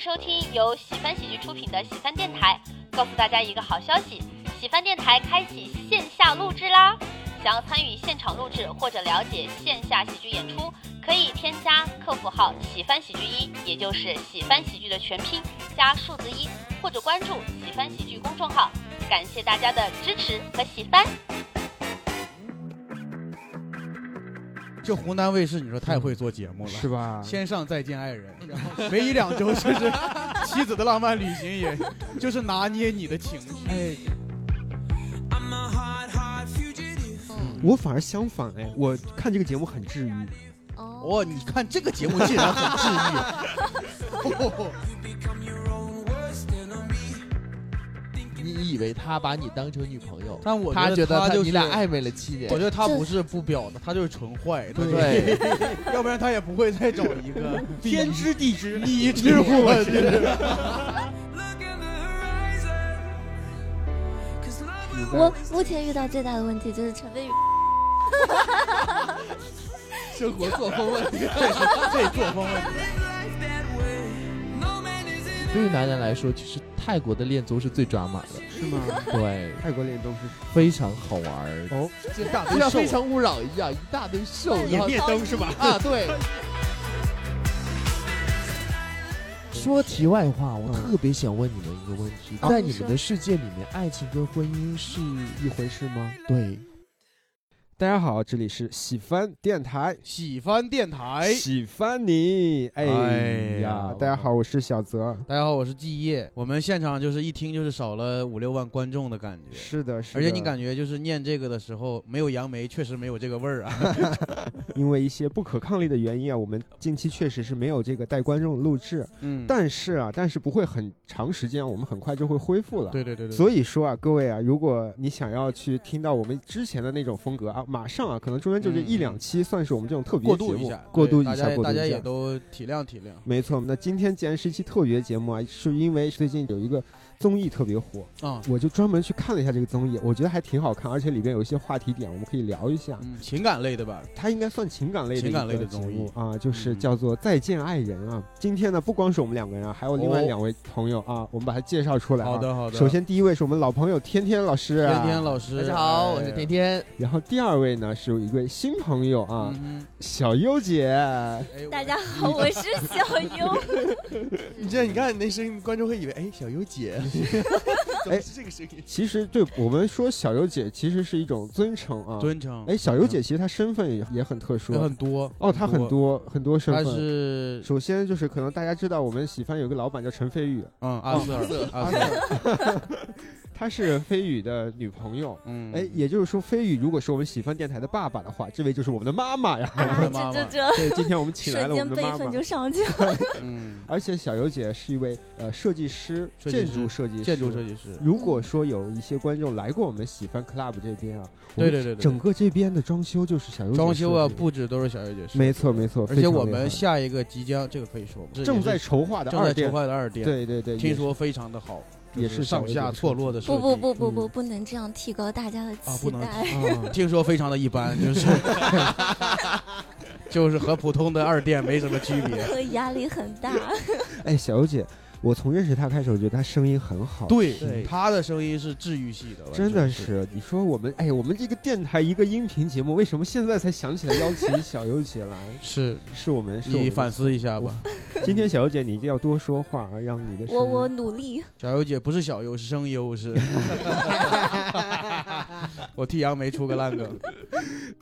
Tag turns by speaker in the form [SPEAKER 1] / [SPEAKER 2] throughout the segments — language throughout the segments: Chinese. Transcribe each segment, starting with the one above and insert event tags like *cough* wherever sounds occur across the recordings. [SPEAKER 1] 收听由喜翻喜剧出品的喜翻电台。告诉大家一个好消息，喜翻电台开启线下录制啦！想要参与现场录制或者了解线下喜剧演出，可以添加客服号“喜翻喜剧一”，也就是喜翻喜剧的全拼加数字一，或者关注喜翻喜剧公众号。感谢大家的支持和喜欢。
[SPEAKER 2] 就湖南卫视，你说太会做节目了，
[SPEAKER 3] 是吧
[SPEAKER 2] 先上《再见爱 *laughs* 人》，然后没一两周就是 *laughs* 《妻子的浪漫旅行》，也就是拿捏你的情绪。哎，
[SPEAKER 3] 我反而相反哎，我看这个节目很治愈。
[SPEAKER 2] 哇，哦你看这个节目竟然很治愈。
[SPEAKER 4] 你以为他把你当成女朋友，
[SPEAKER 2] 但我
[SPEAKER 4] 他
[SPEAKER 2] 觉
[SPEAKER 4] 得
[SPEAKER 2] 他就是
[SPEAKER 4] 你俩暧昧了七年
[SPEAKER 2] *laughs* 我觉，得他不是不表达，他就是纯坏的，
[SPEAKER 4] 对，
[SPEAKER 2] *laughs* 要不然他也不会再找一个 *laughs*
[SPEAKER 3] 天知地知，
[SPEAKER 2] 你知我 *laughs* 知。
[SPEAKER 5] 我目前遇到最大的问题就是陈飞宇，
[SPEAKER 4] 生活 *laughs* 作风问题。
[SPEAKER 2] 这是这作风问题。
[SPEAKER 4] 对于男人来说，其实泰国的恋综是最抓马的，
[SPEAKER 3] 是吗？
[SPEAKER 4] 对，
[SPEAKER 3] 泰国脸都是
[SPEAKER 4] *laughs* 非常好玩儿，
[SPEAKER 3] 哦，
[SPEAKER 2] 这大
[SPEAKER 4] 就像《 *laughs* 非
[SPEAKER 2] 非常
[SPEAKER 4] 诚勿扰》一样，一大堆瘦，然后
[SPEAKER 3] 灭灯是吧？
[SPEAKER 4] 啊， *laughs* 对。说题外话，我特别想问你们一个问题，
[SPEAKER 5] 啊
[SPEAKER 4] 在嗯哦你们的世界里面，爱情跟婚姻是
[SPEAKER 3] 一回事吗？
[SPEAKER 4] 对
[SPEAKER 3] 大家好，这里是喜番电台，
[SPEAKER 2] 喜欢电台。
[SPEAKER 3] 喜欢你。
[SPEAKER 2] 哎
[SPEAKER 3] 哎
[SPEAKER 2] 呀
[SPEAKER 3] 呀，大家好，我是小泽。
[SPEAKER 2] 大家好，我是季夜。我们现场就是一听就是少了五六万观众的感觉。
[SPEAKER 3] 是的，是的。
[SPEAKER 2] 而且你感觉就是念这个的时候，没有杨梅，确实没有这个味儿啊。
[SPEAKER 3] 因为一些不可抗力的原因啊，我们近期确实是没有这个带观众录制，
[SPEAKER 2] *laughs* 嗯
[SPEAKER 3] 但是啊，但是不会很长时间，我们很快就会恢复了。
[SPEAKER 2] 对对对对，
[SPEAKER 3] 所以说啊，各位啊，如果你想要去听到我们之前的那种风格啊，马上啊，可能中间就这
[SPEAKER 2] 嗯
[SPEAKER 3] 一两期算是我们这种特别
[SPEAKER 2] 过
[SPEAKER 3] 节
[SPEAKER 2] 渡一
[SPEAKER 3] 目
[SPEAKER 2] 下，
[SPEAKER 3] 过渡一
[SPEAKER 2] 对
[SPEAKER 3] 下，过渡
[SPEAKER 2] 大家大家
[SPEAKER 3] 一
[SPEAKER 2] 也
[SPEAKER 3] 下。
[SPEAKER 2] 都体谅体谅
[SPEAKER 3] 没错，那今天既然是一期特别节目啊，是因为最近有一个综艺特别火，
[SPEAKER 2] 啊。
[SPEAKER 3] 我就专门去看了一下这个综艺，我觉得还挺好看，而且里边有一些话题点，我们可以聊一下。
[SPEAKER 2] 嗯，情感类的吧，
[SPEAKER 3] 它应该算情感类的
[SPEAKER 2] 情感类的
[SPEAKER 3] 一个节目
[SPEAKER 2] 综
[SPEAKER 3] 啊，就是
[SPEAKER 2] 嗯
[SPEAKER 3] 叫做《再见爱人》啊。今天呢，不光是我们两个人啊，还有另外
[SPEAKER 2] 哦
[SPEAKER 3] 两位朋友啊，我们把他介绍出来、啊。
[SPEAKER 2] 好的好的。
[SPEAKER 3] 首先第一位是我们老朋友天天老师、啊，
[SPEAKER 2] 天天老师，
[SPEAKER 4] 大家好，我
[SPEAKER 2] 哎
[SPEAKER 4] 是甜甜。
[SPEAKER 3] 然后第二位呢是有一位新朋友啊，
[SPEAKER 2] 嗯
[SPEAKER 3] 小优姐，
[SPEAKER 2] 哼哎我
[SPEAKER 5] 大家好，我是小
[SPEAKER 3] *laughs*
[SPEAKER 5] 优。
[SPEAKER 6] 你这样你看那声音，观众会以为哎，小优姐，怎么是这个声音？
[SPEAKER 3] 其实对我们说小优姐其实是一种尊称啊。
[SPEAKER 2] 尊称
[SPEAKER 3] 哎，小优姐其实她身份也也很特殊
[SPEAKER 2] 有很多
[SPEAKER 3] 哦，她很，多很多身
[SPEAKER 2] 他
[SPEAKER 3] 份。
[SPEAKER 2] 是
[SPEAKER 3] 首先就是可能大家知道我们喜番有个老板叫陈飞宇，
[SPEAKER 2] 嗯阿瑟阿瑟，
[SPEAKER 3] 她是飞宇的女朋友。
[SPEAKER 2] 嗯，
[SPEAKER 3] 哎，也就是说，飞宇如果是我们喜番电台的爸爸的话，这位就是我们的妈妈呀。
[SPEAKER 2] *laughs* 我的妈妈
[SPEAKER 5] 这这这，
[SPEAKER 3] 对，今天我们请来
[SPEAKER 5] 瞬
[SPEAKER 3] 了我
[SPEAKER 5] 间
[SPEAKER 3] 们的
[SPEAKER 5] 辈
[SPEAKER 3] 妈
[SPEAKER 5] 分
[SPEAKER 3] 妈。
[SPEAKER 5] 就上去了。
[SPEAKER 2] 嗯，
[SPEAKER 3] 而且小优姐是一位呃设计师，
[SPEAKER 2] 设计师
[SPEAKER 3] 建筑设计师，
[SPEAKER 2] 建筑设计师，
[SPEAKER 3] 如果说有一些观众来过我们喜欢 club 这边啊，
[SPEAKER 2] 对
[SPEAKER 3] 我
[SPEAKER 2] 对
[SPEAKER 3] 们
[SPEAKER 2] 对对
[SPEAKER 3] 整个这边的装修就是小优姐
[SPEAKER 2] 装修啊
[SPEAKER 3] 设计的
[SPEAKER 2] 布置都是小月姐设计，
[SPEAKER 3] 没错没错，
[SPEAKER 2] 而
[SPEAKER 3] 非
[SPEAKER 2] 且
[SPEAKER 3] 常
[SPEAKER 2] 我
[SPEAKER 3] 厉害
[SPEAKER 2] 们下一个即将这个可以说吗？
[SPEAKER 3] 正在
[SPEAKER 2] 也是
[SPEAKER 3] 筹划的
[SPEAKER 2] 正在
[SPEAKER 3] 二
[SPEAKER 2] 筹
[SPEAKER 3] 店，
[SPEAKER 2] 划的二店，
[SPEAKER 3] 对对对，
[SPEAKER 2] 听说非常的好，
[SPEAKER 3] 也
[SPEAKER 2] 就是
[SPEAKER 3] 小
[SPEAKER 2] 上
[SPEAKER 3] 优姐
[SPEAKER 2] 下
[SPEAKER 3] 设计
[SPEAKER 2] 错落的设
[SPEAKER 5] 不
[SPEAKER 2] 计，
[SPEAKER 5] 不不不不，
[SPEAKER 3] 嗯
[SPEAKER 5] 不能这样提高大家的
[SPEAKER 2] 啊
[SPEAKER 5] 期
[SPEAKER 2] 不能
[SPEAKER 5] 待。
[SPEAKER 3] 啊，
[SPEAKER 2] 听说非常的一般，就是
[SPEAKER 3] *laughs*
[SPEAKER 2] 就是和普通的二店没什么区
[SPEAKER 3] *laughs*
[SPEAKER 2] 别。
[SPEAKER 5] 和压力很大，
[SPEAKER 3] 哎，小优姐，我从认识她开始，我觉得她声音很好，，
[SPEAKER 2] 对，
[SPEAKER 3] 对
[SPEAKER 2] 他的声音是治愈系的，完全
[SPEAKER 3] 真的。是，你说我们哎，我们这个电台一个音频节目，为什么现在才想起来邀请小优姐来？
[SPEAKER 2] 是
[SPEAKER 3] 是我们，是我
[SPEAKER 2] 你
[SPEAKER 3] 们
[SPEAKER 2] 反思一下吧，
[SPEAKER 3] 今天小优姐，你一定要多说话，啊，让你的声
[SPEAKER 5] 我我
[SPEAKER 3] 音
[SPEAKER 5] 努力。
[SPEAKER 2] *laughs* 小优姐不是小优，是声优，
[SPEAKER 3] *laughs*
[SPEAKER 2] 是。 *laughs* 我替杨梅出个烂
[SPEAKER 3] *laughs*
[SPEAKER 2] 梗，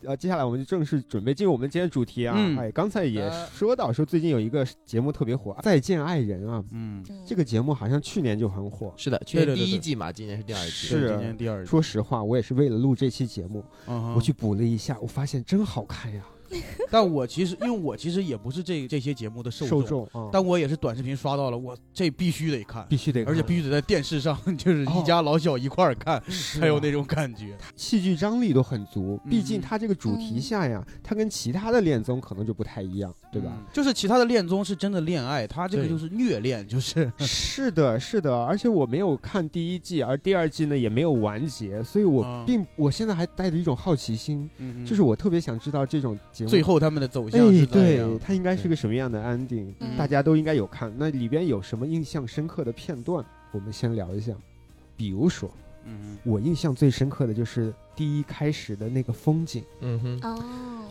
[SPEAKER 3] 呃，接下来我们就正式准备进入我们今天的主题啊。
[SPEAKER 2] 嗯
[SPEAKER 3] 哎，刚才也
[SPEAKER 2] 呃
[SPEAKER 3] 说到说最近有一个节目特别火，《再见爱人》啊，
[SPEAKER 2] 嗯，
[SPEAKER 5] 嗯
[SPEAKER 3] 这个节目好像去年就很火。
[SPEAKER 4] 是的，去
[SPEAKER 2] 对
[SPEAKER 4] 年
[SPEAKER 2] 对
[SPEAKER 4] 第一
[SPEAKER 2] 对
[SPEAKER 4] 季嘛，今年是第二季。
[SPEAKER 3] 是啊
[SPEAKER 2] 今年第二季，
[SPEAKER 3] 说实话，我也是为了录这期节目，
[SPEAKER 2] 嗯
[SPEAKER 3] 我去，补了一下，我发现真好看呀，
[SPEAKER 2] 哼但我其实因为我其实也不是这这些节目的受嗯
[SPEAKER 3] 受众啊，
[SPEAKER 2] 但我也是短视频刷到了，我这必须得看，
[SPEAKER 3] 必须得看，啊
[SPEAKER 2] 而 *laughs* 且必须得在电视上，就是一家老小一块儿看，
[SPEAKER 3] 须
[SPEAKER 2] 才有那种感觉。
[SPEAKER 3] 啊戏剧张力都很足。
[SPEAKER 2] 嗯
[SPEAKER 3] 毕竟它这个主题下呀，它跟其他的恋综可能就不太一样，对吧？
[SPEAKER 2] 嗯？就是其他的恋综是真的恋爱，他这个
[SPEAKER 3] 对
[SPEAKER 2] 就是虐恋，就是 *laughs*
[SPEAKER 3] 是的，是的，而且我没有看第一季，而第二季呢也没有完结，所以我
[SPEAKER 2] 啊
[SPEAKER 3] 嗯并我现在还带着一种好奇心，就是我特别想知道这种节
[SPEAKER 2] 嗯
[SPEAKER 3] 目
[SPEAKER 2] 最后他们的走向
[SPEAKER 3] 哎
[SPEAKER 2] 是，怎
[SPEAKER 3] 对，
[SPEAKER 2] 样？
[SPEAKER 3] 它应该是个什么样的安定，
[SPEAKER 5] 嗯
[SPEAKER 3] 大家都应该有看。那里边有什么印象深刻的片段？我们先聊一下。比如说，
[SPEAKER 2] 嗯，
[SPEAKER 3] 我印象最深刻的就是第一开始的那个风景，
[SPEAKER 6] 嗯哼，
[SPEAKER 5] 哦，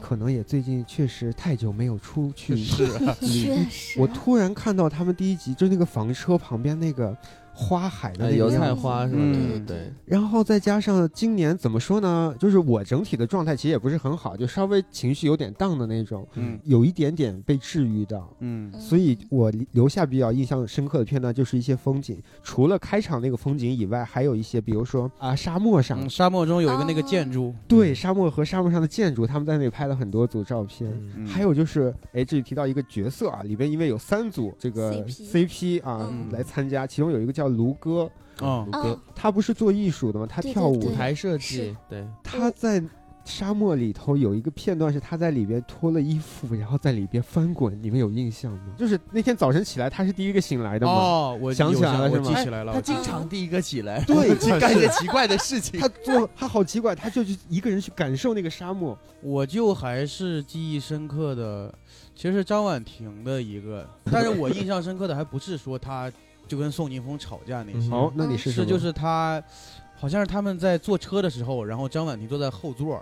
[SPEAKER 3] 可能也最近确实太久没有出
[SPEAKER 4] *laughs*
[SPEAKER 3] 去
[SPEAKER 2] 是啊，
[SPEAKER 3] 旅
[SPEAKER 5] 确实，
[SPEAKER 3] 我突然看到他们第一集就是那个房车旁边那个花海的
[SPEAKER 6] 呃
[SPEAKER 3] 那
[SPEAKER 6] 油
[SPEAKER 3] 个
[SPEAKER 6] 菜
[SPEAKER 3] 样子，
[SPEAKER 6] 花是吧？对
[SPEAKER 2] 嗯
[SPEAKER 6] 对
[SPEAKER 3] 然后再加上今年怎么说呢？就是我整体的状态其实也不是很好，就稍微情绪有点荡的那种，
[SPEAKER 2] 嗯
[SPEAKER 3] 有一点点被治愈到。
[SPEAKER 2] 嗯
[SPEAKER 3] 所以我留下比较印象深刻的片段就是一些风景，除了开场那个风景以外，还有一些，比如说啊，沙漠上，
[SPEAKER 2] 嗯，沙漠中有一个那个建筑，
[SPEAKER 3] 对，沙漠和沙漠上的建筑，他们在那里拍了很多组照片。
[SPEAKER 6] 嗯
[SPEAKER 2] 嗯
[SPEAKER 3] 还有就是，哎，这里提到一个角色啊，里边因为有三组这个
[SPEAKER 5] CP
[SPEAKER 3] CP 啊
[SPEAKER 5] 嗯
[SPEAKER 3] 来参加，其中有一个叫卢哥，
[SPEAKER 2] 嗯，
[SPEAKER 5] 哦
[SPEAKER 6] 歌
[SPEAKER 3] 他不是做艺术的吗？他
[SPEAKER 5] 对对
[SPEAKER 3] 跳舞，
[SPEAKER 5] 对
[SPEAKER 6] 舞台设计
[SPEAKER 5] 是，
[SPEAKER 6] 对，
[SPEAKER 2] *laughs*
[SPEAKER 3] 他在沙漠里头有一个片段是他在里边脱了衣服，然后在里边翻滚，你们有印象吗？就是那天早晨起来，他是第一个醒来的
[SPEAKER 2] *laughs*
[SPEAKER 3] 嘛。
[SPEAKER 2] 哦，我
[SPEAKER 3] 想起来了
[SPEAKER 2] 有
[SPEAKER 3] 是
[SPEAKER 2] 我
[SPEAKER 3] 吗
[SPEAKER 2] 记起来了，
[SPEAKER 6] 他
[SPEAKER 2] 我记
[SPEAKER 6] 经常第一个起
[SPEAKER 2] *laughs*
[SPEAKER 6] 来，
[SPEAKER 3] 对
[SPEAKER 6] 去干一些奇怪的事情。
[SPEAKER 3] *laughs* 他做他好奇怪，他就去一个人去感受那个沙漠。
[SPEAKER 2] 我就还是记忆深刻的，其实是张婉婷的一个，但是我印象深刻的还不是说她就跟宋宁峰吵架那
[SPEAKER 6] 嗯
[SPEAKER 2] 些，
[SPEAKER 3] 好、哦那你
[SPEAKER 5] 嗯
[SPEAKER 3] 是什
[SPEAKER 2] 是
[SPEAKER 3] 么？
[SPEAKER 2] 就是她，好像是他们在坐车的时候，然后张婉婷坐在后座儿，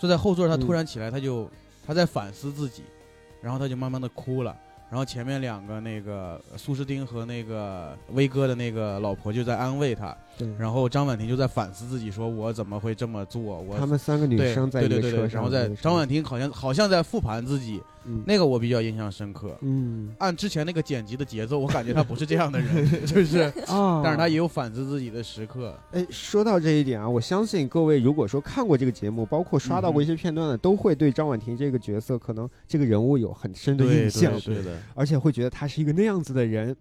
[SPEAKER 2] 坐在后座儿，她
[SPEAKER 3] 嗯
[SPEAKER 2] 突然起来，她就她在反思自己，然后她就慢慢的哭了。然后前面两个那个苏诗丁和那个威哥的那个老婆就在安慰她，
[SPEAKER 3] 对，
[SPEAKER 2] 然后张婉婷就在反思自己，说我怎么会这么做？我
[SPEAKER 3] 他们三个女
[SPEAKER 2] 对
[SPEAKER 3] 生在一
[SPEAKER 2] 对
[SPEAKER 3] 个
[SPEAKER 2] 对
[SPEAKER 3] 车
[SPEAKER 2] 对
[SPEAKER 3] 上，
[SPEAKER 2] 对，然后在
[SPEAKER 3] 那个
[SPEAKER 2] 张婉
[SPEAKER 3] 车
[SPEAKER 2] 婷好像好像在复盘自己，
[SPEAKER 3] 嗯
[SPEAKER 2] 那个我比较印象深刻。
[SPEAKER 3] 嗯
[SPEAKER 2] 按之前那个剪辑的节奏，我感觉他不是这样的人， *laughs* 就是，
[SPEAKER 3] 啊，
[SPEAKER 2] *laughs* 但是
[SPEAKER 4] 哦
[SPEAKER 2] 他也有反思自己的时刻。
[SPEAKER 3] 哎，说到这一点啊，我相信各位如果说看过这个节目，包括刷到过一些片段的，都会对张婉婷这个角色，可能这个人物有很深的印象，
[SPEAKER 2] 对 *laughs* 的，
[SPEAKER 3] 而且会觉得她是一个那样子的人。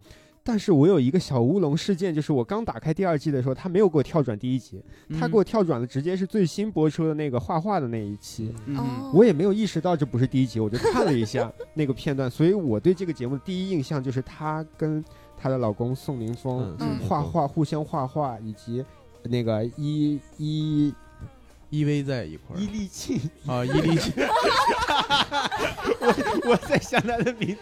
[SPEAKER 3] 但是我有一个小乌龙事件，就是我刚打开第二季的时候，他没有给我跳转第一集，
[SPEAKER 2] 嗯
[SPEAKER 3] 他给我跳转了，直接是最新播出的那个画画的那一期。
[SPEAKER 2] 嗯，嗯
[SPEAKER 5] 哦，
[SPEAKER 3] 我也没有意识到这不是第一集，我就看了一下那个片段，所以我对这个节目的第一印象就是她跟她的老公宋宁峰
[SPEAKER 6] 嗯
[SPEAKER 5] 嗯
[SPEAKER 3] 画画，互相画画，以及那个伊伊
[SPEAKER 2] 依偎在一块
[SPEAKER 3] 伊利沁，
[SPEAKER 2] 儿啊，依
[SPEAKER 3] *laughs*
[SPEAKER 2] 偎，
[SPEAKER 3] 我在想他的名字，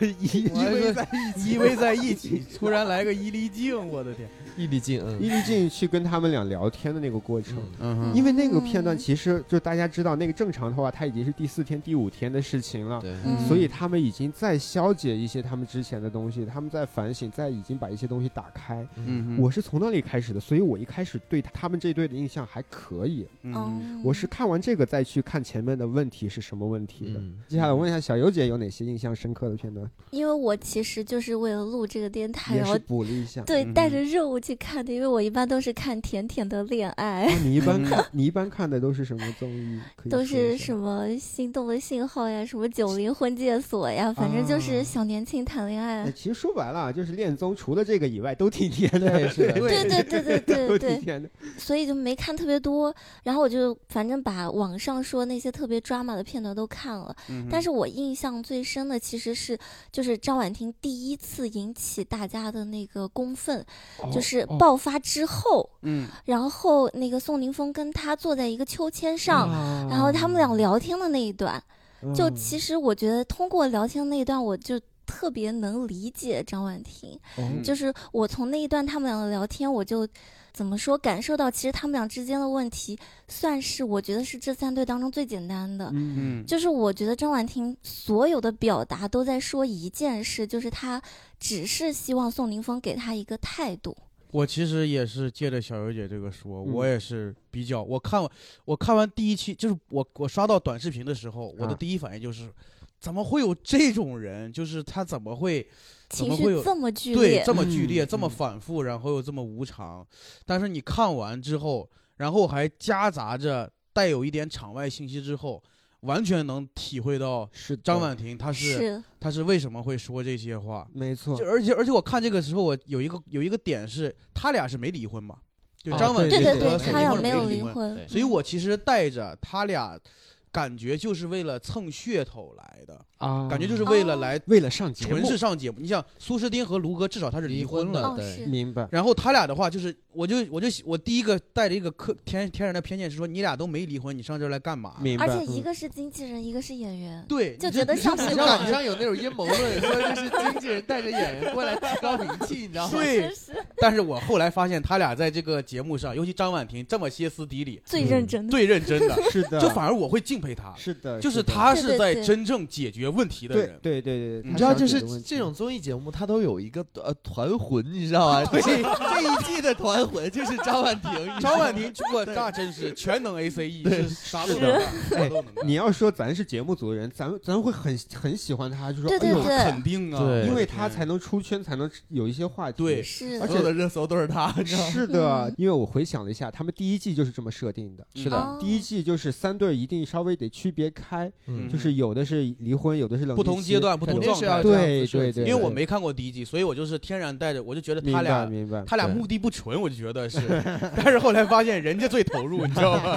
[SPEAKER 3] 我伊
[SPEAKER 2] 我还说依偎在一起，突然来个依离镜，我的天，
[SPEAKER 6] 毅力
[SPEAKER 2] *laughs*
[SPEAKER 6] 劲，嗯
[SPEAKER 3] 伊利沁去跟他们俩聊天的那个过程。
[SPEAKER 2] 嗯
[SPEAKER 3] 因为那个片段，
[SPEAKER 5] 嗯
[SPEAKER 3] 其实就大家知道，那个正常的话，它已经是第四天、第五天的事情了。
[SPEAKER 6] 对，
[SPEAKER 5] 嗯
[SPEAKER 3] 所以他们已经在消解一些他们之前的东西，他们在反省，在已经把一些东西打开。
[SPEAKER 2] 嗯
[SPEAKER 3] 我是从那里开始的，所以我一开始对他们这一对的印象还可以。
[SPEAKER 5] 哦
[SPEAKER 2] 嗯，
[SPEAKER 3] 我是看完这个再去看前面的问题是什么问题的。
[SPEAKER 6] 嗯
[SPEAKER 3] 接下来我问一下小尤姐有哪些印象深刻的片段，
[SPEAKER 5] 因为我其实就是为了录这个电台，
[SPEAKER 3] 也
[SPEAKER 5] 然后
[SPEAKER 3] 是补了一下。
[SPEAKER 5] 对
[SPEAKER 2] 嗯
[SPEAKER 5] 带着任务去看的，因为我一般都是看甜甜的恋爱，
[SPEAKER 3] 啊你一般
[SPEAKER 2] 嗯
[SPEAKER 3] 看 *laughs* 你一般看的都是什么综艺？可以
[SPEAKER 5] 都
[SPEAKER 3] 说一
[SPEAKER 5] 是
[SPEAKER 3] 下
[SPEAKER 5] 什么心动的信号呀，什么九零婚介所呀，反正就是
[SPEAKER 3] 啊
[SPEAKER 5] 小年轻谈恋爱
[SPEAKER 3] 哎，。其实说白了啊，就是恋综除了这个以外都挺甜
[SPEAKER 6] 对
[SPEAKER 3] 的，
[SPEAKER 6] 是的
[SPEAKER 5] 对对对
[SPEAKER 3] *laughs*
[SPEAKER 5] 对
[SPEAKER 3] 都挺
[SPEAKER 5] 对对，
[SPEAKER 3] 甜的。
[SPEAKER 5] 所以就没看特别多。然后我就反正把网上说那些特别 drama 的片段都看了，
[SPEAKER 2] 嗯
[SPEAKER 3] 嗯
[SPEAKER 5] 但是我印象最深的其实是就是张婉婷第一次引起大家的那个公愤，就是
[SPEAKER 3] 哦
[SPEAKER 5] 爆发之后。
[SPEAKER 2] 嗯
[SPEAKER 5] 然后那个宋宁峰跟他坐在一个秋千上，
[SPEAKER 3] 啊
[SPEAKER 5] 然后他们俩聊天的那一段，就
[SPEAKER 3] 嗯
[SPEAKER 5] 其实我觉得通过聊天的那一段，我就特别能理解张婉婷，
[SPEAKER 3] 哦
[SPEAKER 2] 嗯
[SPEAKER 5] 就是我从那一段他们俩的聊天，我就怎么说感受到，其实他们俩之间的问题，算是我觉得是这三对当中最简单的。
[SPEAKER 3] 嗯
[SPEAKER 2] 嗯，
[SPEAKER 5] 就是我觉得张婉婷所有的表达都在说一件事，就是她只是希望宋宁峰给她一个态度。
[SPEAKER 2] 我其实也是借着小尤姐这个说，
[SPEAKER 3] 嗯
[SPEAKER 2] 我也是比较，我看完我看完第一期，就是我我刷到短视频的时候，我的
[SPEAKER 3] 啊
[SPEAKER 2] 第一反应就是，怎么会有这种人？就是他怎么会怎
[SPEAKER 5] 情
[SPEAKER 2] 么
[SPEAKER 5] 绪
[SPEAKER 2] 会有
[SPEAKER 5] 这么剧
[SPEAKER 2] 对
[SPEAKER 5] 烈，
[SPEAKER 2] 这么剧
[SPEAKER 3] 嗯
[SPEAKER 2] 烈、这么
[SPEAKER 3] 嗯
[SPEAKER 2] 反复，然后又这么无常？但是你看完之后，然后还夹杂着带有一点场外信息之后，完全能体会到
[SPEAKER 3] 是的
[SPEAKER 2] 张婉婷她是
[SPEAKER 5] 是
[SPEAKER 2] 她是为什么会说这些话。
[SPEAKER 3] 没
[SPEAKER 5] 嗯
[SPEAKER 3] 错
[SPEAKER 2] 就，而且而且我看这个时候，我有一个有一个点是，他俩是没离婚嘛，就
[SPEAKER 6] 啊
[SPEAKER 2] 张婉
[SPEAKER 5] 对
[SPEAKER 2] 婷
[SPEAKER 5] 对
[SPEAKER 2] 和
[SPEAKER 5] 对，
[SPEAKER 2] 宋宁
[SPEAKER 5] 他俩
[SPEAKER 2] 峰是
[SPEAKER 5] 没有
[SPEAKER 2] 离
[SPEAKER 5] 离婚
[SPEAKER 6] 对，
[SPEAKER 2] 所以我其实带着他俩感觉就是为了蹭噱头来的，
[SPEAKER 3] 啊，
[SPEAKER 2] 感觉
[SPEAKER 4] *laughs*
[SPEAKER 2] 就是为了
[SPEAKER 5] 哦
[SPEAKER 2] 来
[SPEAKER 3] 为了上节目
[SPEAKER 2] 纯，是上节目。你想，苏诗丁和卢哥至少他是离婚
[SPEAKER 4] 婚
[SPEAKER 2] 了
[SPEAKER 5] 哦
[SPEAKER 4] 了，对，
[SPEAKER 5] 是
[SPEAKER 3] 明白。
[SPEAKER 2] 然后他俩的话就是，我就我就我第一个带着一个客天天然的偏见是说，你俩都没离婚，你上这儿来干嘛？
[SPEAKER 3] 明白，
[SPEAKER 5] 而且一
[SPEAKER 3] 嗯
[SPEAKER 5] 个是经纪人，一个是演员，
[SPEAKER 2] 对，
[SPEAKER 5] 就
[SPEAKER 2] 你
[SPEAKER 5] 觉得上
[SPEAKER 2] 你就
[SPEAKER 4] 你
[SPEAKER 5] 节目
[SPEAKER 2] 感
[SPEAKER 4] 知道
[SPEAKER 2] 觉
[SPEAKER 4] 网上有那种阴谋论，说这是经纪人带着演员过来提高名气，你知道吗？
[SPEAKER 2] 对
[SPEAKER 5] 真，是
[SPEAKER 2] 但是我后来发现他俩在这个节目上，尤其张婉婷这么歇斯底
[SPEAKER 5] *laughs*
[SPEAKER 2] 里、
[SPEAKER 5] 最
[SPEAKER 3] 嗯
[SPEAKER 5] 认真的。
[SPEAKER 2] 最认真的，
[SPEAKER 3] *laughs* 是的，
[SPEAKER 2] 就反而我会敬佩他，
[SPEAKER 3] 是的，
[SPEAKER 2] 就是
[SPEAKER 3] 的
[SPEAKER 2] 他
[SPEAKER 5] 对
[SPEAKER 2] 是
[SPEAKER 5] 对
[SPEAKER 2] 在
[SPEAKER 5] 对
[SPEAKER 2] 真正解决问题的
[SPEAKER 3] 对
[SPEAKER 2] 人。
[SPEAKER 3] 对对对，对
[SPEAKER 2] 你
[SPEAKER 4] 你
[SPEAKER 3] 他
[SPEAKER 4] 知道，
[SPEAKER 3] 想
[SPEAKER 4] 就
[SPEAKER 3] 解
[SPEAKER 4] 是
[SPEAKER 3] 的问题
[SPEAKER 4] 这种综艺节目，它都有一个呃团魂，你知道吗？这这一季的团魂就是张婉婷，你知道吗
[SPEAKER 2] 张婉婷，我那真是全能 A C E，是啥都
[SPEAKER 3] 是
[SPEAKER 2] 能
[SPEAKER 3] 的哎
[SPEAKER 2] 干，啥都能干。
[SPEAKER 3] 你要说咱是节目组的人，咱咱会很很喜欢他，就说
[SPEAKER 5] 对对
[SPEAKER 3] 哎呦
[SPEAKER 5] 对
[SPEAKER 2] 肯定啊，
[SPEAKER 4] 对
[SPEAKER 3] 因为他才能出圈，才能有一些话题。
[SPEAKER 2] 对
[SPEAKER 5] 是
[SPEAKER 4] 所
[SPEAKER 3] 而
[SPEAKER 5] 的，
[SPEAKER 4] 有的热搜都是她，你知道吗？
[SPEAKER 3] 是的
[SPEAKER 5] 嗯，
[SPEAKER 3] 因为我回想了一下，他们第一季就是这么设定的。
[SPEAKER 2] 是
[SPEAKER 5] 的哦
[SPEAKER 3] 第一季就是三对一定稍微得区别开，
[SPEAKER 2] 嗯
[SPEAKER 3] 就是有的是离婚，有的是冷
[SPEAKER 2] 不同
[SPEAKER 3] 静期
[SPEAKER 2] 阶。段、不
[SPEAKER 4] 肯
[SPEAKER 2] 同
[SPEAKER 4] 定
[SPEAKER 2] 状
[SPEAKER 4] 是要
[SPEAKER 2] 态。
[SPEAKER 4] 这样子
[SPEAKER 3] 对
[SPEAKER 4] 设
[SPEAKER 3] 对
[SPEAKER 4] 计
[SPEAKER 3] 对
[SPEAKER 2] 因为我没看过第一季，所以我就是天然带着，我就觉得
[SPEAKER 3] 明
[SPEAKER 2] 他
[SPEAKER 3] 白
[SPEAKER 2] 俩
[SPEAKER 3] 明白，
[SPEAKER 2] 他俩
[SPEAKER 4] 对
[SPEAKER 2] 目的不纯，我就觉
[SPEAKER 3] *laughs*
[SPEAKER 2] 得是，但是后来发现人家最投入，你知道吗？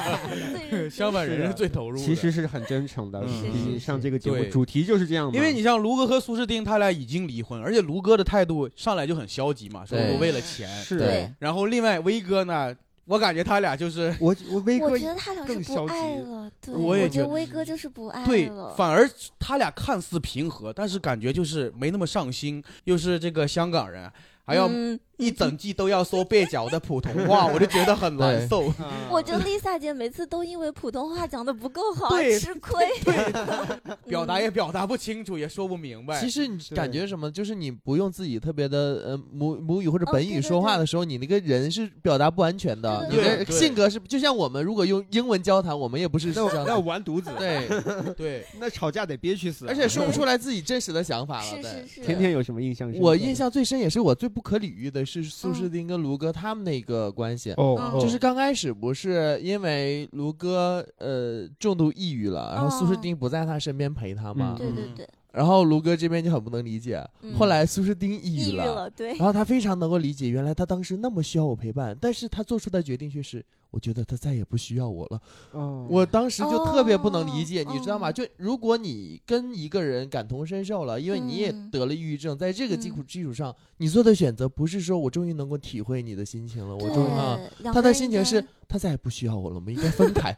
[SPEAKER 5] 最认
[SPEAKER 2] 相
[SPEAKER 5] 真。
[SPEAKER 2] 反，人
[SPEAKER 3] 是
[SPEAKER 2] 家
[SPEAKER 3] 的
[SPEAKER 2] 最投入的。
[SPEAKER 3] 其实是很真诚的。
[SPEAKER 2] 嗯
[SPEAKER 3] 毕
[SPEAKER 5] 是
[SPEAKER 3] 竟
[SPEAKER 5] 是
[SPEAKER 3] 上
[SPEAKER 4] 是
[SPEAKER 3] 这个节目
[SPEAKER 2] 对
[SPEAKER 3] 主题就是这样嘛。
[SPEAKER 2] 因为你像卢哥和苏诗丁，他俩已经离婚，而且卢哥的态度上来就很消极嘛，说
[SPEAKER 4] 对
[SPEAKER 2] 我为了钱。
[SPEAKER 3] 是
[SPEAKER 5] 对，
[SPEAKER 2] 然后另外威哥呢，我感觉他俩就是
[SPEAKER 3] 我我威
[SPEAKER 5] 我
[SPEAKER 3] 哥
[SPEAKER 5] 觉得他俩是
[SPEAKER 3] 更
[SPEAKER 5] 不
[SPEAKER 3] 消
[SPEAKER 5] 爱
[SPEAKER 3] 极
[SPEAKER 5] 了，对，
[SPEAKER 2] 我也觉
[SPEAKER 5] 觉得
[SPEAKER 2] 得
[SPEAKER 5] 威哥就是不爱
[SPEAKER 2] 对，
[SPEAKER 5] 了。
[SPEAKER 2] 反而他俩看似平和，但是感觉就是没那么上心，又是这个香港人，啊还要
[SPEAKER 5] 嗯，
[SPEAKER 2] 一整季都要说蹩脚的普通话，我就觉得很难受。
[SPEAKER 3] 啊
[SPEAKER 5] 我觉得 Lisa 姐每次都因为普通话讲的不够好
[SPEAKER 2] 对
[SPEAKER 5] 吃亏， *laughs* 嗯
[SPEAKER 2] 表达也表达不清楚，也说不明白。
[SPEAKER 4] 其实你
[SPEAKER 3] 对
[SPEAKER 4] 感觉什么？就是你不用自己特别的呃母母语或者
[SPEAKER 5] 哦
[SPEAKER 4] 本
[SPEAKER 5] 对
[SPEAKER 4] 语
[SPEAKER 5] 对
[SPEAKER 4] 说话
[SPEAKER 5] 对
[SPEAKER 4] 的时候，你那个人是表达不完全的，你
[SPEAKER 5] 对
[SPEAKER 4] 的
[SPEAKER 2] 对
[SPEAKER 4] 性格是就像我们如果用英文交谈，我们也不是这
[SPEAKER 3] 那
[SPEAKER 2] 啊
[SPEAKER 4] 样
[SPEAKER 3] 那
[SPEAKER 4] 的，
[SPEAKER 3] 完犊子，，
[SPEAKER 4] 对，
[SPEAKER 2] 对，
[SPEAKER 3] *laughs* 那吵架得憋屈死啊，
[SPEAKER 4] 而且说不出来自己真实的想法了。
[SPEAKER 5] 是
[SPEAKER 4] 对
[SPEAKER 5] 是是，
[SPEAKER 3] 天天有什么印象深刻？
[SPEAKER 4] 我印象最深也是我最不可理喻的是苏诗丁跟卢哥他们那个关系。
[SPEAKER 3] 哦，
[SPEAKER 5] 嗯
[SPEAKER 4] 就是刚开始不是因为卢哥呃重度抑郁了，然后苏诗
[SPEAKER 5] 哦
[SPEAKER 4] 丁不在他身边陪他嘛，
[SPEAKER 5] 对对
[SPEAKER 2] 嗯
[SPEAKER 5] 对，
[SPEAKER 4] 然后卢哥这边就很不能理解，
[SPEAKER 5] 嗯
[SPEAKER 4] 后来苏诗丁抑
[SPEAKER 5] 抑
[SPEAKER 4] 郁
[SPEAKER 5] 郁
[SPEAKER 4] 了，
[SPEAKER 5] 了，对
[SPEAKER 4] 然，后他非常能够理解，原来他当时那么需要我陪伴，但是他做出的决定却是，我觉得他再也不需要我了。
[SPEAKER 3] 哦
[SPEAKER 4] 我当时就特别不能理解，
[SPEAKER 5] 哦
[SPEAKER 4] 你知道吗？
[SPEAKER 5] 哦
[SPEAKER 4] 就如果你跟一个人感同身受了，因为你也
[SPEAKER 5] 嗯
[SPEAKER 4] 得了抑郁症，在这个基础
[SPEAKER 5] 嗯
[SPEAKER 4] 基础上，你做的选择不是说我终于能够体会你的心情了，我
[SPEAKER 5] 对
[SPEAKER 4] 终于啊，，
[SPEAKER 5] 两
[SPEAKER 4] 他
[SPEAKER 5] 个
[SPEAKER 4] 的
[SPEAKER 5] 人
[SPEAKER 4] 心
[SPEAKER 5] 应
[SPEAKER 4] 情
[SPEAKER 5] 该
[SPEAKER 4] 是他再也不需要我了，我们应该分
[SPEAKER 5] *laughs*
[SPEAKER 4] 开。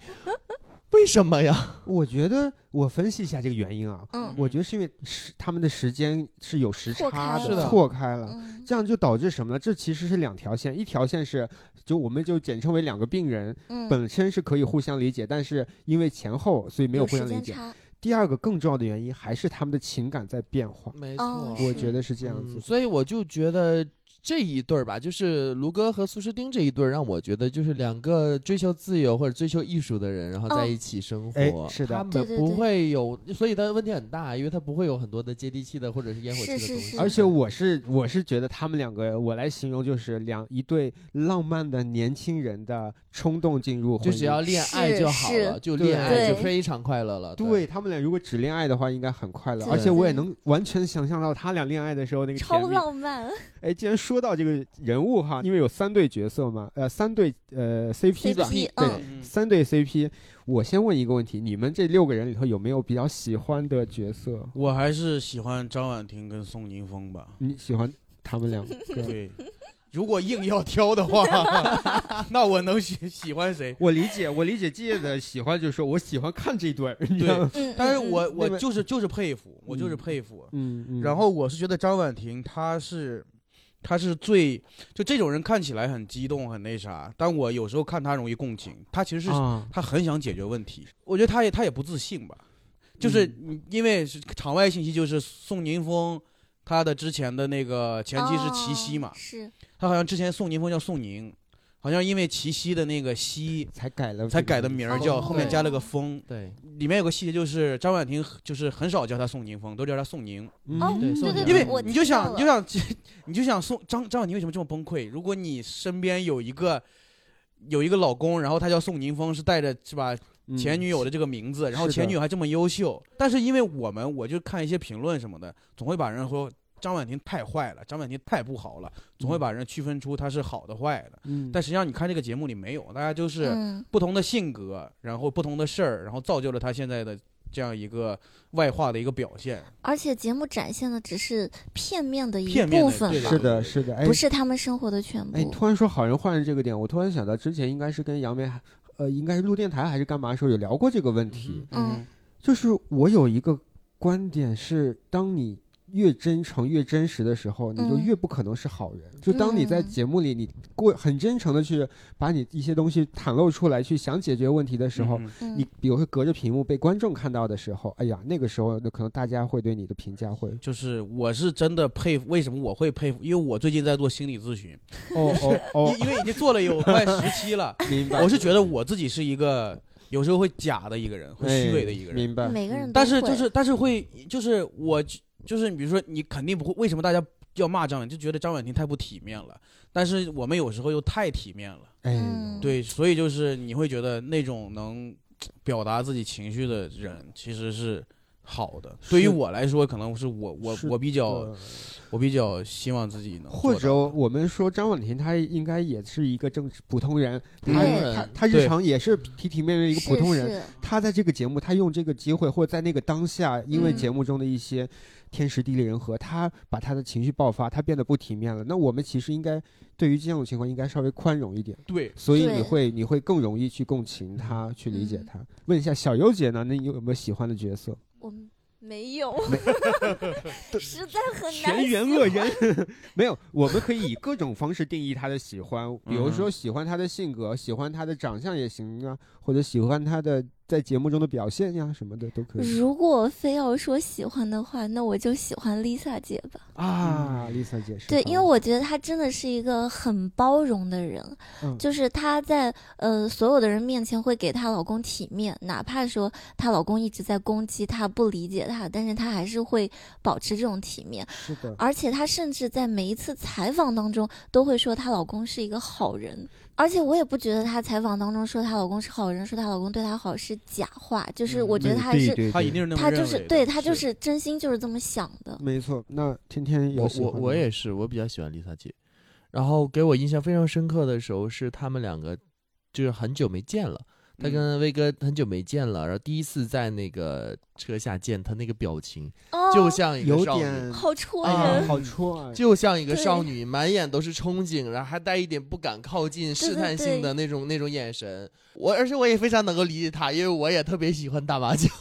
[SPEAKER 4] 为什么呀？
[SPEAKER 3] 我觉得我分析一下这个原因啊，
[SPEAKER 5] 嗯
[SPEAKER 3] 我觉得是因为时他们的时间是有时
[SPEAKER 5] 错
[SPEAKER 3] 差
[SPEAKER 5] 开
[SPEAKER 4] 了
[SPEAKER 3] 错开了。
[SPEAKER 5] 嗯
[SPEAKER 3] 这样就导致什么呢？这其实是两条线，一条线是就我们就简称为两个病人，
[SPEAKER 5] 嗯
[SPEAKER 3] 本身是可以互相理解，但是因为前后，所以没有
[SPEAKER 5] 有
[SPEAKER 3] 互
[SPEAKER 5] 时
[SPEAKER 3] 相理
[SPEAKER 5] 间
[SPEAKER 3] 解。
[SPEAKER 5] 差，
[SPEAKER 3] 第二个更重要的原因还是他们的情感在变化，
[SPEAKER 4] 没
[SPEAKER 5] 哦
[SPEAKER 3] 我
[SPEAKER 5] 是
[SPEAKER 3] 觉得是这样
[SPEAKER 4] 嗯
[SPEAKER 3] 子。
[SPEAKER 4] 所以我就觉得这一对儿吧，就是卢哥和苏诗丁这一对儿，让我觉得就是两个追求自由或者追求艺术的人，然后在一起生活，
[SPEAKER 3] 哎是的
[SPEAKER 4] 他们
[SPEAKER 5] 哦对对
[SPEAKER 4] 不
[SPEAKER 5] 对
[SPEAKER 4] 会有，所以他的问题很大，因为他不会有很多的接地气的或者是烟火气的
[SPEAKER 5] 是是
[SPEAKER 4] 东
[SPEAKER 5] 是
[SPEAKER 4] 西。
[SPEAKER 3] 而且我是我是觉得他们两个，我来形容就是两一对浪漫的年轻人的冲动进入婚
[SPEAKER 4] 就
[SPEAKER 3] 姻。
[SPEAKER 4] 只要恋爱就好
[SPEAKER 5] 是
[SPEAKER 4] 了，
[SPEAKER 5] 是
[SPEAKER 4] 就恋爱就
[SPEAKER 5] 对
[SPEAKER 4] 非常快乐了。
[SPEAKER 3] 对他们俩如果只恋爱的话，应该很快乐。
[SPEAKER 5] 对
[SPEAKER 3] 而且我也
[SPEAKER 5] 对
[SPEAKER 3] 能完全想象到他俩恋爱的时候那个甜
[SPEAKER 5] 嗯超
[SPEAKER 3] 蜜。
[SPEAKER 5] 浪漫
[SPEAKER 3] 哎，既然说到这个人物哈，因为有三对角色嘛，呃，三对呃 CP 吧，
[SPEAKER 5] CP，
[SPEAKER 3] 对。
[SPEAKER 5] 嗯
[SPEAKER 2] 嗯
[SPEAKER 3] 三对 CP，我先问一个问题：你们这六个人里头有没有比较喜欢的角色？
[SPEAKER 2] 我还是喜欢张婉婷跟宋宁峰吧。
[SPEAKER 3] 你喜欢他们两个？
[SPEAKER 2] 对，如果硬要挑的话，那我能喜喜欢谁？
[SPEAKER 3] *laughs* 我理解，我理解季夜的喜欢，就是说我喜欢看这对儿。你知道吗
[SPEAKER 5] 嗯，
[SPEAKER 2] 但是
[SPEAKER 5] 嗯
[SPEAKER 2] 我
[SPEAKER 3] 嗯
[SPEAKER 2] 我
[SPEAKER 3] 那么
[SPEAKER 2] 就是就是佩服，我就是
[SPEAKER 3] 嗯
[SPEAKER 2] 佩服。
[SPEAKER 3] 嗯嗯。
[SPEAKER 2] 然后我是觉得张婉婷她是，她是最就这种人看起来很激动很那啥，但我有时候看她容易共情，她其实是
[SPEAKER 3] 啊，
[SPEAKER 2] 她很想解决问题，嗯我觉得她也她也不自信吧，就是你因为是场外信息就是宋宁峰。他的之前的那个前妻是齐溪嘛
[SPEAKER 5] 哦？是
[SPEAKER 2] 他好像之前宋宁峰叫宋宁，好像因为齐溪的那个溪
[SPEAKER 3] 才改了
[SPEAKER 2] 才改的名儿
[SPEAKER 5] 哦
[SPEAKER 2] 叫，后面加了个峰。
[SPEAKER 4] 对
[SPEAKER 2] 里面有个细节就是张婉婷就是很少叫他宋宁峰，都叫他宋宁。
[SPEAKER 3] 嗯
[SPEAKER 5] 哦，
[SPEAKER 4] 对
[SPEAKER 5] 对
[SPEAKER 4] 宋
[SPEAKER 5] 对
[SPEAKER 4] 宁
[SPEAKER 5] 对，
[SPEAKER 2] 因为
[SPEAKER 5] 我
[SPEAKER 2] 你就
[SPEAKER 5] 听到
[SPEAKER 2] 想，你就
[SPEAKER 5] 了
[SPEAKER 2] 想， *laughs* 你就想宋张张婉婷为什么这么崩溃？如果你身边有一个有一个老公，然后他叫宋宁峰，是带着是吧
[SPEAKER 3] 嗯
[SPEAKER 2] 前女友的这个名字，然后
[SPEAKER 3] 是的
[SPEAKER 2] 前女友还这么优秀，但是因为我们我就看一些评论什么的，总会把人说张婉婷太坏了，张婉婷太不好了，总会把人区分出她是好的坏的。
[SPEAKER 3] 嗯，
[SPEAKER 2] 但实际上，你看这个节目里没有，大家就是
[SPEAKER 5] 嗯
[SPEAKER 2] 不同的性格，然后不同的事儿，然后造就了她现在的这样一个外化的一个表现。
[SPEAKER 5] 而且节目展现的只是片面的一
[SPEAKER 2] 片面的
[SPEAKER 5] 部分
[SPEAKER 2] 对
[SPEAKER 5] 吧，
[SPEAKER 3] 是的，是的，哎
[SPEAKER 5] 不，是他们生活的全部
[SPEAKER 3] 哎，。突然说好人坏人这个点，我突然想到之前应该是跟杨梅，呃，应该是录电台还是干嘛的时候有聊过这个问题，
[SPEAKER 5] 嗯
[SPEAKER 3] 就是我有一个观点是，当你越真诚、越真实的时候，你就
[SPEAKER 5] 嗯
[SPEAKER 3] 越不可能是好人。就当你在
[SPEAKER 5] 嗯
[SPEAKER 3] 节目里，你过很真诚的去把你一些东西袒露出来，去想解决问题的时候，
[SPEAKER 2] 嗯
[SPEAKER 5] 嗯
[SPEAKER 3] 你比如说隔着屏幕被观众看到的时候，哎呀，那个时候那可能大家会对你的评价会
[SPEAKER 2] 就是我是真的佩服，为什么我会佩服？因为我最近在做心理咨询，
[SPEAKER 3] 哦哦哦，
[SPEAKER 2] 因因为已经做了有快十期了，
[SPEAKER 3] *laughs* 明白。
[SPEAKER 2] 我是觉得我自己是一个有时候会假的一个人，会虚伪的一个人。
[SPEAKER 3] 哎明白。
[SPEAKER 5] 每个人都
[SPEAKER 2] 但
[SPEAKER 5] 会，
[SPEAKER 2] 是就是但是会就是我就是你比如说你肯定不会，为什么大家要骂张婉婷？就觉得张婉婷太不体面了。但是我们有时候又太体面了，
[SPEAKER 3] 哎呦，
[SPEAKER 5] 嗯
[SPEAKER 2] 对，所以就是你会觉得那种能表达自己情绪的人其实是好的。对于
[SPEAKER 3] 是
[SPEAKER 2] 我来说，可能是我我
[SPEAKER 3] 是
[SPEAKER 2] 我比较
[SPEAKER 3] 呃
[SPEAKER 2] 我比较希望自己能
[SPEAKER 3] 或
[SPEAKER 2] 做到
[SPEAKER 3] 者我们说张婉婷，她应该也是一个正普通人，
[SPEAKER 5] 对
[SPEAKER 3] 她
[SPEAKER 5] 对
[SPEAKER 3] 她她日
[SPEAKER 2] 对
[SPEAKER 3] 常也是体体面面的一个普通人，
[SPEAKER 5] 是是
[SPEAKER 3] 他在这个节目，他用这个机会或者在那个当下，因为
[SPEAKER 5] 嗯
[SPEAKER 3] 节目中的一些天时地利人和，他把他的情绪爆发，他变得不体面了。那我们其实应该对于这种情况应该稍微宽容一点，
[SPEAKER 2] 对。
[SPEAKER 3] 所以
[SPEAKER 5] 对
[SPEAKER 3] 你会你会更容易去共情他，去理解
[SPEAKER 5] 嗯
[SPEAKER 3] 他。问一下小优姐呢，那你有没有喜欢的角色？
[SPEAKER 5] 我们没有，
[SPEAKER 3] *laughs*
[SPEAKER 5] 实在很难。
[SPEAKER 3] 全员恶人，没有，我们可以以各种方式定义他的喜欢，比如
[SPEAKER 2] 嗯
[SPEAKER 3] 说喜欢他的性格，喜欢他的长相也行啊，或者喜欢他的在节目中的表现呀什么的都可以。
[SPEAKER 5] 如果非要说喜欢的话，那我就喜欢 Lisa 姐吧。
[SPEAKER 3] *laughs* 啊，Lisa
[SPEAKER 2] 嗯
[SPEAKER 3] 解释。
[SPEAKER 5] 对，因为我觉得她真的是一个很包容的人，
[SPEAKER 3] 嗯
[SPEAKER 5] 就是她在呃所有的人面前会给她老公体面，哪怕说她老公一直在攻击她、不理解她，但是她还是会保持这种体面。
[SPEAKER 3] 是的，
[SPEAKER 5] 而且她甚至在每一次采访当中都会说她老公是一个好人，而且我也不觉得她采访当中说她老公是好人，说她老公对她好是假话，就是
[SPEAKER 2] 嗯
[SPEAKER 5] 我觉得她还是、
[SPEAKER 2] 他一定是那么
[SPEAKER 5] 她
[SPEAKER 2] 认为
[SPEAKER 5] 就
[SPEAKER 2] 的，
[SPEAKER 5] 是对她就是真心就是这么想的。
[SPEAKER 3] 没错。那天天有
[SPEAKER 4] 我
[SPEAKER 3] 喜
[SPEAKER 4] 我
[SPEAKER 3] 欢
[SPEAKER 4] 我
[SPEAKER 3] 的
[SPEAKER 4] 也是，我比较喜欢 Lisa 姐。然后给我印象非常深刻的时候是他们两个，就是很久没见了。他
[SPEAKER 2] 嗯
[SPEAKER 4] 跟威哥很久没见了，然后第一次在那个车下见，他那个表情
[SPEAKER 5] 哦，
[SPEAKER 4] 就像一个
[SPEAKER 3] 有
[SPEAKER 4] 少女，
[SPEAKER 3] 点
[SPEAKER 5] 好戳人。
[SPEAKER 4] 啊
[SPEAKER 3] 啊，好戳啊！
[SPEAKER 4] 就像一个
[SPEAKER 5] 对
[SPEAKER 4] 少女，满眼都是憧憬，然后还带一点不敢靠近、试探性
[SPEAKER 5] 对
[SPEAKER 4] 的那种那种眼神。我而且我也非常能够理解她，因为我也特别喜欢打麻将，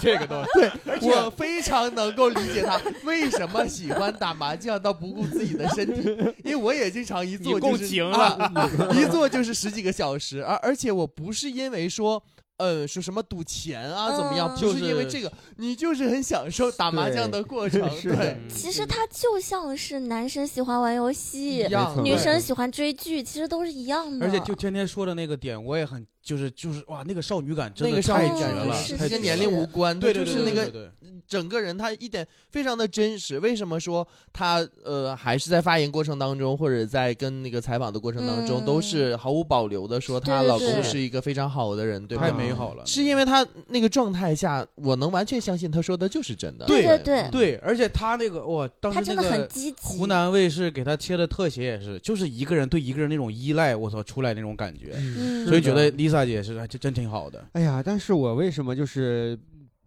[SPEAKER 2] 这个东西。
[SPEAKER 4] *laughs*
[SPEAKER 2] *laughs*
[SPEAKER 4] 我非常能够理解她为什么喜欢打麻将到不顾自己的身体，因为我也经常一坐
[SPEAKER 2] 你
[SPEAKER 4] 就
[SPEAKER 2] 共
[SPEAKER 4] 是
[SPEAKER 2] 情
[SPEAKER 4] 啊 *laughs* 一坐就是十几个小时，而而且我不是因为说。呃，说什么赌钱啊，怎么样？
[SPEAKER 5] 嗯
[SPEAKER 4] 不是因为
[SPEAKER 2] 就是
[SPEAKER 4] 这个，你就是很享受打麻将的过程，
[SPEAKER 3] 是的
[SPEAKER 4] 对，
[SPEAKER 5] 其
[SPEAKER 2] 嗯
[SPEAKER 5] 实它就像是男生喜欢玩游戏
[SPEAKER 4] 一，样
[SPEAKER 3] 没错
[SPEAKER 4] 的。
[SPEAKER 5] 女生喜欢追剧，其实都是一样的。
[SPEAKER 2] 而且就天天说的那个点，我也很就是就是哇，那个少女感真
[SPEAKER 4] 那
[SPEAKER 2] 的
[SPEAKER 4] 个少女
[SPEAKER 2] 太绝
[SPEAKER 4] 感
[SPEAKER 2] 了，
[SPEAKER 5] 是
[SPEAKER 2] 太绝
[SPEAKER 4] 跟年
[SPEAKER 2] 了
[SPEAKER 4] 龄无关，
[SPEAKER 2] 对
[SPEAKER 4] 就
[SPEAKER 2] 对
[SPEAKER 4] 是
[SPEAKER 2] 对
[SPEAKER 4] 那个
[SPEAKER 2] 对
[SPEAKER 4] 整个人他一点非常的真实。为什么说他呃还是在发言过程当中，或者在跟那个采访的过程当中，
[SPEAKER 5] 嗯
[SPEAKER 4] 都是毫无保留的说她
[SPEAKER 5] 对对
[SPEAKER 4] 老公
[SPEAKER 5] 对
[SPEAKER 4] 是一个非常好的人，
[SPEAKER 2] 对，
[SPEAKER 4] 对吧？
[SPEAKER 2] 太美好了。
[SPEAKER 4] 是因为他那个状态下，我能完全相信他说的就是真的。
[SPEAKER 2] 对
[SPEAKER 5] 对对
[SPEAKER 2] 对，而且他那个哇，当
[SPEAKER 5] 他
[SPEAKER 2] 时
[SPEAKER 5] 真
[SPEAKER 2] 那
[SPEAKER 5] 的很
[SPEAKER 2] 个
[SPEAKER 5] 积极。
[SPEAKER 2] 湖南卫视给他切的特写也是，就是一个人对一个人那种依赖，我操，出来那种感觉，
[SPEAKER 5] 嗯，
[SPEAKER 2] 所以觉得 Lisa 姐是还真真挺好的。
[SPEAKER 3] 哎呀，但是我为什么就是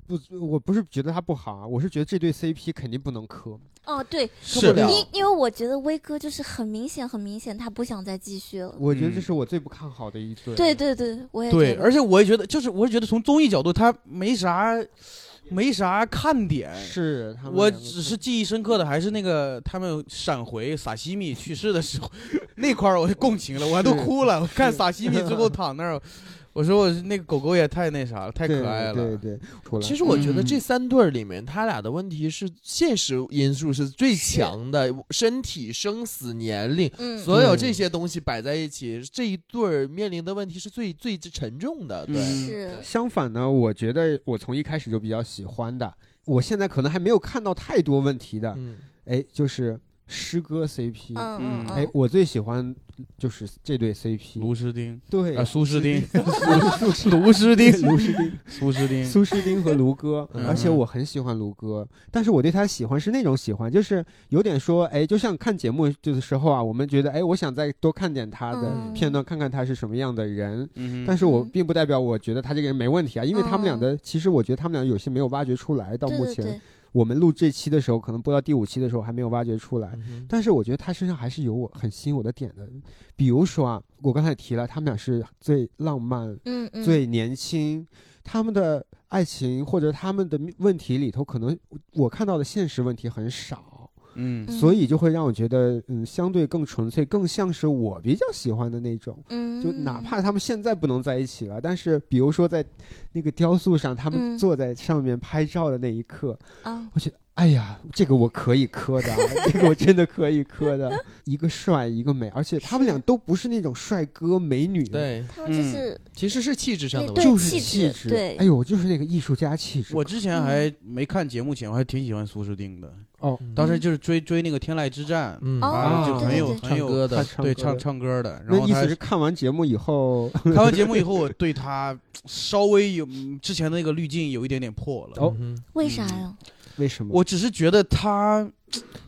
[SPEAKER 3] 不？我不是觉得他不好啊，我是觉得这对 CP 肯定不能磕。
[SPEAKER 5] 哦对，
[SPEAKER 4] 是的
[SPEAKER 5] 因因为我觉得威哥就是很明显，很明显他不想再继续了。
[SPEAKER 3] 我觉得这
[SPEAKER 2] 嗯
[SPEAKER 3] 是我最不看好的一对。
[SPEAKER 5] 对，对对，我也
[SPEAKER 2] 对，
[SPEAKER 5] 觉得
[SPEAKER 2] 而且我也觉得，就是我也觉得从综艺角度，他没啥没啥看点，
[SPEAKER 3] 是他们
[SPEAKER 2] 我
[SPEAKER 3] 两个
[SPEAKER 2] 只是记忆深刻的还是那个他们闪回撒西米去世的时候，那块儿我就共情了，我还都
[SPEAKER 3] 是
[SPEAKER 2] 哭了。我看撒西米最后躺那儿，我说我那个狗狗也太那啥了，太可爱了。
[SPEAKER 3] 对对对，出来
[SPEAKER 4] 其实我觉得
[SPEAKER 2] 嗯
[SPEAKER 4] 这三对儿里面，他俩的问题是现实因素是最强的，身体、生死、年龄，
[SPEAKER 5] 嗯，
[SPEAKER 4] 所有
[SPEAKER 3] 对
[SPEAKER 4] 这些东西摆在一起，这一对儿面临的问题是最最沉重的。对，
[SPEAKER 2] 嗯
[SPEAKER 5] 是
[SPEAKER 3] 相反呢，我觉得我从一开始就比较喜欢的，我现在可能还没有看到太多问题的。
[SPEAKER 4] 嗯，
[SPEAKER 3] 哎，就是诗歌 CP。
[SPEAKER 5] 嗯嗯
[SPEAKER 2] 嗯
[SPEAKER 3] 哎
[SPEAKER 5] 嗯，，
[SPEAKER 3] 我最喜欢就是这对 CP，
[SPEAKER 2] 卢诗丁
[SPEAKER 3] 对
[SPEAKER 2] 啊，，苏诗丁，卢诗丁，
[SPEAKER 3] 卢诗丁、
[SPEAKER 2] 苏诗丁，
[SPEAKER 3] 苏诗丁和卢歌，
[SPEAKER 2] *laughs* 嗯
[SPEAKER 3] 而且我很喜欢卢歌，但是我对他喜欢是那种喜欢，就是有点说，哎，就像看节目的时候啊，我们觉得，哎，我想再多看点他的
[SPEAKER 5] 嗯
[SPEAKER 3] 片段，看看他是什么样的人，
[SPEAKER 2] 嗯哼
[SPEAKER 3] 但是我
[SPEAKER 5] 嗯哦
[SPEAKER 3] 并不代表我觉得他这个人没问题啊，因为他们俩的，其实我觉得他们俩有些没有挖掘出来。到
[SPEAKER 5] 对
[SPEAKER 3] 目
[SPEAKER 5] 对
[SPEAKER 3] 前
[SPEAKER 5] 对，
[SPEAKER 3] 我们录这期的时候，可能播到第五期的时候还没有挖掘出来。但是我觉得他身上还是有我很吸引我的点的，比如说啊，我刚才提了，他们俩是最浪漫、
[SPEAKER 5] 嗯嗯，
[SPEAKER 3] 最年轻，他们的爱情或者他们的问题里头，可能我看到的现实问题很少，
[SPEAKER 2] 嗯
[SPEAKER 3] 所以就会让我觉得，嗯，相对更纯粹，更像是我比较喜欢的那种。
[SPEAKER 5] 嗯，
[SPEAKER 3] 就哪怕他们现在不能在一起了，但是比如说在那个雕塑上，他们
[SPEAKER 5] 嗯
[SPEAKER 3] 坐在上面拍照的那一刻，
[SPEAKER 5] 啊，
[SPEAKER 3] 我觉得，哎呀，这个我可以磕的啊， *laughs* 这个我真的可以磕的，一个帅一个美，而且他们俩都不是那种帅哥美女，，
[SPEAKER 4] 对，
[SPEAKER 5] 他们就
[SPEAKER 2] 嗯
[SPEAKER 5] 是
[SPEAKER 4] 其实是气质上的
[SPEAKER 5] 那
[SPEAKER 4] 问题。
[SPEAKER 5] 对
[SPEAKER 3] 就是
[SPEAKER 5] 气
[SPEAKER 3] 气
[SPEAKER 5] 质对
[SPEAKER 3] 哎呦，就是那个艺术家气质，
[SPEAKER 2] 我之前还没看节目前，我还挺喜欢苏诗丁的，
[SPEAKER 3] 哦，
[SPEAKER 2] 当
[SPEAKER 5] 嗯
[SPEAKER 2] 时就是追追那个《天籁之战》，
[SPEAKER 4] 嗯
[SPEAKER 2] 啊，
[SPEAKER 5] 哦
[SPEAKER 2] 就很有
[SPEAKER 5] 对对
[SPEAKER 2] 很
[SPEAKER 4] 唱
[SPEAKER 2] 有
[SPEAKER 4] 歌
[SPEAKER 3] 他
[SPEAKER 4] 的，
[SPEAKER 3] 唱
[SPEAKER 2] 对
[SPEAKER 3] 歌
[SPEAKER 2] 唱
[SPEAKER 3] 的
[SPEAKER 2] 唱歌的，然
[SPEAKER 3] 那
[SPEAKER 2] 后
[SPEAKER 3] 意
[SPEAKER 2] 他
[SPEAKER 3] 思是看完节目以后，
[SPEAKER 4] *laughs*
[SPEAKER 2] 看完节目以后，我对他稍微有嗯之前的那个滤镜有一点点破了。
[SPEAKER 3] 哦
[SPEAKER 4] 嗯哼
[SPEAKER 5] 为啥呀？
[SPEAKER 3] 为什么？
[SPEAKER 2] 我只是觉得他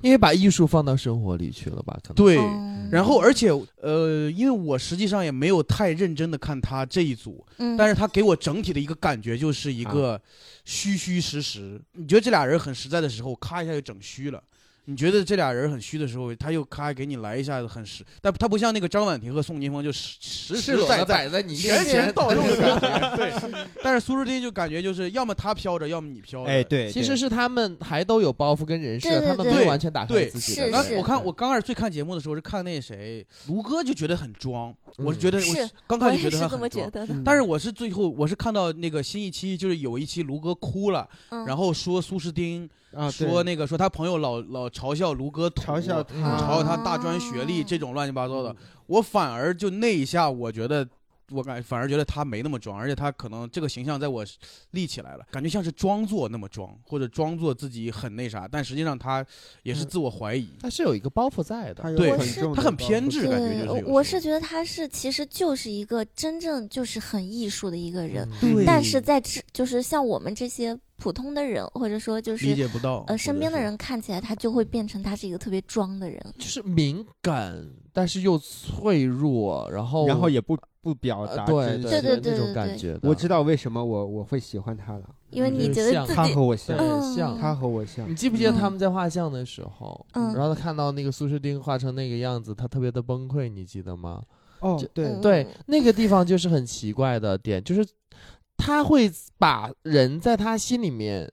[SPEAKER 4] 因为把艺术放到生活里去了吧？可能
[SPEAKER 2] 对，
[SPEAKER 5] 哦
[SPEAKER 2] 然后而且呃，因为我实际上也没有太认真的看他这一组，
[SPEAKER 5] 嗯，
[SPEAKER 2] 但是他给我整体的一个感觉就是
[SPEAKER 4] 啊
[SPEAKER 2] 一个虚虚实实。你觉得这俩人很实在的时候，咔一下就整虚了；你觉得这俩人很虚的时候，他又咔给你来一下子很实。但他不像那个张婉婷和宋金峰就实实
[SPEAKER 4] 赤
[SPEAKER 2] 实
[SPEAKER 4] 裸
[SPEAKER 2] 在
[SPEAKER 4] 的
[SPEAKER 2] 在，
[SPEAKER 4] 摆在你面
[SPEAKER 2] 拳拳
[SPEAKER 4] 前。
[SPEAKER 2] 到肉的感觉。对，但是苏志丁就感觉就是要么他飘着，要么你飘着。
[SPEAKER 3] 哎，。对，
[SPEAKER 4] 其实是他们还都有包袱跟人设，
[SPEAKER 5] 对对
[SPEAKER 4] 他们
[SPEAKER 5] 对
[SPEAKER 4] 没有完全打开
[SPEAKER 2] 对
[SPEAKER 4] 自己
[SPEAKER 5] 是
[SPEAKER 4] 的
[SPEAKER 2] 那
[SPEAKER 4] 那
[SPEAKER 5] 是
[SPEAKER 4] 个。
[SPEAKER 2] 我看我刚开始最看节目的时候是看那谁卢哥就觉得很装，
[SPEAKER 3] 嗯
[SPEAKER 2] 我是觉得我
[SPEAKER 5] 是
[SPEAKER 2] 刚
[SPEAKER 5] 我
[SPEAKER 2] 开
[SPEAKER 5] 也
[SPEAKER 2] 始觉
[SPEAKER 5] 是
[SPEAKER 2] 得他
[SPEAKER 5] 这么
[SPEAKER 2] 很
[SPEAKER 5] 觉
[SPEAKER 2] 装，
[SPEAKER 5] 得的。
[SPEAKER 2] 但是我是最后我是看到那个新一期就是有一期卢哥哭了，
[SPEAKER 5] 嗯
[SPEAKER 2] 然后说苏诗丁
[SPEAKER 3] 啊，对
[SPEAKER 2] 说那个说他朋友老老嘲笑卢哥土
[SPEAKER 3] 嘲笑他
[SPEAKER 2] 嗯嘲笑他大专
[SPEAKER 5] 啊
[SPEAKER 2] 学历这种乱七八糟的，我反而就那一下，我觉得我感反而觉得他没那么装，而且他可能这个形象在我立起来了，感觉像是装作那么装，或者装作自己很那啥，但实际上他也
[SPEAKER 5] 嗯
[SPEAKER 2] 是自我怀疑，
[SPEAKER 4] 他是有一个包袱在的
[SPEAKER 3] 他，有
[SPEAKER 2] 对
[SPEAKER 3] 很
[SPEAKER 5] 我是
[SPEAKER 3] 重的
[SPEAKER 2] 他很偏执，感觉就
[SPEAKER 5] 对
[SPEAKER 2] 是有时，候
[SPEAKER 5] 我是觉得他是其实就是一个真正就是很艺术的一个人，
[SPEAKER 4] 嗯
[SPEAKER 3] 对
[SPEAKER 5] 但是在这就是像我们这些普通的人，或者说就
[SPEAKER 2] 理
[SPEAKER 5] 是
[SPEAKER 2] 解不到，
[SPEAKER 5] 呃身边的
[SPEAKER 2] 或者
[SPEAKER 5] 人看起来，他就会变成他是一个特别装的人。
[SPEAKER 4] 就是敏感，但是又脆弱，然后
[SPEAKER 3] 然后也不不表
[SPEAKER 4] 哦呃
[SPEAKER 3] 达
[SPEAKER 4] 对
[SPEAKER 3] 真实，
[SPEAKER 5] 对对对
[SPEAKER 4] 那种感觉的。
[SPEAKER 3] 我知道为什么我我会喜欢他了，
[SPEAKER 5] 因为
[SPEAKER 4] 嗯
[SPEAKER 5] 你
[SPEAKER 4] 就
[SPEAKER 5] 觉
[SPEAKER 4] 是
[SPEAKER 5] 得
[SPEAKER 4] 像
[SPEAKER 5] 自
[SPEAKER 3] 他
[SPEAKER 5] 己
[SPEAKER 3] 和我像
[SPEAKER 4] 对。
[SPEAKER 5] 嗯
[SPEAKER 4] 像
[SPEAKER 3] 他和我像
[SPEAKER 4] 你，记不记得
[SPEAKER 5] 嗯
[SPEAKER 4] 他们在画像的时候，
[SPEAKER 5] 嗯
[SPEAKER 4] 然后他看到那个苏诗丁画成那个样子，他特别的崩溃，你记得吗？
[SPEAKER 3] 哦
[SPEAKER 4] 这，
[SPEAKER 3] 对，
[SPEAKER 5] 嗯
[SPEAKER 4] 对，那个地方就是很奇怪的点，就是他会把人在他心里面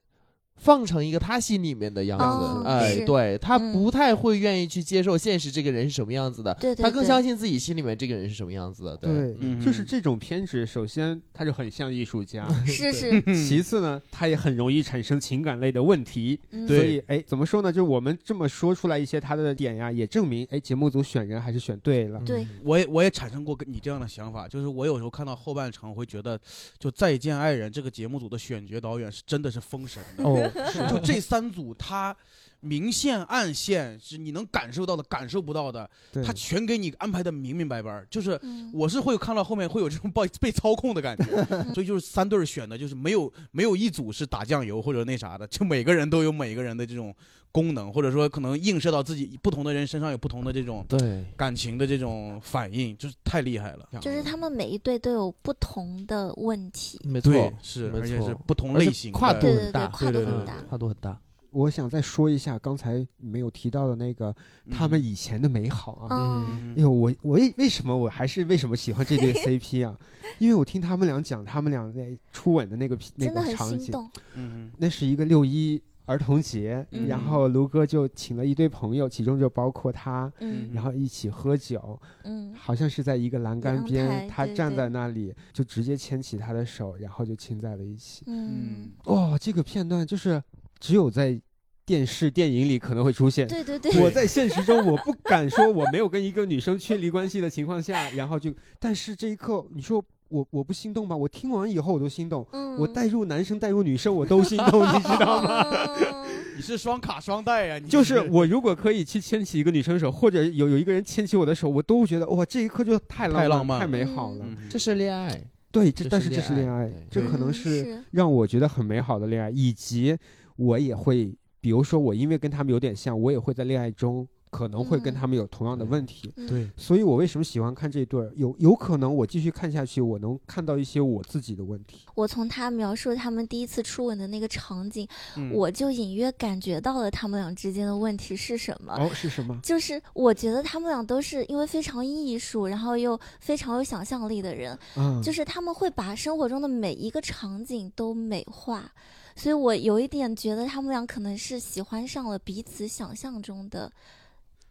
[SPEAKER 4] 放成一个他心里面的样
[SPEAKER 5] 哦
[SPEAKER 4] 子，哎，
[SPEAKER 5] 是
[SPEAKER 4] 对他
[SPEAKER 5] 嗯
[SPEAKER 4] 不太会愿意去接受现实这个人是什么样子的，
[SPEAKER 5] 对对
[SPEAKER 4] 他更
[SPEAKER 5] 对
[SPEAKER 4] 相信自己心里面这个人是什么样子的，
[SPEAKER 3] 对，
[SPEAKER 2] 嗯
[SPEAKER 3] 就是这种偏执，首先他就很像艺术家，
[SPEAKER 5] 是是，
[SPEAKER 3] 其次呢，他也很容易产生情感类的问题。
[SPEAKER 5] 嗯
[SPEAKER 3] 所
[SPEAKER 2] 对
[SPEAKER 3] 以，哎，怎么说呢？就我们这么说出来一些他的点呀，也证明，哎，节目组选人还是选对
[SPEAKER 4] 嗯
[SPEAKER 3] 了。
[SPEAKER 5] 对
[SPEAKER 2] 我也我也产生过跟你这样的想法，就是我有时候看到后半程，我会觉得，就《再见爱人》这个节目组的选角导演是真的是封神
[SPEAKER 5] *laughs* 嗯
[SPEAKER 2] 的，
[SPEAKER 3] 哦，
[SPEAKER 2] 就这三组他。明线、暗线是你能感受到的、感受不到的，
[SPEAKER 3] 对
[SPEAKER 2] 他全给你安排的明明白白儿。就是
[SPEAKER 5] 嗯
[SPEAKER 2] 我是会看到后面会有这种被被操控的感觉， *laughs* 所以就是三对儿选的，就是没有没有一组是打酱油或者那啥的，就每个人都有每个人的这种功能，或者说可能映射到自己不同的人身上有不同的这种
[SPEAKER 4] 对，
[SPEAKER 2] 感情的这种反应，就是太厉害了。
[SPEAKER 5] 就是他们每一对都有不同的问题，
[SPEAKER 4] 没错，
[SPEAKER 2] 对，是
[SPEAKER 4] 没
[SPEAKER 2] 而且
[SPEAKER 4] 错
[SPEAKER 2] 是不同
[SPEAKER 4] 而且
[SPEAKER 2] 类型的
[SPEAKER 4] 跨度
[SPEAKER 5] 对
[SPEAKER 4] 很
[SPEAKER 5] 对对，
[SPEAKER 4] 大
[SPEAKER 5] 跨度
[SPEAKER 2] 对对
[SPEAKER 5] 很
[SPEAKER 2] 对
[SPEAKER 5] 大。
[SPEAKER 4] 跨度很大，
[SPEAKER 3] 我想再说一下刚才没有提到的那个他们以前的美好啊。
[SPEAKER 5] 嗯
[SPEAKER 2] 嗯
[SPEAKER 3] 哎呦，我我为为什么我还是为什么喜欢这
[SPEAKER 5] *laughs*
[SPEAKER 3] 对 CP 啊？因为我听他们俩讲他们俩在初吻的那个片那
[SPEAKER 5] 真的
[SPEAKER 3] 个
[SPEAKER 5] 很
[SPEAKER 3] 场
[SPEAKER 5] 心
[SPEAKER 3] 景，
[SPEAKER 5] 动，
[SPEAKER 2] 嗯
[SPEAKER 3] 那是一个六一儿童节，
[SPEAKER 5] 嗯
[SPEAKER 3] 然后卢哥就请了一堆朋友，其中就包括他，
[SPEAKER 5] 嗯
[SPEAKER 3] 然后一起喝酒，
[SPEAKER 5] 嗯，
[SPEAKER 3] 好像是在一个栏杆
[SPEAKER 5] 阳台
[SPEAKER 3] 边，他
[SPEAKER 5] 对
[SPEAKER 3] 站
[SPEAKER 5] 对
[SPEAKER 3] 在那里就直接牵起他的手，然后就亲在了一起。
[SPEAKER 5] 嗯，
[SPEAKER 3] 哦，这个片段就是只有在电视电影里可能会出现。
[SPEAKER 5] 嗯对对对，
[SPEAKER 3] 我在现实中，我不敢说我没有跟一个女生确立关系的情况下，然后就，但是这一刻，你说我我不心动吗？我听完以后我都心动，
[SPEAKER 5] 嗯，
[SPEAKER 3] 我带入男生带入女生我都心动，你知道吗？
[SPEAKER 5] 嗯
[SPEAKER 2] 你是双卡双待呀、你
[SPEAKER 3] *laughs* 就是我如果可以去牵起一个女生手，或者有有一个人牵起我的手，我都觉得哇，这一刻就太浪
[SPEAKER 2] 太浪漫
[SPEAKER 3] 太
[SPEAKER 2] 了
[SPEAKER 3] 美好了。
[SPEAKER 2] 嗯
[SPEAKER 4] 这是恋爱，
[SPEAKER 3] 对，
[SPEAKER 4] 这
[SPEAKER 3] 这但
[SPEAKER 4] 是
[SPEAKER 3] 是这
[SPEAKER 4] 恋
[SPEAKER 3] 是恋
[SPEAKER 4] 爱
[SPEAKER 3] 爱
[SPEAKER 4] 对，
[SPEAKER 3] 这
[SPEAKER 5] 嗯
[SPEAKER 3] 可能是
[SPEAKER 5] 是
[SPEAKER 3] 让我觉得很美好的恋爱，以及我也会，比如说我因为跟他们有点像，我也会在恋爱中可能会跟
[SPEAKER 5] 嗯
[SPEAKER 3] 他们有同样的
[SPEAKER 4] 对
[SPEAKER 3] 问题。
[SPEAKER 5] 嗯
[SPEAKER 2] 对，
[SPEAKER 3] 所以我为什么喜欢看这一对儿？有有可能我继续看下去，我能看到一些我自己的问题。
[SPEAKER 5] 我从他描述他们第一次初吻的那个场景，
[SPEAKER 2] 嗯
[SPEAKER 5] 我就隐约感觉到了他们俩之间的问题是什么。
[SPEAKER 3] 哦，是什么？
[SPEAKER 5] 就是我觉得他们俩都是因为非常艺术，然后又非常有想象力的人，
[SPEAKER 2] 嗯
[SPEAKER 3] 啊，
[SPEAKER 5] 就是他们会把生活中的每一个场景都美化，所以我有一点觉得他们俩可能是喜欢上了彼此想象中的。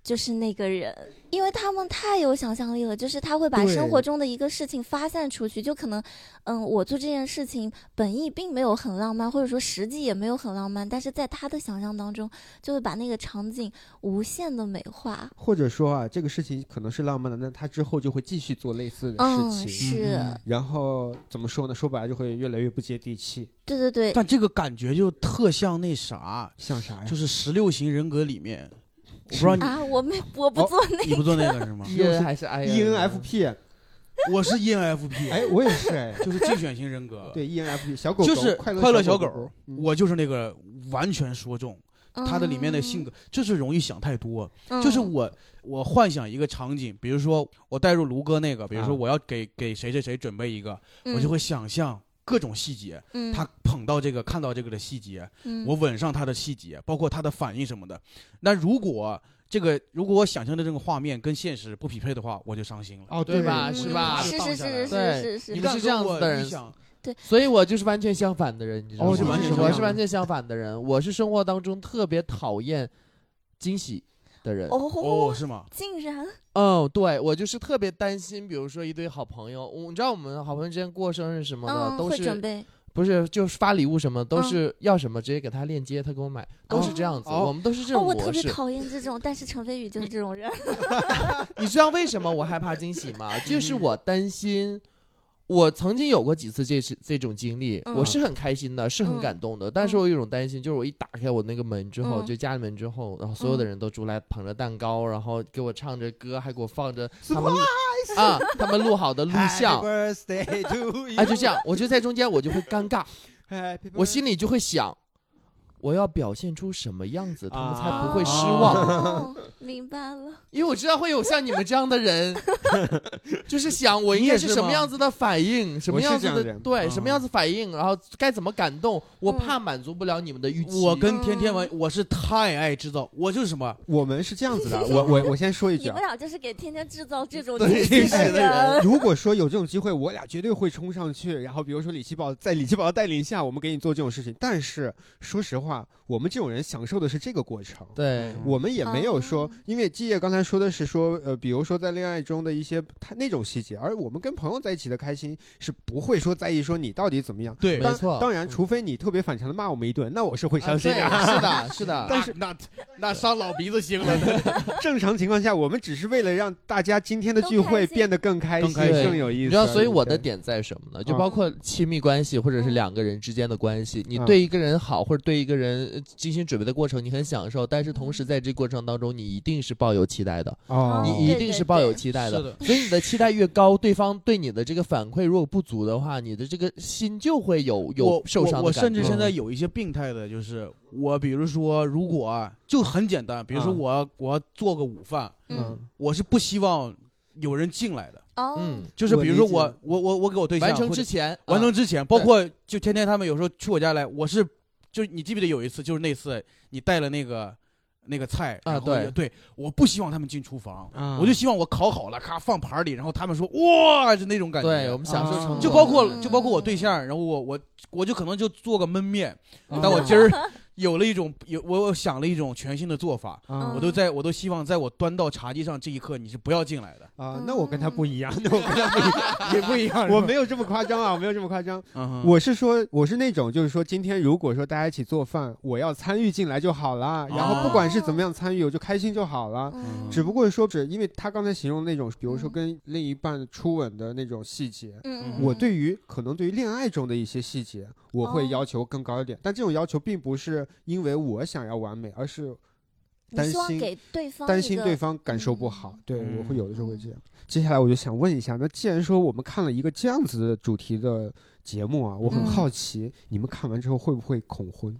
[SPEAKER 5] 就是那个人，因为他们太有想象力了，就是他会把
[SPEAKER 3] 对
[SPEAKER 5] 生活中的一个事情发散出去，就可能，嗯，我做这件事情本意并没有很浪漫，或者说实际也没有很浪漫，但是在他的想象当中，就会把那个场景无限的美化。
[SPEAKER 3] 或者说啊，这个事情可能是浪漫的，那他之后就会继续做类似的
[SPEAKER 5] 嗯，
[SPEAKER 3] 事情，
[SPEAKER 5] 是，
[SPEAKER 2] 嗯
[SPEAKER 3] 然后怎么说呢？说白了就会越来越不接地气，
[SPEAKER 5] 对对对，
[SPEAKER 2] 但这个感觉就特像那啥，
[SPEAKER 3] 像啥呀
[SPEAKER 2] 就？是十六型人格里面，我不知道你、
[SPEAKER 5] 啊，我没，我不
[SPEAKER 3] 哦
[SPEAKER 5] 做那
[SPEAKER 2] 你不做那个是
[SPEAKER 3] 啊
[SPEAKER 5] *laughs*
[SPEAKER 2] 吗？
[SPEAKER 4] E N 还是
[SPEAKER 5] 哎
[SPEAKER 4] I
[SPEAKER 5] 嗯
[SPEAKER 3] ENFP，
[SPEAKER 2] 我是 E *laughs* ENFP，
[SPEAKER 3] 哎，我也是哎，
[SPEAKER 2] 就是竞选型人格。
[SPEAKER 3] 对，E ENFP 小狗狗
[SPEAKER 2] 就是
[SPEAKER 3] 快
[SPEAKER 2] 快乐
[SPEAKER 3] 乐
[SPEAKER 2] 小
[SPEAKER 3] 狗
[SPEAKER 2] 狗
[SPEAKER 3] 狗，嗯
[SPEAKER 2] 我就是那个完全说中
[SPEAKER 5] 哦
[SPEAKER 2] 他的里面的性格，就是容易想太多。
[SPEAKER 5] 嗯，
[SPEAKER 2] 就是
[SPEAKER 5] 嗯
[SPEAKER 2] 我我幻想一个场景，比如说我带入卢哥那个，比如说
[SPEAKER 3] 啊
[SPEAKER 2] 我要给给谁谁谁准备一个，我就会想象各种细节，
[SPEAKER 5] 嗯
[SPEAKER 2] 他捧到这个看到这个的细节，
[SPEAKER 5] 嗯
[SPEAKER 2] 我吻上他的细节，包括他的反应什么的。那如果这个如果我想象的这个画面跟现实不匹配的话，我就伤心了。
[SPEAKER 3] 哦
[SPEAKER 4] 对吧
[SPEAKER 5] 嗯
[SPEAKER 4] 是吧
[SPEAKER 5] 是是是
[SPEAKER 2] 对
[SPEAKER 5] 是是哦
[SPEAKER 4] 你
[SPEAKER 5] 是
[SPEAKER 4] 们
[SPEAKER 5] 是，
[SPEAKER 4] 是这样子的人
[SPEAKER 2] 你想
[SPEAKER 4] 所以我就是完全相反的人，你知道吗？
[SPEAKER 3] 哦就完全
[SPEAKER 4] 我
[SPEAKER 3] 相
[SPEAKER 4] 是
[SPEAKER 3] 反
[SPEAKER 4] 完全相反的人，我是生活当中特别讨厌惊喜的人。
[SPEAKER 2] 哦，
[SPEAKER 5] 哦，
[SPEAKER 2] 是吗？
[SPEAKER 5] 竟然
[SPEAKER 4] 嗯，对我就是特别担心，比如说一堆好朋友，我你知道我们好朋友之间过生日什么的，
[SPEAKER 5] 嗯
[SPEAKER 4] 都
[SPEAKER 5] 会准
[SPEAKER 4] 是
[SPEAKER 5] 备
[SPEAKER 4] 不是就是发礼物什么，都
[SPEAKER 5] 嗯
[SPEAKER 4] 是要什么直接给他链接，他给我买，都是这样子，
[SPEAKER 3] 哦
[SPEAKER 4] 我们都是这
[SPEAKER 5] 哦，
[SPEAKER 4] 种
[SPEAKER 5] 我
[SPEAKER 4] 模
[SPEAKER 5] 特别
[SPEAKER 4] 式。
[SPEAKER 5] 讨厌这种，但是陈飞宇就是这种人，
[SPEAKER 4] 你知道为什么我害怕惊喜吗？
[SPEAKER 5] 嗯
[SPEAKER 4] 就是我担心。我曾经有过几次这是这种经历，
[SPEAKER 5] 嗯
[SPEAKER 4] 我是很开心的，是很
[SPEAKER 5] 嗯
[SPEAKER 4] 感动的。但是我有一种担心，就是我一打开我那个门之后，
[SPEAKER 5] 嗯
[SPEAKER 4] 就家里门之后，然后所有的人都出来捧着蛋糕，然后给我唱着歌，还给我放着他们录啊他们录好的录
[SPEAKER 5] 哎
[SPEAKER 4] 像
[SPEAKER 3] Happy，birthday to you，
[SPEAKER 4] *laughs* 啊就这样，我就在中间我就会尴尬，
[SPEAKER 3] Happy
[SPEAKER 5] 嗯
[SPEAKER 4] 我心
[SPEAKER 3] birthday
[SPEAKER 4] 里就会想，我要表现出什么样子，他们才不会失
[SPEAKER 5] 啊
[SPEAKER 4] 望。
[SPEAKER 5] 望。明白了，
[SPEAKER 4] 因为我知道会有像你们这样的人，
[SPEAKER 3] *laughs*
[SPEAKER 4] 就是想我应该是什么样子的反应，什么样子
[SPEAKER 3] 我是这样的
[SPEAKER 4] 的
[SPEAKER 3] 人
[SPEAKER 4] 对，
[SPEAKER 2] 嗯
[SPEAKER 4] 什么样子反应，然后该怎么感动，我怕满足不了你们的预期。
[SPEAKER 2] 我跟天天玩，我是太爱制造，我就是什么，
[SPEAKER 3] 我们是这样子的，啊我我我先说一句
[SPEAKER 5] 你
[SPEAKER 3] 啊
[SPEAKER 5] 们，俩就是给天天制造这种
[SPEAKER 4] 对
[SPEAKER 5] 惊喜
[SPEAKER 4] 是的
[SPEAKER 3] *laughs*
[SPEAKER 5] 人。
[SPEAKER 3] 如果说有这种机会，我俩绝对会冲上去。然后比如说李奇宝，在李奇宝的带领下，我们给你做这种事情。但是说实话，我们这种人享受的是这个过程。
[SPEAKER 4] 对，
[SPEAKER 3] 我们也没有说
[SPEAKER 5] 哦，
[SPEAKER 3] 因为基业刚才说的是说，呃，比如说在恋爱中的一些他那种细节，而我们跟朋友在一起的开心是不会说在意说你到底怎么样。
[SPEAKER 2] 对
[SPEAKER 4] 没
[SPEAKER 3] 当
[SPEAKER 4] 错
[SPEAKER 3] 当然，除非你特别反常的骂我们一顿，那我是会伤心的。
[SPEAKER 4] 啊对是的，是的，
[SPEAKER 3] 但是
[SPEAKER 2] 那那那伤老鼻子心了，
[SPEAKER 3] 正常情况下，我们只是为了让大家今天的聚会变得更开
[SPEAKER 2] 更
[SPEAKER 3] 心、
[SPEAKER 2] 开心
[SPEAKER 3] 更有意思。
[SPEAKER 4] 你知道，所以我的
[SPEAKER 3] 对
[SPEAKER 4] 点在什么呢？
[SPEAKER 3] 嗯
[SPEAKER 4] 就包括亲密关系，或者是两个人之间的关系。你
[SPEAKER 3] 嗯
[SPEAKER 4] 对一个人好，或者对一个人呃精心准备的过程，你很享受，但是同时在这过程当中，你一定是抱有期待的，
[SPEAKER 3] 哦，
[SPEAKER 4] 你一
[SPEAKER 5] 对
[SPEAKER 4] 定
[SPEAKER 5] 对
[SPEAKER 4] 是抱有
[SPEAKER 5] 对
[SPEAKER 4] 期待的
[SPEAKER 2] 是。的，
[SPEAKER 4] 所以你的期待越高，对方对你的这个反馈如果不足的话，你的这个心就会有有
[SPEAKER 2] 我
[SPEAKER 4] 受伤
[SPEAKER 2] 我。
[SPEAKER 4] 的
[SPEAKER 2] 我
[SPEAKER 4] 感
[SPEAKER 2] 甚至
[SPEAKER 4] 觉嗯
[SPEAKER 2] 现在有一些病态的，就是我，比如说，如果啊就很简单，比如说
[SPEAKER 3] 嗯
[SPEAKER 2] 我、我要做个午饭，
[SPEAKER 5] 嗯，
[SPEAKER 2] 我是不希望有人进来的，
[SPEAKER 5] 哦
[SPEAKER 4] 嗯，，
[SPEAKER 2] 就是
[SPEAKER 3] 我
[SPEAKER 2] 比如说
[SPEAKER 3] 理解
[SPEAKER 2] 我我我我给我对象
[SPEAKER 4] 完成
[SPEAKER 2] 或者
[SPEAKER 4] 之前，
[SPEAKER 2] 完成
[SPEAKER 4] 啊
[SPEAKER 2] 之前，包括就天天他们有时候去我家来，我是就你记不记得有一次，就是那次你带了那个那个菜
[SPEAKER 4] 啊嗯
[SPEAKER 2] 然后也对，我不希望他们进厨房，
[SPEAKER 3] 啊
[SPEAKER 2] 我就希望我烤好了，咔放盘里，然后他们说哇，就那种感觉。
[SPEAKER 4] 对我们享受
[SPEAKER 3] 啊
[SPEAKER 4] 成果
[SPEAKER 2] 就包括
[SPEAKER 5] 嗯
[SPEAKER 2] 就包括我对象，然后我我我就可能就做个焖面，
[SPEAKER 5] 哦
[SPEAKER 3] 啊
[SPEAKER 2] 但我今儿 *laughs* 有了一种有我我想了一种全新的做法，
[SPEAKER 3] 啊
[SPEAKER 5] 嗯
[SPEAKER 2] 我都在我都希望在我端到茶几上这一刻你是不要进来的，
[SPEAKER 3] 啊，那我跟他不一样，那我跟他不一 *laughs* 样，也不一样，我没有这么夸张啊，我没有这么夸张。
[SPEAKER 2] 嗯
[SPEAKER 3] 我是说，我是那种，就是说，今天如果说大家一起做饭，我要参与进来就好啦。然后不管是怎么样参与，我就开心就好了。
[SPEAKER 5] 嗯
[SPEAKER 3] 只不过说，只因为他刚才形容那种，比如说
[SPEAKER 5] 嗯
[SPEAKER 3] 跟另一半初吻的那种细节，
[SPEAKER 5] 嗯，
[SPEAKER 3] 我对于可能对于恋爱中的一些细节，我会
[SPEAKER 5] 哦
[SPEAKER 3] 要求更高一点，但这种要求并不是是因为我想要完美，而是
[SPEAKER 5] 你
[SPEAKER 3] 担
[SPEAKER 5] 希望
[SPEAKER 3] 心
[SPEAKER 5] 给对方
[SPEAKER 3] 担
[SPEAKER 5] 一
[SPEAKER 3] 心
[SPEAKER 5] 个
[SPEAKER 3] 对方感受不好
[SPEAKER 5] 嗯。
[SPEAKER 3] 对我会
[SPEAKER 2] 嗯
[SPEAKER 3] 有的时候会这样。接下来我就想问一下，那既然说我们看了一个这样子的主题的节目啊，我很
[SPEAKER 5] 嗯
[SPEAKER 3] 好奇，你们看完之后会不会恐婚？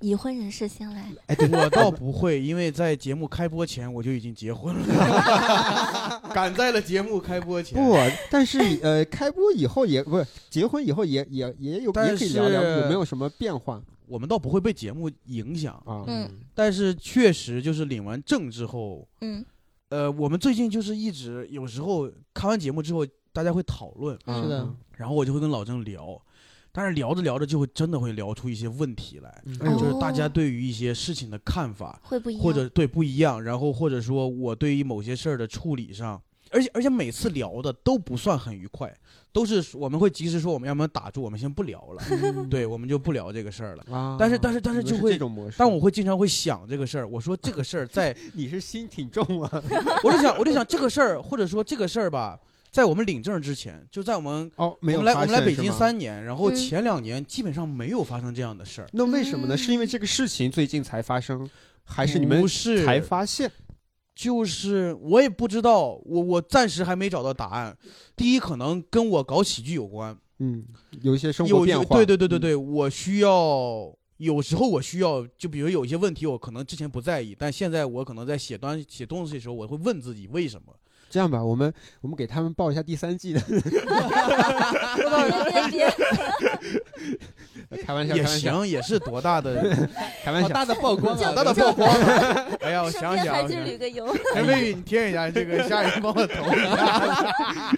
[SPEAKER 5] 已婚人士先来，
[SPEAKER 3] 哎，对
[SPEAKER 2] 我倒不会，因为在节目开播前我就已经结婚了，
[SPEAKER 3] *laughs*
[SPEAKER 2] 赶在了节目开播前。
[SPEAKER 3] 不，但是你呃，开播以后也不是结婚以后也也也有也
[SPEAKER 2] 但
[SPEAKER 3] 可以聊聊
[SPEAKER 2] 是
[SPEAKER 3] 有没有什么变化
[SPEAKER 2] 我们倒不会被节目影响，
[SPEAKER 3] 啊？
[SPEAKER 5] 嗯
[SPEAKER 2] 但是确实就是领完证之后，
[SPEAKER 5] 嗯
[SPEAKER 2] 呃，我们最近就是一直有时候看完节目之后，大家会讨论，
[SPEAKER 3] 啊
[SPEAKER 4] 是的
[SPEAKER 3] 嗯
[SPEAKER 2] 然后我就会跟老郑聊，但是聊着聊着就会真的会聊出一些问题来，
[SPEAKER 4] 嗯
[SPEAKER 3] 哎呦
[SPEAKER 2] 就是大家
[SPEAKER 5] 哦
[SPEAKER 2] 对于一些事情的看法，
[SPEAKER 5] 会不一样，
[SPEAKER 2] 或者对不一样，然后或者说我对于某些事儿的处理上，而且而且每次聊的都不算很愉快，都是我们会及时说我们要不要打住，我们先不聊了，
[SPEAKER 5] 嗯
[SPEAKER 2] 对，我们就不聊这个事儿了。
[SPEAKER 3] 啊
[SPEAKER 2] 但是但是但是
[SPEAKER 3] 你们
[SPEAKER 2] 就是会
[SPEAKER 3] 这种模式，
[SPEAKER 2] 但我会经常会想这个事儿，我说这个事儿在，
[SPEAKER 3] 你是心挺重
[SPEAKER 2] *laughs*
[SPEAKER 3] 啊。
[SPEAKER 2] 我就想我就想这个事儿，或者说这个事儿吧，在我们领证之前，就在我们
[SPEAKER 3] 哦，没
[SPEAKER 2] 我
[SPEAKER 3] 有
[SPEAKER 2] 们来
[SPEAKER 3] 发
[SPEAKER 2] 我们来
[SPEAKER 3] 现
[SPEAKER 2] 北
[SPEAKER 3] 是
[SPEAKER 2] 京
[SPEAKER 3] 吗。
[SPEAKER 2] 三年，然后
[SPEAKER 5] 嗯
[SPEAKER 2] 前两年基本上没有发生这样的事儿，
[SPEAKER 3] 那为什么呢？
[SPEAKER 5] 嗯
[SPEAKER 3] 是因为这个事情最近才发生，还是你们
[SPEAKER 2] 不是
[SPEAKER 3] 才发现？
[SPEAKER 2] 就是我也不知道，我我暂时还没找到答案。第一，可能跟我搞喜剧有关，
[SPEAKER 3] 嗯，有一些生活
[SPEAKER 2] 有
[SPEAKER 3] 变
[SPEAKER 2] 有
[SPEAKER 3] 化。嗯
[SPEAKER 2] 对对对对对，我需要有时候我需要，就比如有一些问题，我可能之前不在意，但现在我可能在写端写东西的时候，我会问自己为什么。
[SPEAKER 3] 嗯这样吧，我们我们给他们报一下第三季的，
[SPEAKER 5] 别别别，
[SPEAKER 3] 呃开玩笑，开
[SPEAKER 2] 也
[SPEAKER 3] 玩笑，
[SPEAKER 2] 行，也是多大的
[SPEAKER 3] 开玩
[SPEAKER 4] 好
[SPEAKER 3] 笑。
[SPEAKER 4] 大的曝光
[SPEAKER 5] *laughs* 就
[SPEAKER 4] *laughs* 啊，
[SPEAKER 2] 多大的
[SPEAKER 5] *laughs*
[SPEAKER 2] 曝光啊。哎呀，我
[SPEAKER 5] 顺
[SPEAKER 2] 想
[SPEAKER 5] 便
[SPEAKER 2] 想啊，
[SPEAKER 5] 还去旅个游，
[SPEAKER 2] 哎，魏宇，你听一下这个，下雨帮我投一下。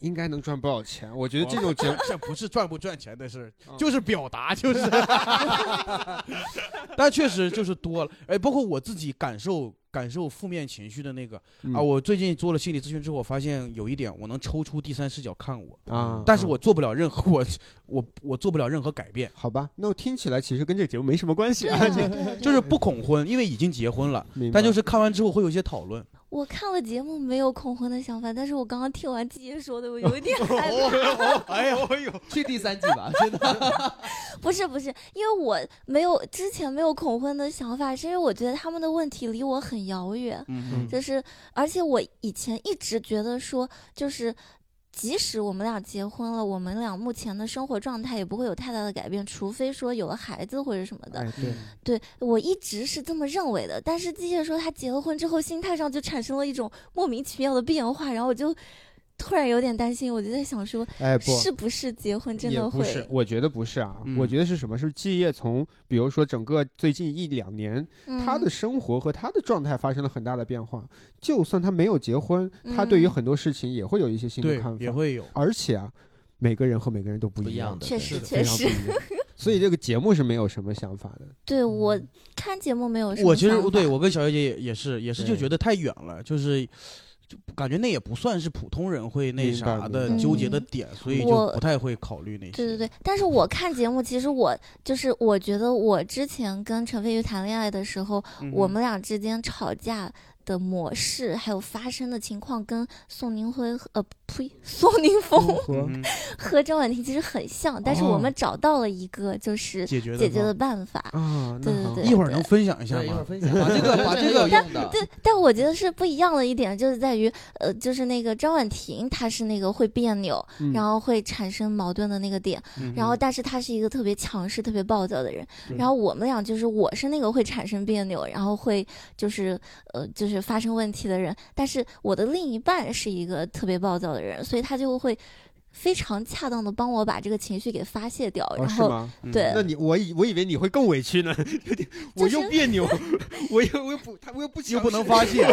[SPEAKER 3] 应该能赚不少钱。我觉得这种
[SPEAKER 2] *laughs*
[SPEAKER 3] 节目，
[SPEAKER 2] 这不是赚不赚钱的事
[SPEAKER 3] 嗯，
[SPEAKER 2] 就是表达，就是。
[SPEAKER 3] *laughs*
[SPEAKER 2] 但确实就是多了，哎，包括我自己感受感受负面情绪的那个
[SPEAKER 3] 嗯
[SPEAKER 2] 啊，我最近做了心理咨询之后，我发现有一点，我能抽出第三视角看我，
[SPEAKER 3] 啊，
[SPEAKER 2] 但是
[SPEAKER 3] 啊
[SPEAKER 2] 我做不了任何我我我做不了任何改变，
[SPEAKER 3] 好吧，那我听起来其实跟这个节目没什么关系
[SPEAKER 5] 对
[SPEAKER 3] 啊。
[SPEAKER 5] 啊对啊
[SPEAKER 2] 就是不恐婚，因为已经结婚了，但就是看完之后会有一些讨论。
[SPEAKER 5] 我看了节目没有恐婚的想法，但是我刚刚听完季爷说的，我有一点害怕。
[SPEAKER 2] 哎呦哎呦，
[SPEAKER 4] 去第三季吧，真的。
[SPEAKER 5] 不是不是，因为我没有之前没有恐婚的想法，是因为我觉得他们的问题离我很遥远，
[SPEAKER 2] 嗯
[SPEAKER 5] 就是而且我以前一直觉得说就是。即使我们俩结婚了，我们俩目前的生活状态也不会有太大的改变，除非说有了孩子或者什么的。
[SPEAKER 3] 哎，对，
[SPEAKER 5] 对我一直是这么认为的，但是季姐说她结了婚之后，心态上就产生了一种莫名其妙的变化，然后我就突然有点担心，我就在想说，
[SPEAKER 3] 哎不。
[SPEAKER 5] 是不是结婚真
[SPEAKER 3] 也
[SPEAKER 5] 的
[SPEAKER 3] 不是
[SPEAKER 5] 会，？
[SPEAKER 3] 我觉得不是啊，
[SPEAKER 2] 嗯
[SPEAKER 3] 我觉得是什么？是季业从，比如说整个最近一两年，
[SPEAKER 5] 嗯
[SPEAKER 3] 他的生活和他的状态发生了很大的变化。就算他没有结婚，他对于
[SPEAKER 5] 嗯
[SPEAKER 3] 很多事情也会有一些新的
[SPEAKER 2] 对
[SPEAKER 3] 看，法，
[SPEAKER 2] 也。会有。
[SPEAKER 3] 而且啊，每个人和每个人都不
[SPEAKER 4] 不
[SPEAKER 3] 一
[SPEAKER 4] 一样
[SPEAKER 3] 样
[SPEAKER 4] 的
[SPEAKER 5] 确
[SPEAKER 4] 对是
[SPEAKER 5] 实
[SPEAKER 4] 的
[SPEAKER 5] 确
[SPEAKER 3] 非常不
[SPEAKER 5] 实，
[SPEAKER 3] 一 *laughs* 样。所以这个节目是没有什么想法的。
[SPEAKER 5] 对我看节目没有什
[SPEAKER 2] 嗯
[SPEAKER 5] 么
[SPEAKER 2] 我其实
[SPEAKER 5] 想法
[SPEAKER 2] 对我跟小月姐也也是也是就
[SPEAKER 3] 对
[SPEAKER 2] 觉得太远了，就是就感觉那也不算是普通人会那
[SPEAKER 3] 明白
[SPEAKER 2] 啥的
[SPEAKER 5] 明白
[SPEAKER 2] 纠结的点，所以就
[SPEAKER 5] 嗯我
[SPEAKER 2] 不太会考虑那些。
[SPEAKER 5] 对对对，但是我看节目，其实我就是我觉得我之前跟陈飞宇谈恋爱的时候，
[SPEAKER 2] 嗯哼，
[SPEAKER 5] 我们俩之间吵架的模式，还有发生的情况，跟宋宁辉和呃呸宋宁峰 *laughs*
[SPEAKER 3] 和
[SPEAKER 2] 嗯哼
[SPEAKER 5] 和张婉婷其实很像，但是我们找到了一个就是
[SPEAKER 2] 哦解决的
[SPEAKER 5] 解决
[SPEAKER 2] 方
[SPEAKER 5] 的
[SPEAKER 2] 法
[SPEAKER 5] 办法。
[SPEAKER 3] 啊，
[SPEAKER 5] 对
[SPEAKER 3] 那
[SPEAKER 5] 对
[SPEAKER 3] 好
[SPEAKER 5] 对
[SPEAKER 2] 一会儿能分享一下
[SPEAKER 4] 对，一会儿
[SPEAKER 2] 吗？
[SPEAKER 4] 分享， *laughs* 把这个把这个用
[SPEAKER 2] 啊
[SPEAKER 4] 的，
[SPEAKER 5] 对，但我觉得是不一样的一点，就是在于，呃，就是那个张婉婷，她是那个会别扭，
[SPEAKER 3] 嗯哦
[SPEAKER 5] 然后会产生矛盾的那个点，
[SPEAKER 2] 嗯哼
[SPEAKER 5] 然后但是她是一个特别强势、特别暴躁的人，
[SPEAKER 3] 对
[SPEAKER 5] 然后我们俩就是我是那个会产生别扭，然后会就是呃就是发生问题的人，但是我的另一半是一个特别暴躁的人，所以他就会非常恰当的帮我把这个情绪给发泄掉，
[SPEAKER 3] 哦
[SPEAKER 5] 然
[SPEAKER 3] 是
[SPEAKER 5] 后、呃
[SPEAKER 3] 吗？
[SPEAKER 2] 嗯
[SPEAKER 5] 对
[SPEAKER 3] 那你我以我以为你会更委屈
[SPEAKER 5] *laughs*
[SPEAKER 3] 呢， *laughs* 我又
[SPEAKER 5] 就是
[SPEAKER 3] 别
[SPEAKER 5] *laughs*
[SPEAKER 3] 扭，我又我又不他我又不
[SPEAKER 2] 又
[SPEAKER 3] 强
[SPEAKER 2] 不能
[SPEAKER 3] 势 *laughs*
[SPEAKER 2] 发泄，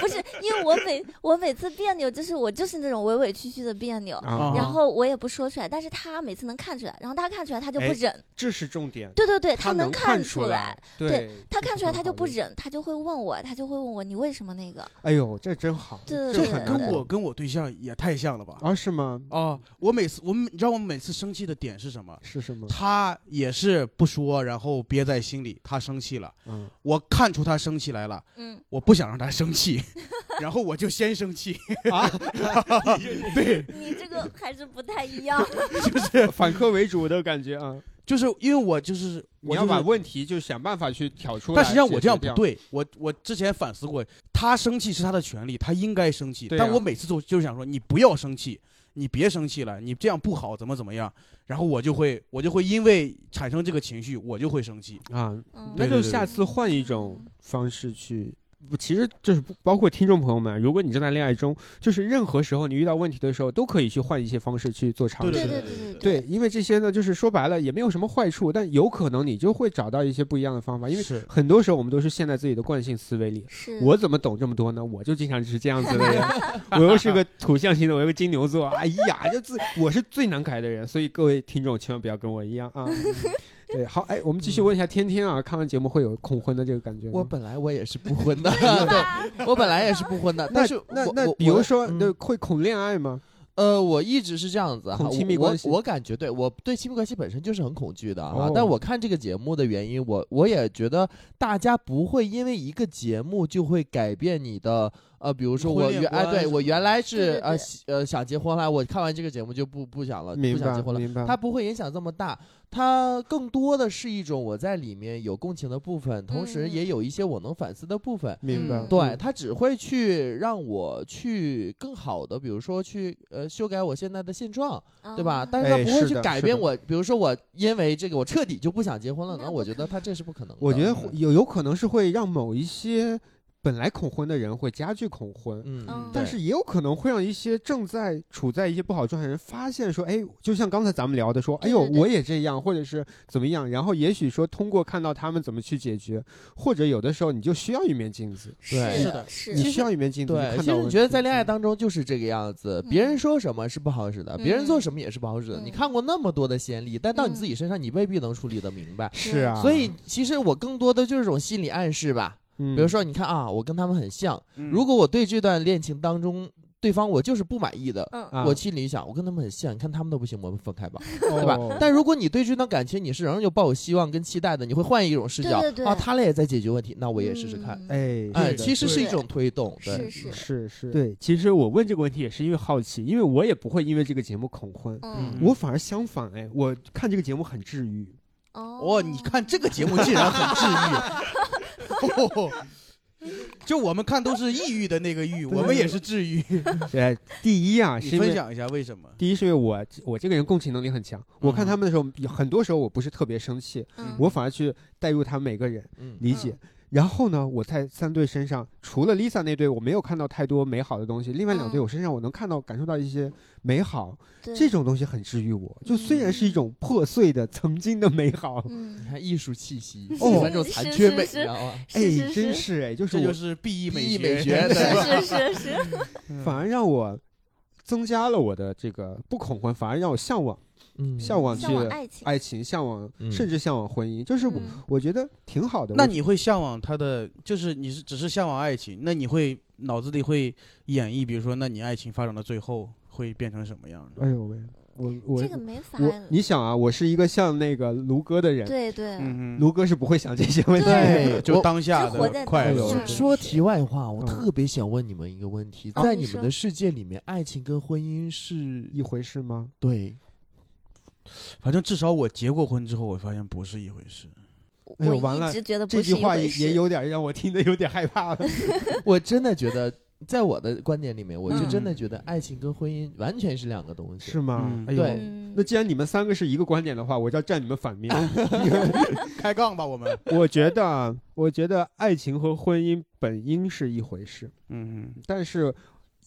[SPEAKER 5] 不是因为我每我每次别扭就是我就是那种委委屈屈的别扭。
[SPEAKER 3] 啊，
[SPEAKER 5] 然后我也不说出来，但是他每次能看出来，然后他看出来他就不
[SPEAKER 3] 哎
[SPEAKER 5] 忍，
[SPEAKER 3] 这是重点。
[SPEAKER 5] 对对对，
[SPEAKER 3] 他
[SPEAKER 5] 能
[SPEAKER 3] 看
[SPEAKER 5] 看
[SPEAKER 3] 出
[SPEAKER 5] 来，，
[SPEAKER 3] 对
[SPEAKER 5] 他看出来他就不。
[SPEAKER 3] 这是很好
[SPEAKER 5] 忍，他就会问我，他就会问我你为什么那个？
[SPEAKER 3] 的哎呦，这真好，
[SPEAKER 5] 对对
[SPEAKER 3] 这
[SPEAKER 5] 对
[SPEAKER 3] 很
[SPEAKER 5] 对
[SPEAKER 3] 难
[SPEAKER 2] 跟
[SPEAKER 5] 对
[SPEAKER 2] 我跟我对象也太像了吧？
[SPEAKER 3] 啊是吗？
[SPEAKER 2] 啊，我每次我们你知道我每次生气的点是什么？
[SPEAKER 3] 是什么？
[SPEAKER 2] 他也是不说，然后憋在心里，他生气了，
[SPEAKER 5] *laughs*
[SPEAKER 3] 嗯，
[SPEAKER 2] 我看出他生气来了， *laughs*
[SPEAKER 5] 嗯，
[SPEAKER 2] 我不想让他生气， *laughs* 然后我就先生气，
[SPEAKER 5] 你这个还是不太一样。
[SPEAKER 2] 就是
[SPEAKER 3] 反客为主的感觉啊。
[SPEAKER 2] 就是因为我就是
[SPEAKER 3] 你
[SPEAKER 2] 我
[SPEAKER 3] 要
[SPEAKER 2] 就
[SPEAKER 3] 把
[SPEAKER 2] 是，
[SPEAKER 3] 问题就想办法去挑出来。
[SPEAKER 2] 但实际上我这样
[SPEAKER 3] 解
[SPEAKER 2] 不
[SPEAKER 3] 决掉，
[SPEAKER 2] 对，我我之前反思过，他生气是他的权利，他应该生气，
[SPEAKER 3] 对啊
[SPEAKER 2] 但我每次都就是想说你不要生气，你别生气了，你这样不好，怎么怎么样，然后我就会我就会因为产生这个情绪，我就会生气，
[SPEAKER 3] 啊，
[SPEAKER 5] *laughs* 嗯
[SPEAKER 3] 那
[SPEAKER 2] 对
[SPEAKER 3] 就下次换一种方式去。不其实就是不包括听众朋友们，如果你正在恋爱中，就是任何时候你遇到问题的时候，都可以去换一些方式去做尝
[SPEAKER 2] 对
[SPEAKER 3] 试。
[SPEAKER 5] 对
[SPEAKER 2] 对
[SPEAKER 5] 对对对
[SPEAKER 3] 对，因为这些呢，就是说白了也没有什么坏处，但有可能你就会找到一些不一样的方法。因为
[SPEAKER 2] 是
[SPEAKER 3] 很多时候我们都是陷在自己的惯性思维里。
[SPEAKER 5] 是
[SPEAKER 3] 我怎么懂这么多呢？我就经常是这样子的人，我又是个土象星的，我又是个金牛座，哎呀，就自我是最难改的人，所以各位听众千万不要跟我一样啊。对，好，哎，我们继续问一下天天啊，看完节目会有恐婚的这个感觉吗？
[SPEAKER 4] 嗯我本来我也是不婚的， *laughs* 对，我本来也是不婚的，
[SPEAKER 3] 那
[SPEAKER 4] 但是
[SPEAKER 3] 那
[SPEAKER 4] 我
[SPEAKER 3] 那
[SPEAKER 4] 我
[SPEAKER 3] 比如
[SPEAKER 4] 我
[SPEAKER 3] 说，
[SPEAKER 4] 嗯
[SPEAKER 3] 那会恐恋爱吗？
[SPEAKER 4] 呃，我一直是这样子哈，
[SPEAKER 3] 恐
[SPEAKER 4] 我
[SPEAKER 3] 亲密关系
[SPEAKER 4] 我我感觉对我对亲密关系本身就是很恐惧的啊。
[SPEAKER 3] 哦
[SPEAKER 4] 但我看这个节目的原因，我我也觉得大家不会因为一个节目就会改变你的呃，比如说
[SPEAKER 2] 婚
[SPEAKER 4] 我
[SPEAKER 2] 恋
[SPEAKER 4] 原哎，
[SPEAKER 2] 观
[SPEAKER 4] 对
[SPEAKER 2] 什
[SPEAKER 4] 我
[SPEAKER 2] 么
[SPEAKER 4] 原来
[SPEAKER 5] 对
[SPEAKER 4] 是
[SPEAKER 5] 对
[SPEAKER 4] 呃
[SPEAKER 5] 对
[SPEAKER 4] 喜呃想结婚了，我看完这个节目就不不想了，
[SPEAKER 3] 明
[SPEAKER 4] 不想
[SPEAKER 3] 白
[SPEAKER 4] 结，婚了。
[SPEAKER 3] 明白。
[SPEAKER 4] 它不会影响这么大，它更多的是一种我在里面有共情的部分，同时
[SPEAKER 5] 嗯
[SPEAKER 4] 也有一些我能反思的部分。
[SPEAKER 3] 明白，
[SPEAKER 5] 嗯
[SPEAKER 4] 对，他只会去让我去更好的，比如说去呃修改我现在的现状，对吧？
[SPEAKER 5] 啊
[SPEAKER 4] 但是他
[SPEAKER 3] 哎
[SPEAKER 4] 不会
[SPEAKER 3] 是
[SPEAKER 4] 去
[SPEAKER 3] 的
[SPEAKER 4] 改
[SPEAKER 3] 是
[SPEAKER 4] 变
[SPEAKER 3] 的
[SPEAKER 4] 我，比如说我因为这个我彻底就不想结婚了，
[SPEAKER 5] 那
[SPEAKER 4] 那
[SPEAKER 5] 不
[SPEAKER 4] 我觉
[SPEAKER 5] 可
[SPEAKER 4] 得他这是不可能的。
[SPEAKER 3] 我觉得
[SPEAKER 4] 嗯
[SPEAKER 3] 有有可能是会让某一些本来恐婚的人会加剧恐婚，
[SPEAKER 4] 嗯
[SPEAKER 5] 嗯，
[SPEAKER 3] 但
[SPEAKER 4] 对
[SPEAKER 3] 是也有可能会让一些正在处在一些不好状态的人发现说，哎，就像刚才咱们聊的说，哎
[SPEAKER 5] 对
[SPEAKER 3] 呦，
[SPEAKER 5] 对对
[SPEAKER 3] 我也这样，或者是怎么样，然后也许说通过看到他们怎么去解决，或者有的时候你就需要一面镜子，
[SPEAKER 4] 对
[SPEAKER 5] 是
[SPEAKER 2] 是
[SPEAKER 5] 的，是
[SPEAKER 3] 你需要一面镜子，
[SPEAKER 4] 对，
[SPEAKER 3] 你
[SPEAKER 4] 其
[SPEAKER 3] 看
[SPEAKER 4] 实
[SPEAKER 3] 到
[SPEAKER 4] 你
[SPEAKER 3] 问
[SPEAKER 4] 觉得
[SPEAKER 3] 题
[SPEAKER 4] 在恋爱当中就是这个样子，别人说什么是不好使的，别人做
[SPEAKER 5] 嗯
[SPEAKER 4] 什么也是不好使的。你
[SPEAKER 5] 嗯
[SPEAKER 4] 看过那么多的先例，但到你
[SPEAKER 5] 嗯
[SPEAKER 4] 自己身上，你未必能处理的明白。
[SPEAKER 3] 是啊，
[SPEAKER 4] 所以其实我更多的就是一种心理暗示吧，
[SPEAKER 3] 嗯
[SPEAKER 4] 比如说你看啊，我跟他们很像。
[SPEAKER 2] 嗯
[SPEAKER 4] 如果我对这段恋情当中对方我就是不满意的，
[SPEAKER 5] 嗯
[SPEAKER 3] 啊
[SPEAKER 4] 我心里想，我跟他们很像，你看他们都不行，我们分开
[SPEAKER 5] *laughs*
[SPEAKER 4] 吧，对吧
[SPEAKER 3] 哦？
[SPEAKER 4] 但如果你对这段感情你是仍然有抱有希望跟期待的，你会换一种视角
[SPEAKER 5] 对对对
[SPEAKER 4] 啊，他俩也在解决问题，那我也试试看。，
[SPEAKER 5] 嗯
[SPEAKER 3] 哎，
[SPEAKER 4] 哎，
[SPEAKER 3] 是的
[SPEAKER 4] 其实是
[SPEAKER 5] 对
[SPEAKER 4] 一种推动，对
[SPEAKER 5] 是，是，
[SPEAKER 3] 是是，对，其实我问这个问题也是因为好奇，因为我也不会因为这个节目恐婚，
[SPEAKER 5] 嗯，
[SPEAKER 3] 我反而相反，哎，我看这个节目很
[SPEAKER 4] *laughs*
[SPEAKER 3] 治愈，
[SPEAKER 5] 哦
[SPEAKER 2] 哦，你看这个节目竟然很治愈，哦、
[SPEAKER 3] *laughs*
[SPEAKER 2] 就我们看都是抑郁的那个郁，我们也是治愈。
[SPEAKER 3] 哎，第一啊，是
[SPEAKER 2] 你
[SPEAKER 3] 因为
[SPEAKER 2] 分享一下为什么？
[SPEAKER 3] 第一是因为我我这个人共情能力很强，我看他们的时候，有很多时候我不是特别生气，
[SPEAKER 5] 嗯
[SPEAKER 3] 我反而去带入他们每个人
[SPEAKER 4] 嗯，
[SPEAKER 3] 理解。然后呢，我在三队身上，除了 Lisa 那队我没有看到太多美好的东西，另外两队
[SPEAKER 5] 嗯
[SPEAKER 3] 我身上我能看到感受到一些美好，
[SPEAKER 5] 对
[SPEAKER 3] 这种东西很治愈我。就虽然是一种破碎的曾经的美好，
[SPEAKER 4] 你
[SPEAKER 5] 嗯
[SPEAKER 4] 看艺术气息，喜
[SPEAKER 3] 哦
[SPEAKER 4] 欢这种残
[SPEAKER 5] *laughs* 是
[SPEAKER 4] 缺
[SPEAKER 5] 是
[SPEAKER 4] 美，你
[SPEAKER 5] 是
[SPEAKER 4] 知道吗？
[SPEAKER 5] 是
[SPEAKER 3] 哎
[SPEAKER 5] 是，
[SPEAKER 3] 真
[SPEAKER 5] 是是
[SPEAKER 3] 是哎，就
[SPEAKER 2] 这
[SPEAKER 3] 是我 E
[SPEAKER 2] 就是毕意
[SPEAKER 4] 毕
[SPEAKER 2] 美
[SPEAKER 4] 意美学
[SPEAKER 2] *laughs* 学，嗯
[SPEAKER 4] 对
[SPEAKER 5] 是是是，
[SPEAKER 3] *laughs* 反而让我增加了我的这个不恐婚，反而让我向往
[SPEAKER 4] 嗯，
[SPEAKER 3] 向往去哎
[SPEAKER 5] 向往爱情，
[SPEAKER 3] 爱情，向往
[SPEAKER 4] 嗯
[SPEAKER 3] 甚至向往婚姻，就是我
[SPEAKER 5] 嗯
[SPEAKER 3] 我觉得挺好的。
[SPEAKER 2] 那
[SPEAKER 3] 我
[SPEAKER 2] 你会向往他的，就是你是只是向往爱情，那你会脑子里会演绎，比如说，那你爱情发展到最后会变成什么样的？
[SPEAKER 3] 哎呦喂，我我
[SPEAKER 5] 这个没法，
[SPEAKER 3] 我，你想啊，我是一个像那个卢哥的人，
[SPEAKER 5] 对对，
[SPEAKER 2] 嗯
[SPEAKER 3] 卢哥是不会想这些问题的。
[SPEAKER 4] 对
[SPEAKER 2] 就
[SPEAKER 4] 我
[SPEAKER 2] 当下
[SPEAKER 5] 就活在
[SPEAKER 2] 的快
[SPEAKER 5] 当
[SPEAKER 2] 乐
[SPEAKER 5] 下。
[SPEAKER 3] 哎呦
[SPEAKER 4] 说题外话，我
[SPEAKER 3] 嗯
[SPEAKER 4] 特别想问你们一个问题，
[SPEAKER 5] 哦
[SPEAKER 4] 在
[SPEAKER 5] 你
[SPEAKER 4] 你们
[SPEAKER 5] 说
[SPEAKER 4] 的世界里面，爱情跟婚姻是
[SPEAKER 3] 一回事吗？
[SPEAKER 4] 对
[SPEAKER 2] 反正至少我结过婚之后，我发现不是一回事。
[SPEAKER 3] 哎呦
[SPEAKER 5] 我
[SPEAKER 3] 完了
[SPEAKER 5] 一直觉得不
[SPEAKER 3] 这
[SPEAKER 5] 是
[SPEAKER 3] 句
[SPEAKER 5] 一
[SPEAKER 3] 话
[SPEAKER 5] 回
[SPEAKER 3] 也
[SPEAKER 5] 事
[SPEAKER 3] 也有点让我听得有点害怕了。
[SPEAKER 5] *laughs*
[SPEAKER 2] *laughs*
[SPEAKER 4] 我真的觉得，在我的观点里面，我就
[SPEAKER 5] 嗯
[SPEAKER 4] 真的觉得爱情跟婚姻完全是两个东西。
[SPEAKER 3] 是吗
[SPEAKER 2] 嗯？
[SPEAKER 3] 哎呦
[SPEAKER 4] 对
[SPEAKER 5] 嗯
[SPEAKER 3] 那既然你们三个是一个观点的话，我就要站你们
[SPEAKER 5] *laughs*
[SPEAKER 3] 反面。
[SPEAKER 2] *laughs* 开杠吧，我们。
[SPEAKER 3] 我觉得啊，我觉得爱情和婚姻本应是一回事，
[SPEAKER 2] 嗯，
[SPEAKER 3] 但是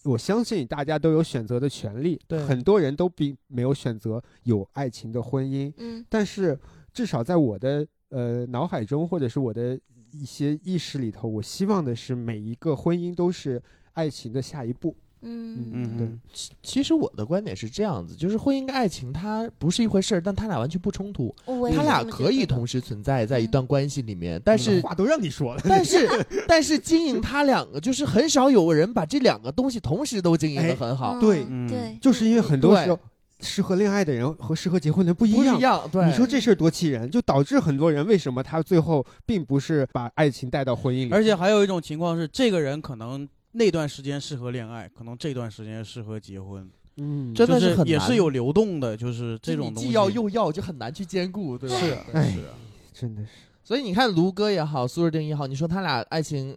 [SPEAKER 3] 我相信大家都有选择的权利。
[SPEAKER 4] 对
[SPEAKER 3] 很多人都并没有选择有爱情的婚姻，
[SPEAKER 5] 嗯
[SPEAKER 3] 但是至少在我的呃脑海中，或者是我的一些意识里头，我希望的是每一个婚姻都是爱情的下一步。
[SPEAKER 5] 嗯
[SPEAKER 2] 嗯
[SPEAKER 3] 对
[SPEAKER 2] 哼
[SPEAKER 4] 其其实我的观点是这样子，就是婚姻跟爱情它不是一回事儿，但它俩完全不冲突，
[SPEAKER 5] 我也
[SPEAKER 4] 它
[SPEAKER 5] 是
[SPEAKER 4] 嗯俩
[SPEAKER 5] 这么
[SPEAKER 4] 可
[SPEAKER 5] 觉
[SPEAKER 4] 以
[SPEAKER 5] 得的
[SPEAKER 4] 同时存在在一段关系里
[SPEAKER 2] 嗯
[SPEAKER 4] 面，
[SPEAKER 2] *laughs*
[SPEAKER 4] 但是。
[SPEAKER 3] 话都让你说了，
[SPEAKER 4] 但是，但是经营它两个，就是很少有人把这两个东西同时都经营的
[SPEAKER 3] 哎
[SPEAKER 4] 很好，
[SPEAKER 3] 对
[SPEAKER 5] 嗯对，
[SPEAKER 3] 就是因为很多
[SPEAKER 4] 对
[SPEAKER 3] 时候适合恋爱的人和适合结婚的人不一
[SPEAKER 4] 不
[SPEAKER 3] 样
[SPEAKER 4] 一。样。对，
[SPEAKER 3] 你说这事儿多气人，就导致很多人为什么他最后并不是把爱情带到婚姻里，
[SPEAKER 2] 而且还有一种情况是，这个人可能那段时间适合恋爱，可能这段时间适合结婚。
[SPEAKER 3] 嗯，
[SPEAKER 4] 真的
[SPEAKER 2] 就是
[SPEAKER 4] 很
[SPEAKER 2] 也
[SPEAKER 4] 难
[SPEAKER 2] 是有流动的，就是这
[SPEAKER 4] 就
[SPEAKER 2] 种
[SPEAKER 4] 你
[SPEAKER 2] 东西。
[SPEAKER 4] 既要又要，就很难去兼顾，对吧？
[SPEAKER 2] 是
[SPEAKER 3] 哎
[SPEAKER 2] 是，啊
[SPEAKER 3] 真的是
[SPEAKER 4] 所以你看卢哥也好，苏志定也好，你说他俩爱情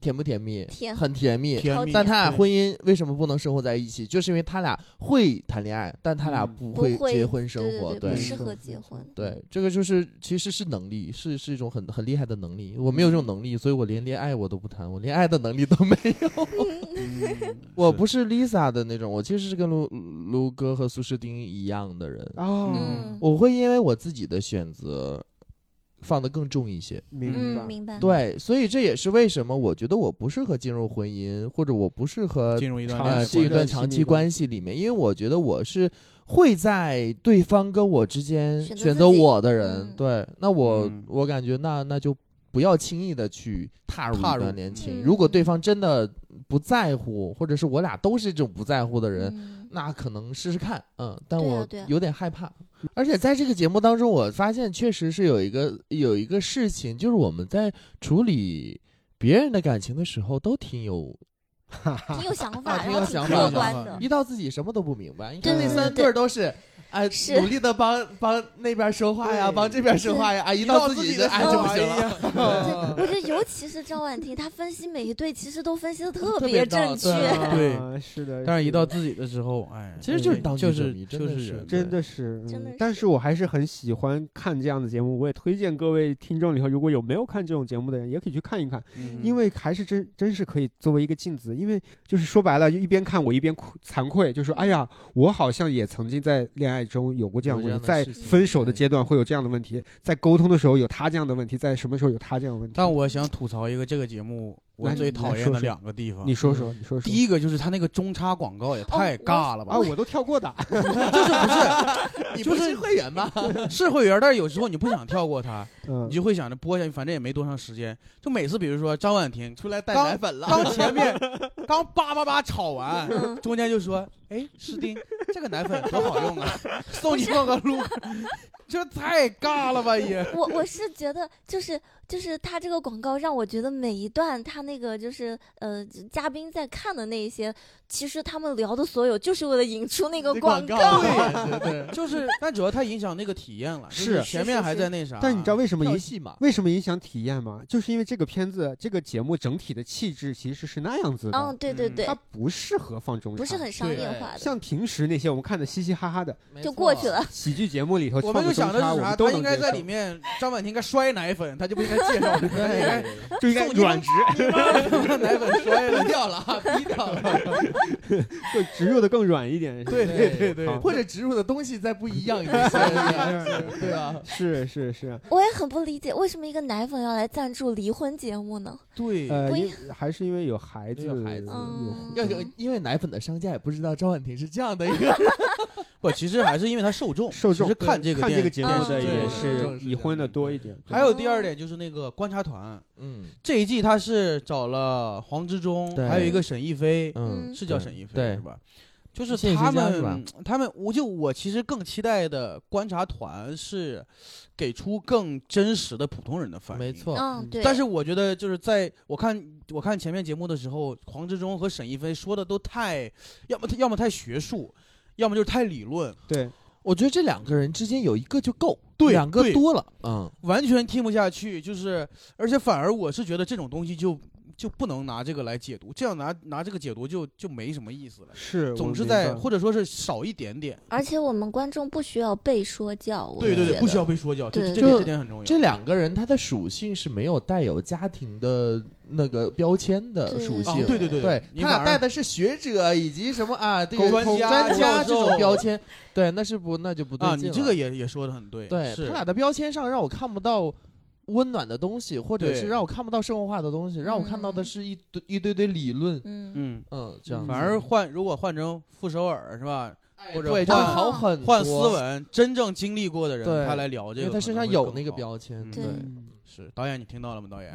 [SPEAKER 4] 甜不甜蜜？
[SPEAKER 5] 甜
[SPEAKER 4] 很甜蜜。
[SPEAKER 2] 甜蜜，
[SPEAKER 4] 但他俩
[SPEAKER 2] 对
[SPEAKER 4] 婚姻为什么不能生活在一起？就是因为他俩会谈恋爱，但他俩
[SPEAKER 3] 嗯
[SPEAKER 4] 不
[SPEAKER 5] 不
[SPEAKER 4] 会
[SPEAKER 5] 会
[SPEAKER 4] 结婚生
[SPEAKER 5] 对
[SPEAKER 4] 活。
[SPEAKER 5] 对对，
[SPEAKER 4] 对
[SPEAKER 5] 不适合结婚。
[SPEAKER 4] 对，这个就是其实是能力，是是一种很很厉害的能力。我没有这种
[SPEAKER 5] 嗯
[SPEAKER 4] 能力，所以我连恋爱我都不谈，我连爱的能力都没
[SPEAKER 5] *laughs*
[SPEAKER 4] 有。
[SPEAKER 2] 嗯
[SPEAKER 4] *laughs* 我
[SPEAKER 2] 是
[SPEAKER 4] 不是 Lisa 的那种，我其实是跟卢卢哥和苏诗丁一样的人。
[SPEAKER 3] 哦，
[SPEAKER 5] 嗯
[SPEAKER 4] 我会因为我自己的选择放得更重一些。
[SPEAKER 3] 明白
[SPEAKER 5] 嗯，，明白。
[SPEAKER 4] 对，所以这也是为什么我觉得我不适合进入婚姻，或者我不适合
[SPEAKER 2] 进入一段
[SPEAKER 3] 长
[SPEAKER 2] 恋爱
[SPEAKER 4] 呃
[SPEAKER 3] 期
[SPEAKER 2] 关
[SPEAKER 4] 这一
[SPEAKER 2] 系
[SPEAKER 3] 的
[SPEAKER 4] 段
[SPEAKER 3] 亲
[SPEAKER 4] 长
[SPEAKER 3] 密
[SPEAKER 4] 期
[SPEAKER 3] 关
[SPEAKER 4] 关系里面，因为我觉得我是会在对方跟我之间
[SPEAKER 5] 选择
[SPEAKER 4] 选
[SPEAKER 5] 自
[SPEAKER 4] 择
[SPEAKER 5] 己
[SPEAKER 4] 我的人。
[SPEAKER 5] 嗯
[SPEAKER 4] 对，那我、
[SPEAKER 2] 嗯
[SPEAKER 4] 我感觉那那就不要轻易的去踏入一
[SPEAKER 2] 踏入
[SPEAKER 4] 段恋情。
[SPEAKER 5] 嗯
[SPEAKER 4] 如果对方真的不在乎，或者是我俩都是这种不在乎的人，
[SPEAKER 5] 嗯
[SPEAKER 4] 那可能试试看，嗯，但
[SPEAKER 5] 对啊
[SPEAKER 4] 我
[SPEAKER 5] 对啊
[SPEAKER 4] 有点害怕。而且在这个节目当中，我发现确实是有一个有一个事情，就是我们在处理别人的感情的时候，都挺有
[SPEAKER 5] *laughs* 挺有想
[SPEAKER 4] 啊
[SPEAKER 5] 法，
[SPEAKER 4] 挺
[SPEAKER 5] 然后
[SPEAKER 4] 有
[SPEAKER 5] 挺
[SPEAKER 4] 想
[SPEAKER 2] 法
[SPEAKER 5] 客
[SPEAKER 2] 的
[SPEAKER 5] 观
[SPEAKER 2] 嗯
[SPEAKER 5] 的 *laughs*
[SPEAKER 4] 一。到自己什么都不明白。你
[SPEAKER 5] 对
[SPEAKER 4] 看那
[SPEAKER 5] 对
[SPEAKER 4] 三对
[SPEAKER 5] 对
[SPEAKER 4] 儿都是，哎，
[SPEAKER 5] 是
[SPEAKER 4] 努力的帮帮那边说话呀，
[SPEAKER 2] 对
[SPEAKER 4] 帮这边说话呀，啊，一到自己就哎
[SPEAKER 2] 时
[SPEAKER 4] 就
[SPEAKER 2] 候
[SPEAKER 4] 不行
[SPEAKER 2] 哎
[SPEAKER 4] 了，
[SPEAKER 2] 呀
[SPEAKER 5] 我觉得尤其是赵婉婷，她分析每一对，其实都分析的特
[SPEAKER 4] 特
[SPEAKER 5] 别
[SPEAKER 4] 别
[SPEAKER 5] 正
[SPEAKER 4] 到
[SPEAKER 5] 确
[SPEAKER 4] 对。啊
[SPEAKER 2] 对
[SPEAKER 3] 啊是的，
[SPEAKER 2] 但是，一
[SPEAKER 3] 的
[SPEAKER 2] 到自己的时候，哎，
[SPEAKER 4] 其实就是当局
[SPEAKER 2] 就
[SPEAKER 4] 者
[SPEAKER 2] 是
[SPEAKER 4] 迷真
[SPEAKER 2] 就
[SPEAKER 4] 的
[SPEAKER 2] 是
[SPEAKER 4] 是
[SPEAKER 2] 人
[SPEAKER 3] 真的是，
[SPEAKER 5] 真的
[SPEAKER 3] 嗯但
[SPEAKER 5] 是
[SPEAKER 3] 是我还是很喜欢看这样的节目，我也推荐各位听众里头，如果有没有看这种节目的人，也可以去看一看，
[SPEAKER 2] 嗯
[SPEAKER 3] 因为还是真真是可以作为一个镜子，因为就是说白了，就一边看我一边愧惭愧，就说哎呀，我好像也曾经在恋爱中有过这样
[SPEAKER 4] 有
[SPEAKER 3] 的问题，
[SPEAKER 4] 这样
[SPEAKER 3] 在
[SPEAKER 4] 的事情
[SPEAKER 3] 分手的阶段会有这样的问题，在沟通的时候有他这样的问题，在什么时候有他这样的问题？
[SPEAKER 2] 但我想吐槽一个这个节目我
[SPEAKER 3] 来
[SPEAKER 2] 最
[SPEAKER 3] 你
[SPEAKER 2] 讨
[SPEAKER 3] 来
[SPEAKER 2] 厌
[SPEAKER 3] 说
[SPEAKER 2] 的
[SPEAKER 3] 说
[SPEAKER 2] 两个地方
[SPEAKER 3] 你。说说，你说说
[SPEAKER 2] 第。一个就是他那个中插广告也太
[SPEAKER 5] 我
[SPEAKER 2] 尬了吧
[SPEAKER 3] 啊，！我都跳过的，
[SPEAKER 4] 你
[SPEAKER 2] 就
[SPEAKER 4] 不
[SPEAKER 2] 是
[SPEAKER 4] 是会员吗？
[SPEAKER 2] *laughs* 是会员，但是有时候你不想跳过它，
[SPEAKER 3] 嗯
[SPEAKER 2] 你，就会想着播下去，反正也没多长时间。就每次比如说张婉婷
[SPEAKER 4] 出来带
[SPEAKER 2] 刚
[SPEAKER 4] 奶粉了，
[SPEAKER 2] *laughs* 刚前面刚叭叭叭吵完，
[SPEAKER 5] 嗯
[SPEAKER 2] 中间就说：“哎，师弟，这个奶粉多好用啊，送你放个路。” *laughs* 这太尬了吧也。
[SPEAKER 5] 我我是觉得，就是就是他这个广告让我觉得每一段他那个就是呃嘉宾在看的那一些，其实他们聊的所有就是为了引出那个
[SPEAKER 4] 广
[SPEAKER 5] 告。
[SPEAKER 4] 对对对，
[SPEAKER 2] 就是，但主要它影响那个体验了，就是前面还在那啥。
[SPEAKER 3] 但你知道为什么
[SPEAKER 4] 跳
[SPEAKER 3] 影
[SPEAKER 4] 戏嘛，
[SPEAKER 3] 为什么影响体验吗？就是因为这个片子、这个节目整体的气质其实是那样子的，
[SPEAKER 5] 嗯，对对
[SPEAKER 2] 嗯
[SPEAKER 5] 对
[SPEAKER 3] 它，不适合放中场，
[SPEAKER 5] 不是很商业
[SPEAKER 4] 对
[SPEAKER 5] 化的，
[SPEAKER 3] 像平时那些我们看的嘻嘻哈哈的 *laughs*
[SPEAKER 4] 没
[SPEAKER 5] 就
[SPEAKER 4] 错
[SPEAKER 5] 过去
[SPEAKER 4] *laughs*
[SPEAKER 5] 了。
[SPEAKER 3] 喜剧节目里头，
[SPEAKER 2] 我们就想
[SPEAKER 3] 放
[SPEAKER 2] 的是
[SPEAKER 3] 个中插我
[SPEAKER 2] 啥？
[SPEAKER 3] 们
[SPEAKER 2] 他
[SPEAKER 3] 都
[SPEAKER 2] 应
[SPEAKER 3] 能
[SPEAKER 2] 该
[SPEAKER 3] 接
[SPEAKER 2] 在
[SPEAKER 3] 受
[SPEAKER 2] 里面，张婉婷应该摔奶粉，他就不应该介绍这
[SPEAKER 4] 哎
[SPEAKER 2] 个，应该
[SPEAKER 3] 就应该
[SPEAKER 2] 送你
[SPEAKER 3] 软直，
[SPEAKER 2] 把奶粉摔了
[SPEAKER 4] 低。调了啊，低调了，
[SPEAKER 3] *laughs* 就植入的更软一点。
[SPEAKER 2] *laughs* 对对对对，
[SPEAKER 3] 好
[SPEAKER 4] 或者植入的东西再不一样一些，对啊吧？
[SPEAKER 3] 是是是，
[SPEAKER 5] 我也很不理解为什么一个奶粉要来赞助离婚节目呢？
[SPEAKER 2] 对，
[SPEAKER 3] 呃，
[SPEAKER 5] 不一
[SPEAKER 3] 因还是因为有孩子，
[SPEAKER 4] 有孩子
[SPEAKER 5] 嗯
[SPEAKER 4] 要有因为奶粉的商家也不知道张婉婷是这样的一个人，
[SPEAKER 2] 不，其实还是因为他受众，
[SPEAKER 3] 呃受
[SPEAKER 2] 其
[SPEAKER 3] 众
[SPEAKER 2] 实看这个
[SPEAKER 3] 看这
[SPEAKER 2] 电
[SPEAKER 3] 个节目
[SPEAKER 5] 电视
[SPEAKER 3] 的
[SPEAKER 5] 剧
[SPEAKER 3] 也
[SPEAKER 4] 受
[SPEAKER 3] 是
[SPEAKER 4] 众是
[SPEAKER 3] 已
[SPEAKER 4] 这
[SPEAKER 3] 婚的
[SPEAKER 4] 样的
[SPEAKER 3] 多一点。
[SPEAKER 2] 还有第二点就是那个观察团，
[SPEAKER 4] 嗯
[SPEAKER 2] 这一季他是找了黄之中，
[SPEAKER 4] 对
[SPEAKER 2] 还有一个沈亦菲，
[SPEAKER 5] 嗯
[SPEAKER 2] 是叫沈亦菲
[SPEAKER 4] 对
[SPEAKER 2] 是吧？就是
[SPEAKER 4] 谢谢
[SPEAKER 2] 他
[SPEAKER 4] 佳是吧
[SPEAKER 2] 们，他们，我就我其实更期待的观察团是给出更真实的普通人的反应，
[SPEAKER 4] 没。错，
[SPEAKER 5] 嗯，对。
[SPEAKER 2] 但是我觉得就是在我看我看前面节目的时候，黄志忠和沈亦菲说的都太，要么要么太学术，要么就是太理论，
[SPEAKER 3] 对，
[SPEAKER 4] 我觉得这两个人之间有一个就够，
[SPEAKER 2] 对
[SPEAKER 4] 两个
[SPEAKER 2] 对
[SPEAKER 4] 多了，嗯，
[SPEAKER 2] 完全听不下去，就是而且反而我是觉得这种东西就就不能拿这个来解读，这样拿拿这个解读就就没什么意思了，
[SPEAKER 3] 是
[SPEAKER 2] 总是
[SPEAKER 3] 是
[SPEAKER 2] 在或者说是少一点点，
[SPEAKER 5] 而且我们观众不需要被说教，我
[SPEAKER 2] 对对
[SPEAKER 5] 觉
[SPEAKER 2] 对，不
[SPEAKER 5] 得
[SPEAKER 2] 需要被说教，就
[SPEAKER 5] 对
[SPEAKER 2] 这
[SPEAKER 4] 就
[SPEAKER 2] 点这点很重要。
[SPEAKER 4] 这两个人他的属性是没有带有家庭的那个标签的
[SPEAKER 5] 对
[SPEAKER 4] 属
[SPEAKER 5] 哦
[SPEAKER 4] 性，
[SPEAKER 2] 对对对
[SPEAKER 4] 对
[SPEAKER 2] 你
[SPEAKER 4] 他
[SPEAKER 2] 反
[SPEAKER 4] 俩
[SPEAKER 2] 而
[SPEAKER 4] 带的是学者以及什么啊，这个
[SPEAKER 2] 专家
[SPEAKER 4] 专家这
[SPEAKER 2] 教授
[SPEAKER 4] 种标签，对，那是不那就不对
[SPEAKER 2] 啊，
[SPEAKER 4] 劲
[SPEAKER 2] 你
[SPEAKER 4] 了
[SPEAKER 2] 这个也也说的很对，
[SPEAKER 4] 对
[SPEAKER 2] 是
[SPEAKER 4] 他俩的标签上让我看不到温暖的东西，或者
[SPEAKER 2] 对
[SPEAKER 4] 是让我看不到生活化的东西，让我看到的
[SPEAKER 5] 嗯
[SPEAKER 4] 是一堆一堆堆理论，
[SPEAKER 5] 嗯，
[SPEAKER 2] 嗯，
[SPEAKER 4] 嗯，这样子哎
[SPEAKER 2] 反而换如果换成傅首尔是吧，或者
[SPEAKER 4] 对就
[SPEAKER 2] 换
[SPEAKER 4] 好很多
[SPEAKER 2] 换思，维，真正经历过的人
[SPEAKER 4] 对
[SPEAKER 2] 他来聊这
[SPEAKER 4] 因
[SPEAKER 2] 个可能会更好，
[SPEAKER 4] 为他身上有那个标签，
[SPEAKER 2] 嗯
[SPEAKER 5] 对
[SPEAKER 2] 是导演你听到了吗？
[SPEAKER 4] *laughs*
[SPEAKER 2] 导演，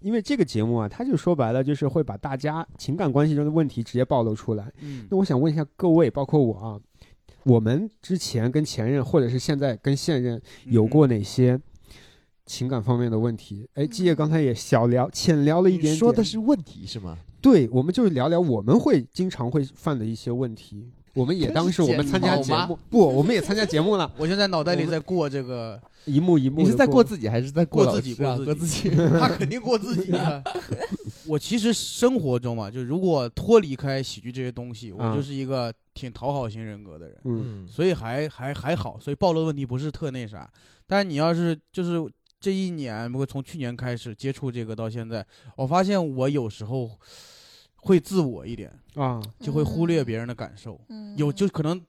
[SPEAKER 3] 因为这个节目啊，它就说白了，就是会把大家情感关系中的问题直接暴露出来。
[SPEAKER 2] 嗯
[SPEAKER 3] 那我想问一下各位，包括我啊，我们之前跟前任，或者是现在跟现任，
[SPEAKER 4] 嗯
[SPEAKER 2] 嗯
[SPEAKER 3] 有过哪些情感方面的问题？哎，基业刚才也小聊、浅聊了一点
[SPEAKER 4] 嗯你
[SPEAKER 3] 点，
[SPEAKER 4] 说的是问题是吗？
[SPEAKER 3] 对，我们就是聊聊我们会经常会犯的一些问题。我们也当时我们参加节
[SPEAKER 2] 好
[SPEAKER 3] 目，不，我们也参加节目了，
[SPEAKER 2] 我现在脑袋里在过这个，
[SPEAKER 3] 一幕一幕。
[SPEAKER 4] 你是在过？自己还是在过
[SPEAKER 2] 过
[SPEAKER 4] 老
[SPEAKER 2] 自己
[SPEAKER 4] 师啊？
[SPEAKER 2] 过
[SPEAKER 4] 过
[SPEAKER 2] 自
[SPEAKER 4] 自己。
[SPEAKER 2] 他肯定过自己啊。 *laughs* 我其实生活中嘛，就如果脱离开喜剧这些东西，我
[SPEAKER 3] 嗯
[SPEAKER 2] 就是一个挺讨好型人格的人，
[SPEAKER 3] 嗯，
[SPEAKER 4] 嗯，
[SPEAKER 2] 所以还还还好，所以暴露问题不是特那啥。但你要是就是这一年，不过从去年开始接触这个到现在，我发现我有时候会自我一点，
[SPEAKER 3] 啊，
[SPEAKER 2] 就会忽略别人的感受。
[SPEAKER 5] 嗯，
[SPEAKER 2] 有就可能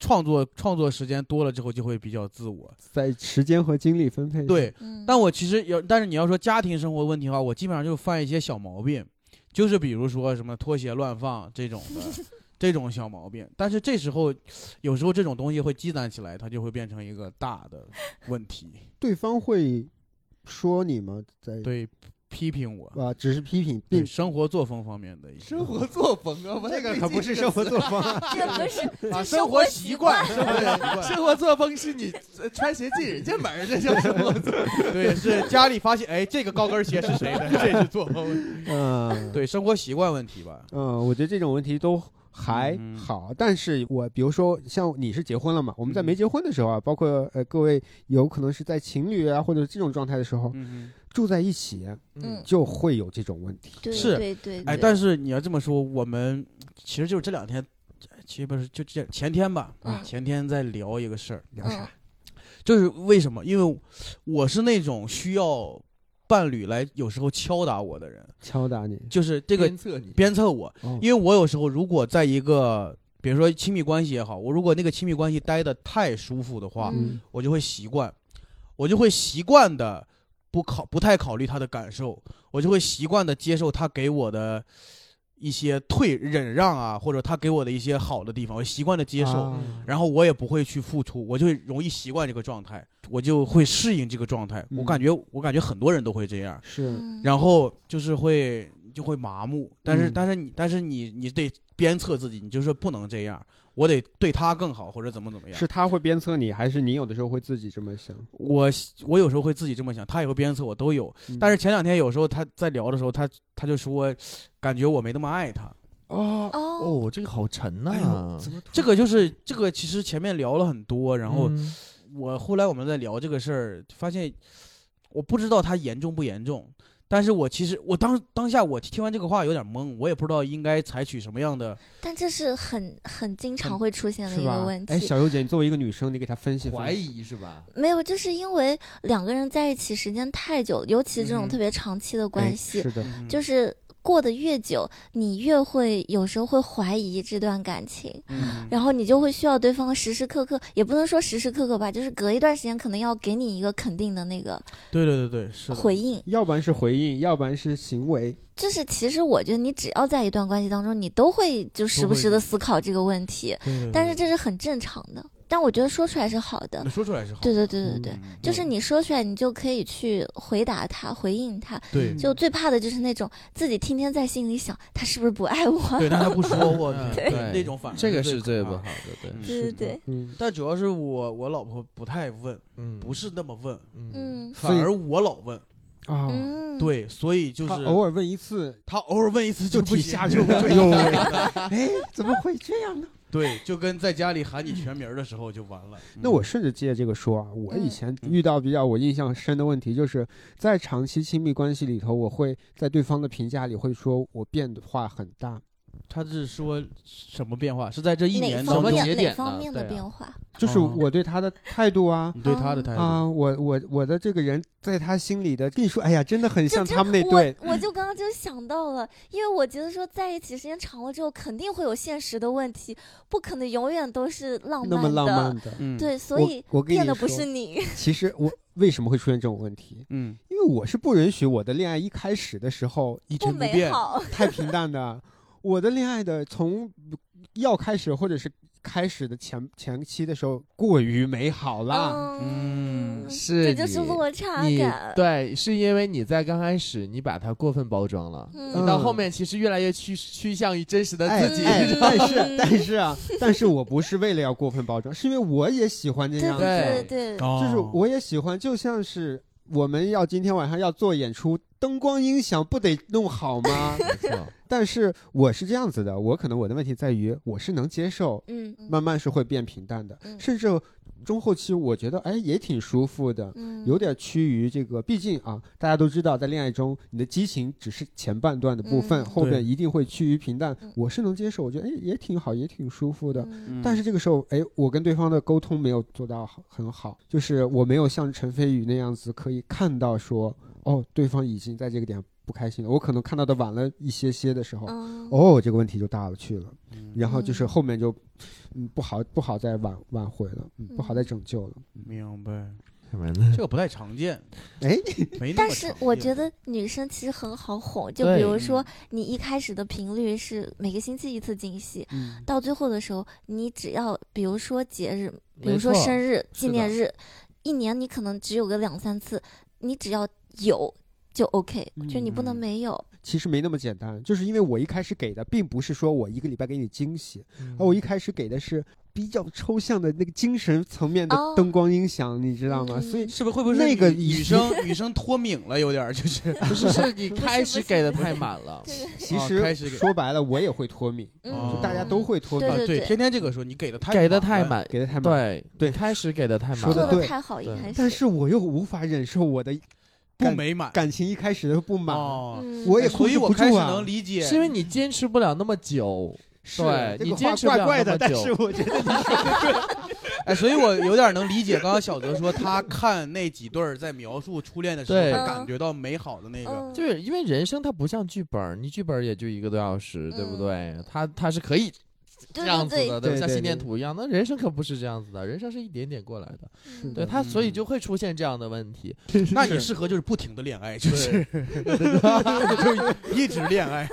[SPEAKER 2] 创作创作时间多了之后就会比较自我。
[SPEAKER 3] 在时间和精力分配上。
[SPEAKER 2] 对，
[SPEAKER 5] 嗯，
[SPEAKER 2] 但我其实有，但是你要说家庭生活问题的话，我基本上就犯一些小毛病，就是比如说什么拖鞋乱放这种的。这种小毛病，但是这时候，有时候这种东西会积攒起来，它就会变成一个大的问题。
[SPEAKER 3] 对方会说你吗？在
[SPEAKER 2] 对，批评我，
[SPEAKER 3] 啊，只是批评，
[SPEAKER 2] 对
[SPEAKER 3] 并
[SPEAKER 2] 生活作风方面的一些
[SPEAKER 6] 生活作风啊，我
[SPEAKER 3] 这个可不是生活作风
[SPEAKER 4] *laughs*
[SPEAKER 3] 啊。
[SPEAKER 5] 这不
[SPEAKER 2] *laughs*
[SPEAKER 5] 是
[SPEAKER 2] 啊，
[SPEAKER 5] 这
[SPEAKER 2] 生活
[SPEAKER 5] 活
[SPEAKER 2] 习惯，生活习
[SPEAKER 6] 风，
[SPEAKER 2] 惯，
[SPEAKER 6] 生活作风是你呃穿鞋进人家门儿，这叫生活作风。
[SPEAKER 2] 对，是家里发现，哎，这个高跟鞋是谁的？ *laughs* 这是作风，
[SPEAKER 3] 嗯，
[SPEAKER 2] 对，生活习惯问题吧。
[SPEAKER 3] 嗯，我觉得这种问题都还
[SPEAKER 2] 嗯
[SPEAKER 3] 好，但是我比如说像你是结婚了嘛，我们在
[SPEAKER 2] 嗯
[SPEAKER 3] 没结婚的时候啊，包括呃各位有可能是在情侣啊或者这种状态的时候
[SPEAKER 2] 嗯
[SPEAKER 3] 住在一起，
[SPEAKER 5] 嗯
[SPEAKER 3] 就会有这种问题。
[SPEAKER 5] 对
[SPEAKER 2] 是
[SPEAKER 5] 对对，
[SPEAKER 2] 哎，
[SPEAKER 5] 对
[SPEAKER 2] 但是你要这么说，我们其实就是这两天，其实不是就这前天吧，
[SPEAKER 5] 嗯
[SPEAKER 2] 前天在聊一个事儿，
[SPEAKER 3] 聊啥？
[SPEAKER 2] 就是为什么？因为我是那种需要伴侣来有时候敲打我的人，
[SPEAKER 3] 敲打你，
[SPEAKER 2] 就是这个
[SPEAKER 6] 鞭策你，
[SPEAKER 2] 鞭策我，
[SPEAKER 3] 哦
[SPEAKER 2] 因为我有时候如果在一个。比如说亲密关系也好，我如果那个亲密关系待的太舒服的话，
[SPEAKER 5] 嗯
[SPEAKER 2] 我就会习惯，我就会习惯的不考不太考虑他的感受，我就会习惯的接受他给我的一些退忍让啊，或者他给我的一些好的地方，我习惯的接受，
[SPEAKER 3] 啊
[SPEAKER 2] 然后我也不会去付出，我就会容易习惯这个状态，我就会适应这个状态。我
[SPEAKER 3] 嗯
[SPEAKER 2] 感觉我感觉很多人都会这样，
[SPEAKER 3] 是
[SPEAKER 5] 嗯
[SPEAKER 2] 然后就是会就会麻木，但是、
[SPEAKER 3] 嗯
[SPEAKER 2] 但是你但是你你得鞭策自己，你就是不能这样，我得对他更好或者怎么怎么样。
[SPEAKER 3] 是他会鞭策你，还是你有的时候会自己这么想？
[SPEAKER 2] 我我有时候会自己这么想，他也会鞭策我，都有。
[SPEAKER 3] 嗯
[SPEAKER 2] 但是前两天有时候他在聊的时候，他他就说，感觉我没那么爱他。
[SPEAKER 4] 哦
[SPEAKER 5] 哦，
[SPEAKER 4] 哦，这个好沉呐、
[SPEAKER 6] 哎呦，怎么突然
[SPEAKER 2] 这个就是这个，其实前面聊了很多，然后
[SPEAKER 4] 嗯
[SPEAKER 2] 我后来我们在聊这个事儿，发现我不知道他严重不严重，但是我其实我当当下我听完这个话有点懵，我也不知道应该采取什么样的
[SPEAKER 5] 但这是很很经常会出现的
[SPEAKER 3] 是
[SPEAKER 5] 一个
[SPEAKER 3] 吧
[SPEAKER 5] 问？
[SPEAKER 3] 哎，
[SPEAKER 5] 题。
[SPEAKER 3] 小优姐，你作为一个女生，你给她分析哎
[SPEAKER 6] 怀
[SPEAKER 3] 分析。
[SPEAKER 6] 疑是吧？
[SPEAKER 5] 没有，就是因为两个人在一起时间太久，尤其这
[SPEAKER 2] 嗯
[SPEAKER 5] 种特别长期的
[SPEAKER 3] 哎
[SPEAKER 5] 关系，
[SPEAKER 3] 是的，
[SPEAKER 5] 就是是过得越久，你越会有时候会怀疑这段感情，
[SPEAKER 2] 嗯
[SPEAKER 5] 然后你就会需要对方时时刻刻，也不能说时时刻刻吧，就是隔一段时间可能要给你一个肯定的那个
[SPEAKER 2] 对对对对是的
[SPEAKER 5] 回应。
[SPEAKER 3] 要不然是回应，要不然是行为。
[SPEAKER 5] 就是其实我觉得你只要在一段关系当中，你都会就时不时的思考这个问题，
[SPEAKER 2] 对对对
[SPEAKER 5] 但是这是很正常的。但我觉得说出来是好的
[SPEAKER 2] 你，说出来是好的，
[SPEAKER 5] 对对对对对，
[SPEAKER 2] 嗯
[SPEAKER 5] 就是你说出来，你就可以去回答他、回应他。
[SPEAKER 2] 嗯对
[SPEAKER 5] 就最怕的就是那种自己天天在心里想他是不是不爱我，
[SPEAKER 2] 对，但他不说，我
[SPEAKER 5] *laughs*
[SPEAKER 4] 嗯
[SPEAKER 2] 天
[SPEAKER 4] 对
[SPEAKER 2] 对那种反而
[SPEAKER 4] 这个
[SPEAKER 2] 最
[SPEAKER 4] 是最
[SPEAKER 2] 可
[SPEAKER 4] 不
[SPEAKER 2] 怕
[SPEAKER 4] 好的，对，
[SPEAKER 2] 嗯
[SPEAKER 5] 对对对，
[SPEAKER 3] 嗯，
[SPEAKER 2] 但主要是我我老婆不太问，
[SPEAKER 4] 嗯，
[SPEAKER 2] 不是那么问，
[SPEAKER 4] 嗯，
[SPEAKER 5] 嗯
[SPEAKER 2] 反而我老问，
[SPEAKER 3] 啊，
[SPEAKER 5] 嗯，
[SPEAKER 2] 对，所以就是
[SPEAKER 3] 她偶尔问一次，
[SPEAKER 2] 她偶尔问一次就不
[SPEAKER 3] 提
[SPEAKER 2] 行
[SPEAKER 3] 下就
[SPEAKER 2] *laughs*
[SPEAKER 3] 哟，哎，怎么会这样呢？
[SPEAKER 2] 对，就跟在家里喊你全名儿的时候就完了。嗯
[SPEAKER 3] 那我顺着借这个说啊，我以前遇到比较我印象深的问题，就是在长期亲密关系里头，我会在对方的评价里会说我变化很大，
[SPEAKER 2] 他是说什么变化？是在这一
[SPEAKER 5] 哪
[SPEAKER 2] 年
[SPEAKER 5] 方
[SPEAKER 2] 当中，
[SPEAKER 4] 节
[SPEAKER 5] 面哪
[SPEAKER 4] 点
[SPEAKER 5] 方
[SPEAKER 4] 呢
[SPEAKER 5] 面的
[SPEAKER 2] 对啊
[SPEAKER 5] 变化？
[SPEAKER 3] 就是我对他的态度啊。
[SPEAKER 2] 你对他的态
[SPEAKER 5] 嗯
[SPEAKER 2] 度，
[SPEAKER 3] 啊，我我我的这个人在他心里的，跟你说，哎呀，真的很像
[SPEAKER 5] 这
[SPEAKER 3] 他们那对，
[SPEAKER 5] 我我就刚刚就想到了，因为我觉得说在一起时间长了之后，肯定会有现实的问题，不可能永远都是浪
[SPEAKER 3] 那么
[SPEAKER 5] 漫
[SPEAKER 3] 浪漫
[SPEAKER 5] 的。
[SPEAKER 3] 的。
[SPEAKER 2] 嗯，
[SPEAKER 5] 对，所以
[SPEAKER 3] 我我跟
[SPEAKER 5] 变
[SPEAKER 3] 你
[SPEAKER 5] 的不是
[SPEAKER 3] 说，
[SPEAKER 5] 你。
[SPEAKER 3] 其实我为什么会出现这种问题？
[SPEAKER 2] 嗯，
[SPEAKER 3] 因为我是不允许我的恋爱一开始的时候
[SPEAKER 2] 一
[SPEAKER 5] 不
[SPEAKER 2] 成不
[SPEAKER 5] 美
[SPEAKER 2] 变，
[SPEAKER 5] 好，
[SPEAKER 3] 太平淡的。我的恋爱的从要开始或者是开始的前前期的时候过于美好啦，
[SPEAKER 2] 嗯
[SPEAKER 5] 这
[SPEAKER 4] 是你，
[SPEAKER 5] 就是落差
[SPEAKER 4] 你
[SPEAKER 5] 感。
[SPEAKER 4] 对，是因为你在刚开始你把它过分包装了，
[SPEAKER 5] 嗯
[SPEAKER 4] 你到后面其实越来越趋趋向于真实的
[SPEAKER 3] 哎
[SPEAKER 4] 自
[SPEAKER 2] *laughs*
[SPEAKER 4] 己，
[SPEAKER 3] 哎
[SPEAKER 5] 嗯
[SPEAKER 3] 但是但是啊，但是我不是为了要过分包装，是因为我也喜欢这
[SPEAKER 5] 对
[SPEAKER 3] 样，
[SPEAKER 4] 对
[SPEAKER 5] 对对，
[SPEAKER 2] 就
[SPEAKER 3] 就是我也喜欢，就像是我们要今天晚上要做演出，灯光音响不得弄好吗？
[SPEAKER 4] *laughs* 没错
[SPEAKER 3] 但是我是这样子的，我可能我的问题在于我是能接受，
[SPEAKER 5] 嗯
[SPEAKER 3] 慢慢是会变平淡的，
[SPEAKER 5] 嗯
[SPEAKER 3] 甚至中后期我觉得哎也挺舒服的，
[SPEAKER 5] 嗯，
[SPEAKER 3] 有点趋于这个，毕竟啊，大家都知道，在恋爱中，你的激情只是前半段的部分，
[SPEAKER 5] 嗯
[SPEAKER 3] 后
[SPEAKER 2] 对
[SPEAKER 3] 边一定会趋于平淡
[SPEAKER 5] 嗯。
[SPEAKER 3] 我是能接受，我觉得哎也挺好，也挺舒服的。
[SPEAKER 5] 嗯
[SPEAKER 3] 但是这个时候，哎，我跟对方的沟通没有做到好很好，就是我没有像陈飞宇那样子可以看到说，哦，对方已经在这个点不开心了，我可能看到的晚了一些些的时候，
[SPEAKER 5] 嗯
[SPEAKER 3] 哦，这个问题就大了去了，
[SPEAKER 2] 嗯
[SPEAKER 3] 然后就是
[SPEAKER 5] 嗯
[SPEAKER 3] 后面就，嗯，不好不好再挽挽回了，嗯不好再拯救了。
[SPEAKER 2] 明白，
[SPEAKER 4] 什么呢？
[SPEAKER 2] 这个不太常
[SPEAKER 5] *laughs*
[SPEAKER 2] 见，
[SPEAKER 3] 哎，
[SPEAKER 2] 没那么
[SPEAKER 5] 但是
[SPEAKER 2] 常
[SPEAKER 5] 我
[SPEAKER 2] 见
[SPEAKER 5] 觉得女生其实很好哄，就
[SPEAKER 4] 对
[SPEAKER 5] 比如说你一开始的频率是每个星期一次惊喜，
[SPEAKER 2] 嗯
[SPEAKER 5] 到最后的时候，你只要比如说节日，比
[SPEAKER 4] 没
[SPEAKER 5] 如说
[SPEAKER 4] 错
[SPEAKER 5] 生日、纪
[SPEAKER 4] 的
[SPEAKER 5] 念日，一年你可能只有个两三次，你只要有就 OK，、就你不能
[SPEAKER 2] 嗯
[SPEAKER 5] 没有。
[SPEAKER 3] 其实没那么简单，就是因为我一开始给的并不是说我一个礼拜给你惊喜，而我一开始给的是比较抽象的那个精神层面的
[SPEAKER 5] 哦
[SPEAKER 3] 灯光音响，你知道吗？
[SPEAKER 5] 嗯
[SPEAKER 3] 所以
[SPEAKER 2] 是不是会不会是
[SPEAKER 3] 那个
[SPEAKER 2] 女
[SPEAKER 3] 已
[SPEAKER 2] 女生女生脱敏了，有点儿
[SPEAKER 3] *laughs*
[SPEAKER 2] 就是
[SPEAKER 4] 不是，是你
[SPEAKER 5] 是
[SPEAKER 4] 开
[SPEAKER 5] 不
[SPEAKER 4] 始
[SPEAKER 5] 是
[SPEAKER 4] 给的太满了。
[SPEAKER 3] 其
[SPEAKER 2] 哦开
[SPEAKER 3] 实
[SPEAKER 2] 始给
[SPEAKER 3] 说白了，我也会脱敏，
[SPEAKER 5] 嗯，
[SPEAKER 2] 哦
[SPEAKER 3] 就大家都会脱敏
[SPEAKER 2] 啊，
[SPEAKER 5] 对，对
[SPEAKER 2] 天天这个时候你给的太
[SPEAKER 4] 给的太
[SPEAKER 2] 太
[SPEAKER 4] 满，
[SPEAKER 3] 给的太满。
[SPEAKER 4] 对
[SPEAKER 3] 对
[SPEAKER 4] 开始给的太满
[SPEAKER 3] 说
[SPEAKER 5] 做
[SPEAKER 3] 得
[SPEAKER 4] 了，
[SPEAKER 3] 对
[SPEAKER 5] 的太好也
[SPEAKER 4] 啊对
[SPEAKER 5] 还
[SPEAKER 3] 但是我又无法忍受我的
[SPEAKER 2] 不美满
[SPEAKER 3] 感情一开始的不满，
[SPEAKER 2] 哦，
[SPEAKER 5] 嗯
[SPEAKER 3] 我也
[SPEAKER 2] 所以
[SPEAKER 3] 控制
[SPEAKER 2] 我
[SPEAKER 3] 不
[SPEAKER 2] 开
[SPEAKER 3] 住
[SPEAKER 2] 始
[SPEAKER 3] 啊
[SPEAKER 2] 能理解，
[SPEAKER 4] 是因为你坚持不了那么久。
[SPEAKER 3] 是
[SPEAKER 4] 对
[SPEAKER 3] 这
[SPEAKER 4] 你
[SPEAKER 3] 个
[SPEAKER 4] 坚
[SPEAKER 3] 话
[SPEAKER 4] 持不
[SPEAKER 3] 怪
[SPEAKER 4] 了
[SPEAKER 3] 怪
[SPEAKER 4] 那
[SPEAKER 3] 的，
[SPEAKER 4] 么
[SPEAKER 3] 但
[SPEAKER 4] 久
[SPEAKER 3] 是我觉得你
[SPEAKER 2] 哎，所以我有点能理解刚刚小泽说他看那几对儿在描述初恋的时候，
[SPEAKER 4] 对
[SPEAKER 2] 他感觉到美好的那个，
[SPEAKER 5] 嗯
[SPEAKER 4] 就是因为人生它不像剧本儿，你剧本儿也就一个多小时，对不对？它它是可以这
[SPEAKER 5] 对
[SPEAKER 4] 样
[SPEAKER 5] 对
[SPEAKER 4] 子
[SPEAKER 5] 对
[SPEAKER 4] 的，
[SPEAKER 3] 对
[SPEAKER 4] 吧？像
[SPEAKER 3] 对
[SPEAKER 4] 心电
[SPEAKER 3] 对
[SPEAKER 4] 图一样，那人生可不是这样子的，人生是一点点过来的。
[SPEAKER 5] 嗯
[SPEAKER 4] 对它，所以
[SPEAKER 2] 嗯
[SPEAKER 4] 就会出现这样的问题。
[SPEAKER 2] 那你适合就是不停的恋爱，就是就一直恋爱，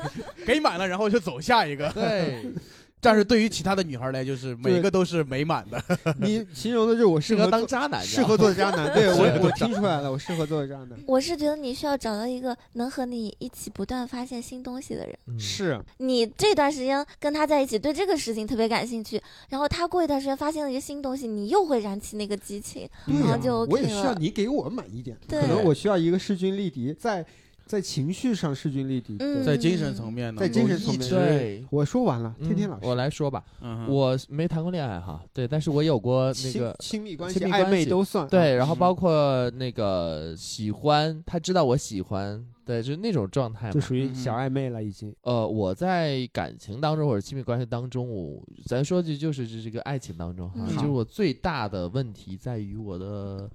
[SPEAKER 2] 给满了然后就走下一个。
[SPEAKER 4] 对， *laughs*
[SPEAKER 2] 但是对于其他的女孩来，就是每个都是美满的。
[SPEAKER 4] *laughs*
[SPEAKER 3] 你形容的就是我适
[SPEAKER 4] 适
[SPEAKER 3] 合
[SPEAKER 4] 合
[SPEAKER 3] 做
[SPEAKER 4] 当渣男，
[SPEAKER 3] 适合做渣
[SPEAKER 4] *laughs*
[SPEAKER 3] 男，对我我听出来了，我适合做渣
[SPEAKER 4] 嗯
[SPEAKER 3] 男。
[SPEAKER 5] 我是觉得你需要找到一个能和你一起不断发现新东西的人。
[SPEAKER 4] 嗯
[SPEAKER 3] 是，
[SPEAKER 5] 你这段时间跟他在一起，对这个事情特别感兴趣，然后他过一段时间发现了一个新东西，你又会燃起嗯那个激情。
[SPEAKER 3] 对
[SPEAKER 5] 然
[SPEAKER 3] 呀、
[SPEAKER 5] 后就 OK
[SPEAKER 3] 我也需要
[SPEAKER 5] 了
[SPEAKER 3] 你给我满一点，
[SPEAKER 5] 对
[SPEAKER 3] 可能我需要一个势均力敌，在在情绪上势均力敌。对
[SPEAKER 5] 嗯
[SPEAKER 2] 在精神层面呢，
[SPEAKER 3] 在精神层
[SPEAKER 2] 一
[SPEAKER 3] 面
[SPEAKER 2] 直
[SPEAKER 4] 对。
[SPEAKER 3] 我说完了，
[SPEAKER 4] 嗯
[SPEAKER 3] 天天老师，
[SPEAKER 4] 我来说吧，
[SPEAKER 2] 嗯哼
[SPEAKER 4] 我没谈过恋爱哈，对，但是我有过那个
[SPEAKER 3] 亲亲密关系、
[SPEAKER 4] 亲密关
[SPEAKER 3] 暧昧
[SPEAKER 4] 系
[SPEAKER 3] 都算。啊
[SPEAKER 4] 对，然后
[SPEAKER 2] 嗯
[SPEAKER 4] 包括那个喜欢，他知道我喜欢，对，就是那种状态
[SPEAKER 3] 就
[SPEAKER 4] 嘛。
[SPEAKER 3] 属于小暧昧了，已经。
[SPEAKER 4] 呃，我在感情当中或者亲密关系当中，我咱说句就是这这个爱情当中哈，
[SPEAKER 5] 嗯
[SPEAKER 4] 就是我最大的问题在于我的，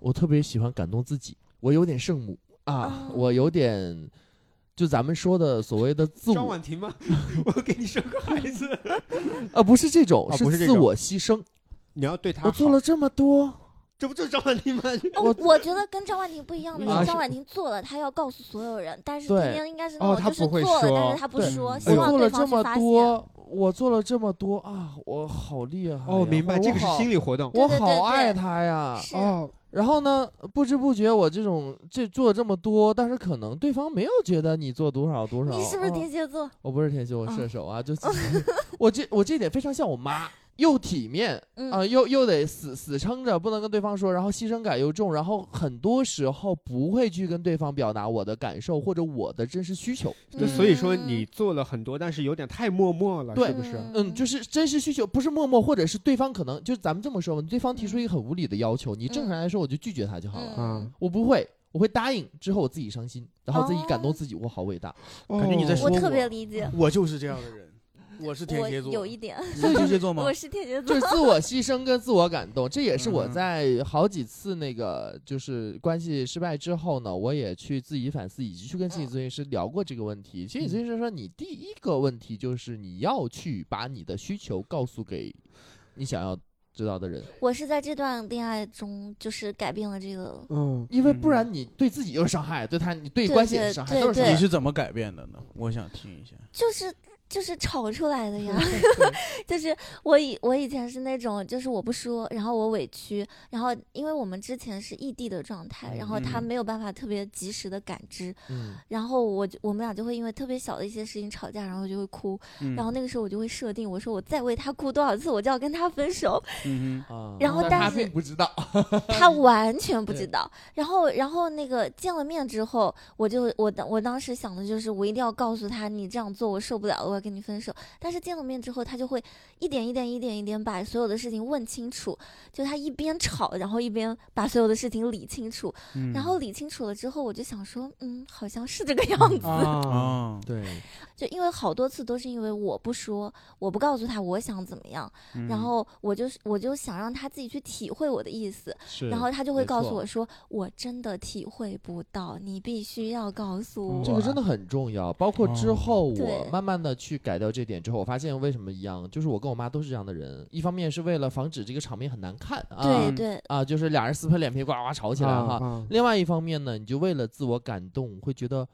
[SPEAKER 4] 我特别喜欢感动自己，我有点圣母啊，
[SPEAKER 5] 哦
[SPEAKER 4] 我有点。就咱们说的所谓的自
[SPEAKER 3] 张
[SPEAKER 4] 我
[SPEAKER 3] 婉婷吗？我给你生个孩子，
[SPEAKER 4] 啊，不是这种，
[SPEAKER 3] 哦不是这
[SPEAKER 4] 自
[SPEAKER 3] 种
[SPEAKER 4] 我牺牲。
[SPEAKER 5] 啊
[SPEAKER 3] 你要对他
[SPEAKER 4] 我做了，这么多，
[SPEAKER 3] 这不就是张婉
[SPEAKER 5] *laughs*
[SPEAKER 3] 婷吗？
[SPEAKER 5] 哦，我觉得跟张婉婷不一样的
[SPEAKER 4] 啊
[SPEAKER 5] 是，
[SPEAKER 4] 是
[SPEAKER 5] 张婉婷做了，她要告诉所有人，但是
[SPEAKER 4] 对
[SPEAKER 5] 天天应该是
[SPEAKER 3] 哦
[SPEAKER 5] 那种
[SPEAKER 3] 她
[SPEAKER 5] 就是
[SPEAKER 3] 不会
[SPEAKER 5] 做了，
[SPEAKER 3] 说
[SPEAKER 5] 但是她不
[SPEAKER 4] 对
[SPEAKER 5] 说，
[SPEAKER 2] 嗯
[SPEAKER 5] 希
[SPEAKER 4] 我
[SPEAKER 5] 望
[SPEAKER 4] 做
[SPEAKER 5] 对
[SPEAKER 4] 了
[SPEAKER 5] 方
[SPEAKER 4] 这
[SPEAKER 5] 去
[SPEAKER 4] 么
[SPEAKER 5] 发现。
[SPEAKER 4] 多，我做了这么多啊，我好厉害呀！
[SPEAKER 3] 哦，明白，
[SPEAKER 4] 我
[SPEAKER 3] 这个是
[SPEAKER 4] 哎好
[SPEAKER 3] 心理活动。
[SPEAKER 4] 我
[SPEAKER 5] 对对
[SPEAKER 4] 好
[SPEAKER 5] 对
[SPEAKER 4] 爱
[SPEAKER 5] 对
[SPEAKER 4] 他呀。
[SPEAKER 5] 是
[SPEAKER 3] 哦，
[SPEAKER 4] 然后呢，不知不觉我这种这做了这么多，但是可能对方没有觉得你做多少多少。
[SPEAKER 5] 你是不是
[SPEAKER 4] 哦
[SPEAKER 5] 天蝎座？
[SPEAKER 4] 我不是天蝎，我
[SPEAKER 5] 啊
[SPEAKER 4] 射手
[SPEAKER 5] *laughs*
[SPEAKER 4] 啊，就我这我这点非常像我妈，又体面
[SPEAKER 5] 嗯
[SPEAKER 4] 啊、又又得死死撑着，不能跟对方说，然后牺牲感又重，然后很多时候不会去跟对方表达我的感受或者我的真实需求。
[SPEAKER 3] 就所以
[SPEAKER 5] 嗯
[SPEAKER 3] 说你做了很多，但是有点太默默了，
[SPEAKER 4] 对
[SPEAKER 3] 是不是？
[SPEAKER 4] 嗯，就是真实需求不是默默，或者是对方可能就是咱们这么说吧，对方提出一个很无理的要求，你正常来说我就拒绝他就好了。
[SPEAKER 5] 嗯
[SPEAKER 3] 啊，
[SPEAKER 4] 我不会，我会答应之后我自己伤心，然后自己
[SPEAKER 5] 哦
[SPEAKER 4] 感动自己，我好伟大。
[SPEAKER 2] 感觉你在
[SPEAKER 3] 哦
[SPEAKER 2] 说
[SPEAKER 5] 我
[SPEAKER 2] 我
[SPEAKER 5] 特别理解，
[SPEAKER 2] 我就是这样的人，我是天
[SPEAKER 5] 我
[SPEAKER 2] 蝎座，
[SPEAKER 5] 有一点，
[SPEAKER 2] 你是天蝎座吗
[SPEAKER 5] 我？是天
[SPEAKER 4] 就
[SPEAKER 5] 蝎座
[SPEAKER 4] 是。自我牺牲跟自我感动，这也是我
[SPEAKER 2] 嗯
[SPEAKER 4] 在好几次那个就是关系失败之后呢，我也去自己反思，以及去跟心理咨询师聊过这个问题。心理咨询师说，
[SPEAKER 5] 嗯
[SPEAKER 4] 你第一个问题就是你要去把你的需求告诉给你想要知道的人，
[SPEAKER 5] 我是在这段恋爱中，就是改变了这个。
[SPEAKER 3] 嗯，
[SPEAKER 4] 因为不然你对自己就是伤害，对他你对
[SPEAKER 5] 对
[SPEAKER 4] 关系也
[SPEAKER 5] 对
[SPEAKER 4] 是伤害，
[SPEAKER 5] 对
[SPEAKER 4] 都是伤
[SPEAKER 5] 对
[SPEAKER 4] 害
[SPEAKER 2] 你。是怎么改变的呢？我想听一下。
[SPEAKER 5] 就是就是吵出来的
[SPEAKER 2] *laughs*
[SPEAKER 5] 呀，
[SPEAKER 4] *laughs*
[SPEAKER 5] 就是我以我以前是那种，就是我不说，然后我委屈，然后因为我们之前是异地的状态，然后他
[SPEAKER 2] 嗯
[SPEAKER 5] 没有办法特别及时的感知，
[SPEAKER 4] 嗯，
[SPEAKER 5] 然后我就我们俩就会因为特别小的一些事情吵架，然后就会哭，
[SPEAKER 2] 嗯
[SPEAKER 5] 然后那个时候我就会设定，我说我再为他哭多少次，我就要跟他分手。
[SPEAKER 2] 嗯
[SPEAKER 4] 啊
[SPEAKER 5] 然后但
[SPEAKER 4] 他
[SPEAKER 5] 是
[SPEAKER 4] 并不知道，
[SPEAKER 5] 他完全不知
[SPEAKER 4] 对
[SPEAKER 5] 道。然后，然后那个见了面之后，我就我当我当时想的就是，我一定要告诉他，你这样做我受不了了，我要跟你分手。但是见了面之后，他就会一点一点、一点一点把所有的事情问清楚，就他一边吵，然后一边把所有的事情理清楚。
[SPEAKER 2] 哼，
[SPEAKER 5] 然后理清楚了之后，我就想说，嗯，好像是这个样子。
[SPEAKER 4] 啊，
[SPEAKER 2] 啊，
[SPEAKER 4] 对，
[SPEAKER 5] 就因为好多次都是因为我不说，我不告诉他我想怎么样，
[SPEAKER 2] 嗯
[SPEAKER 5] 然后我就是我就想让他自己去体会我的意思，
[SPEAKER 4] 是
[SPEAKER 5] 然后他就会
[SPEAKER 4] 没
[SPEAKER 5] 告诉
[SPEAKER 4] 错
[SPEAKER 5] 我说我真的体会不到，你必须要告诉
[SPEAKER 3] 啊
[SPEAKER 5] 我。
[SPEAKER 4] 这个真的很重要。包括之
[SPEAKER 2] 哦
[SPEAKER 4] 后，我
[SPEAKER 5] 对
[SPEAKER 4] 慢慢的去改掉这点之后，我发现为什么一样，就是我跟我妈都是这样的人。一方面是为了防止这个场面很难看啊
[SPEAKER 5] 对对，
[SPEAKER 4] 啊，就是俩人撕破脸皮呱呱吵起来哈。
[SPEAKER 3] 啊
[SPEAKER 4] 另外一方面呢，你就为了自我感动，会觉得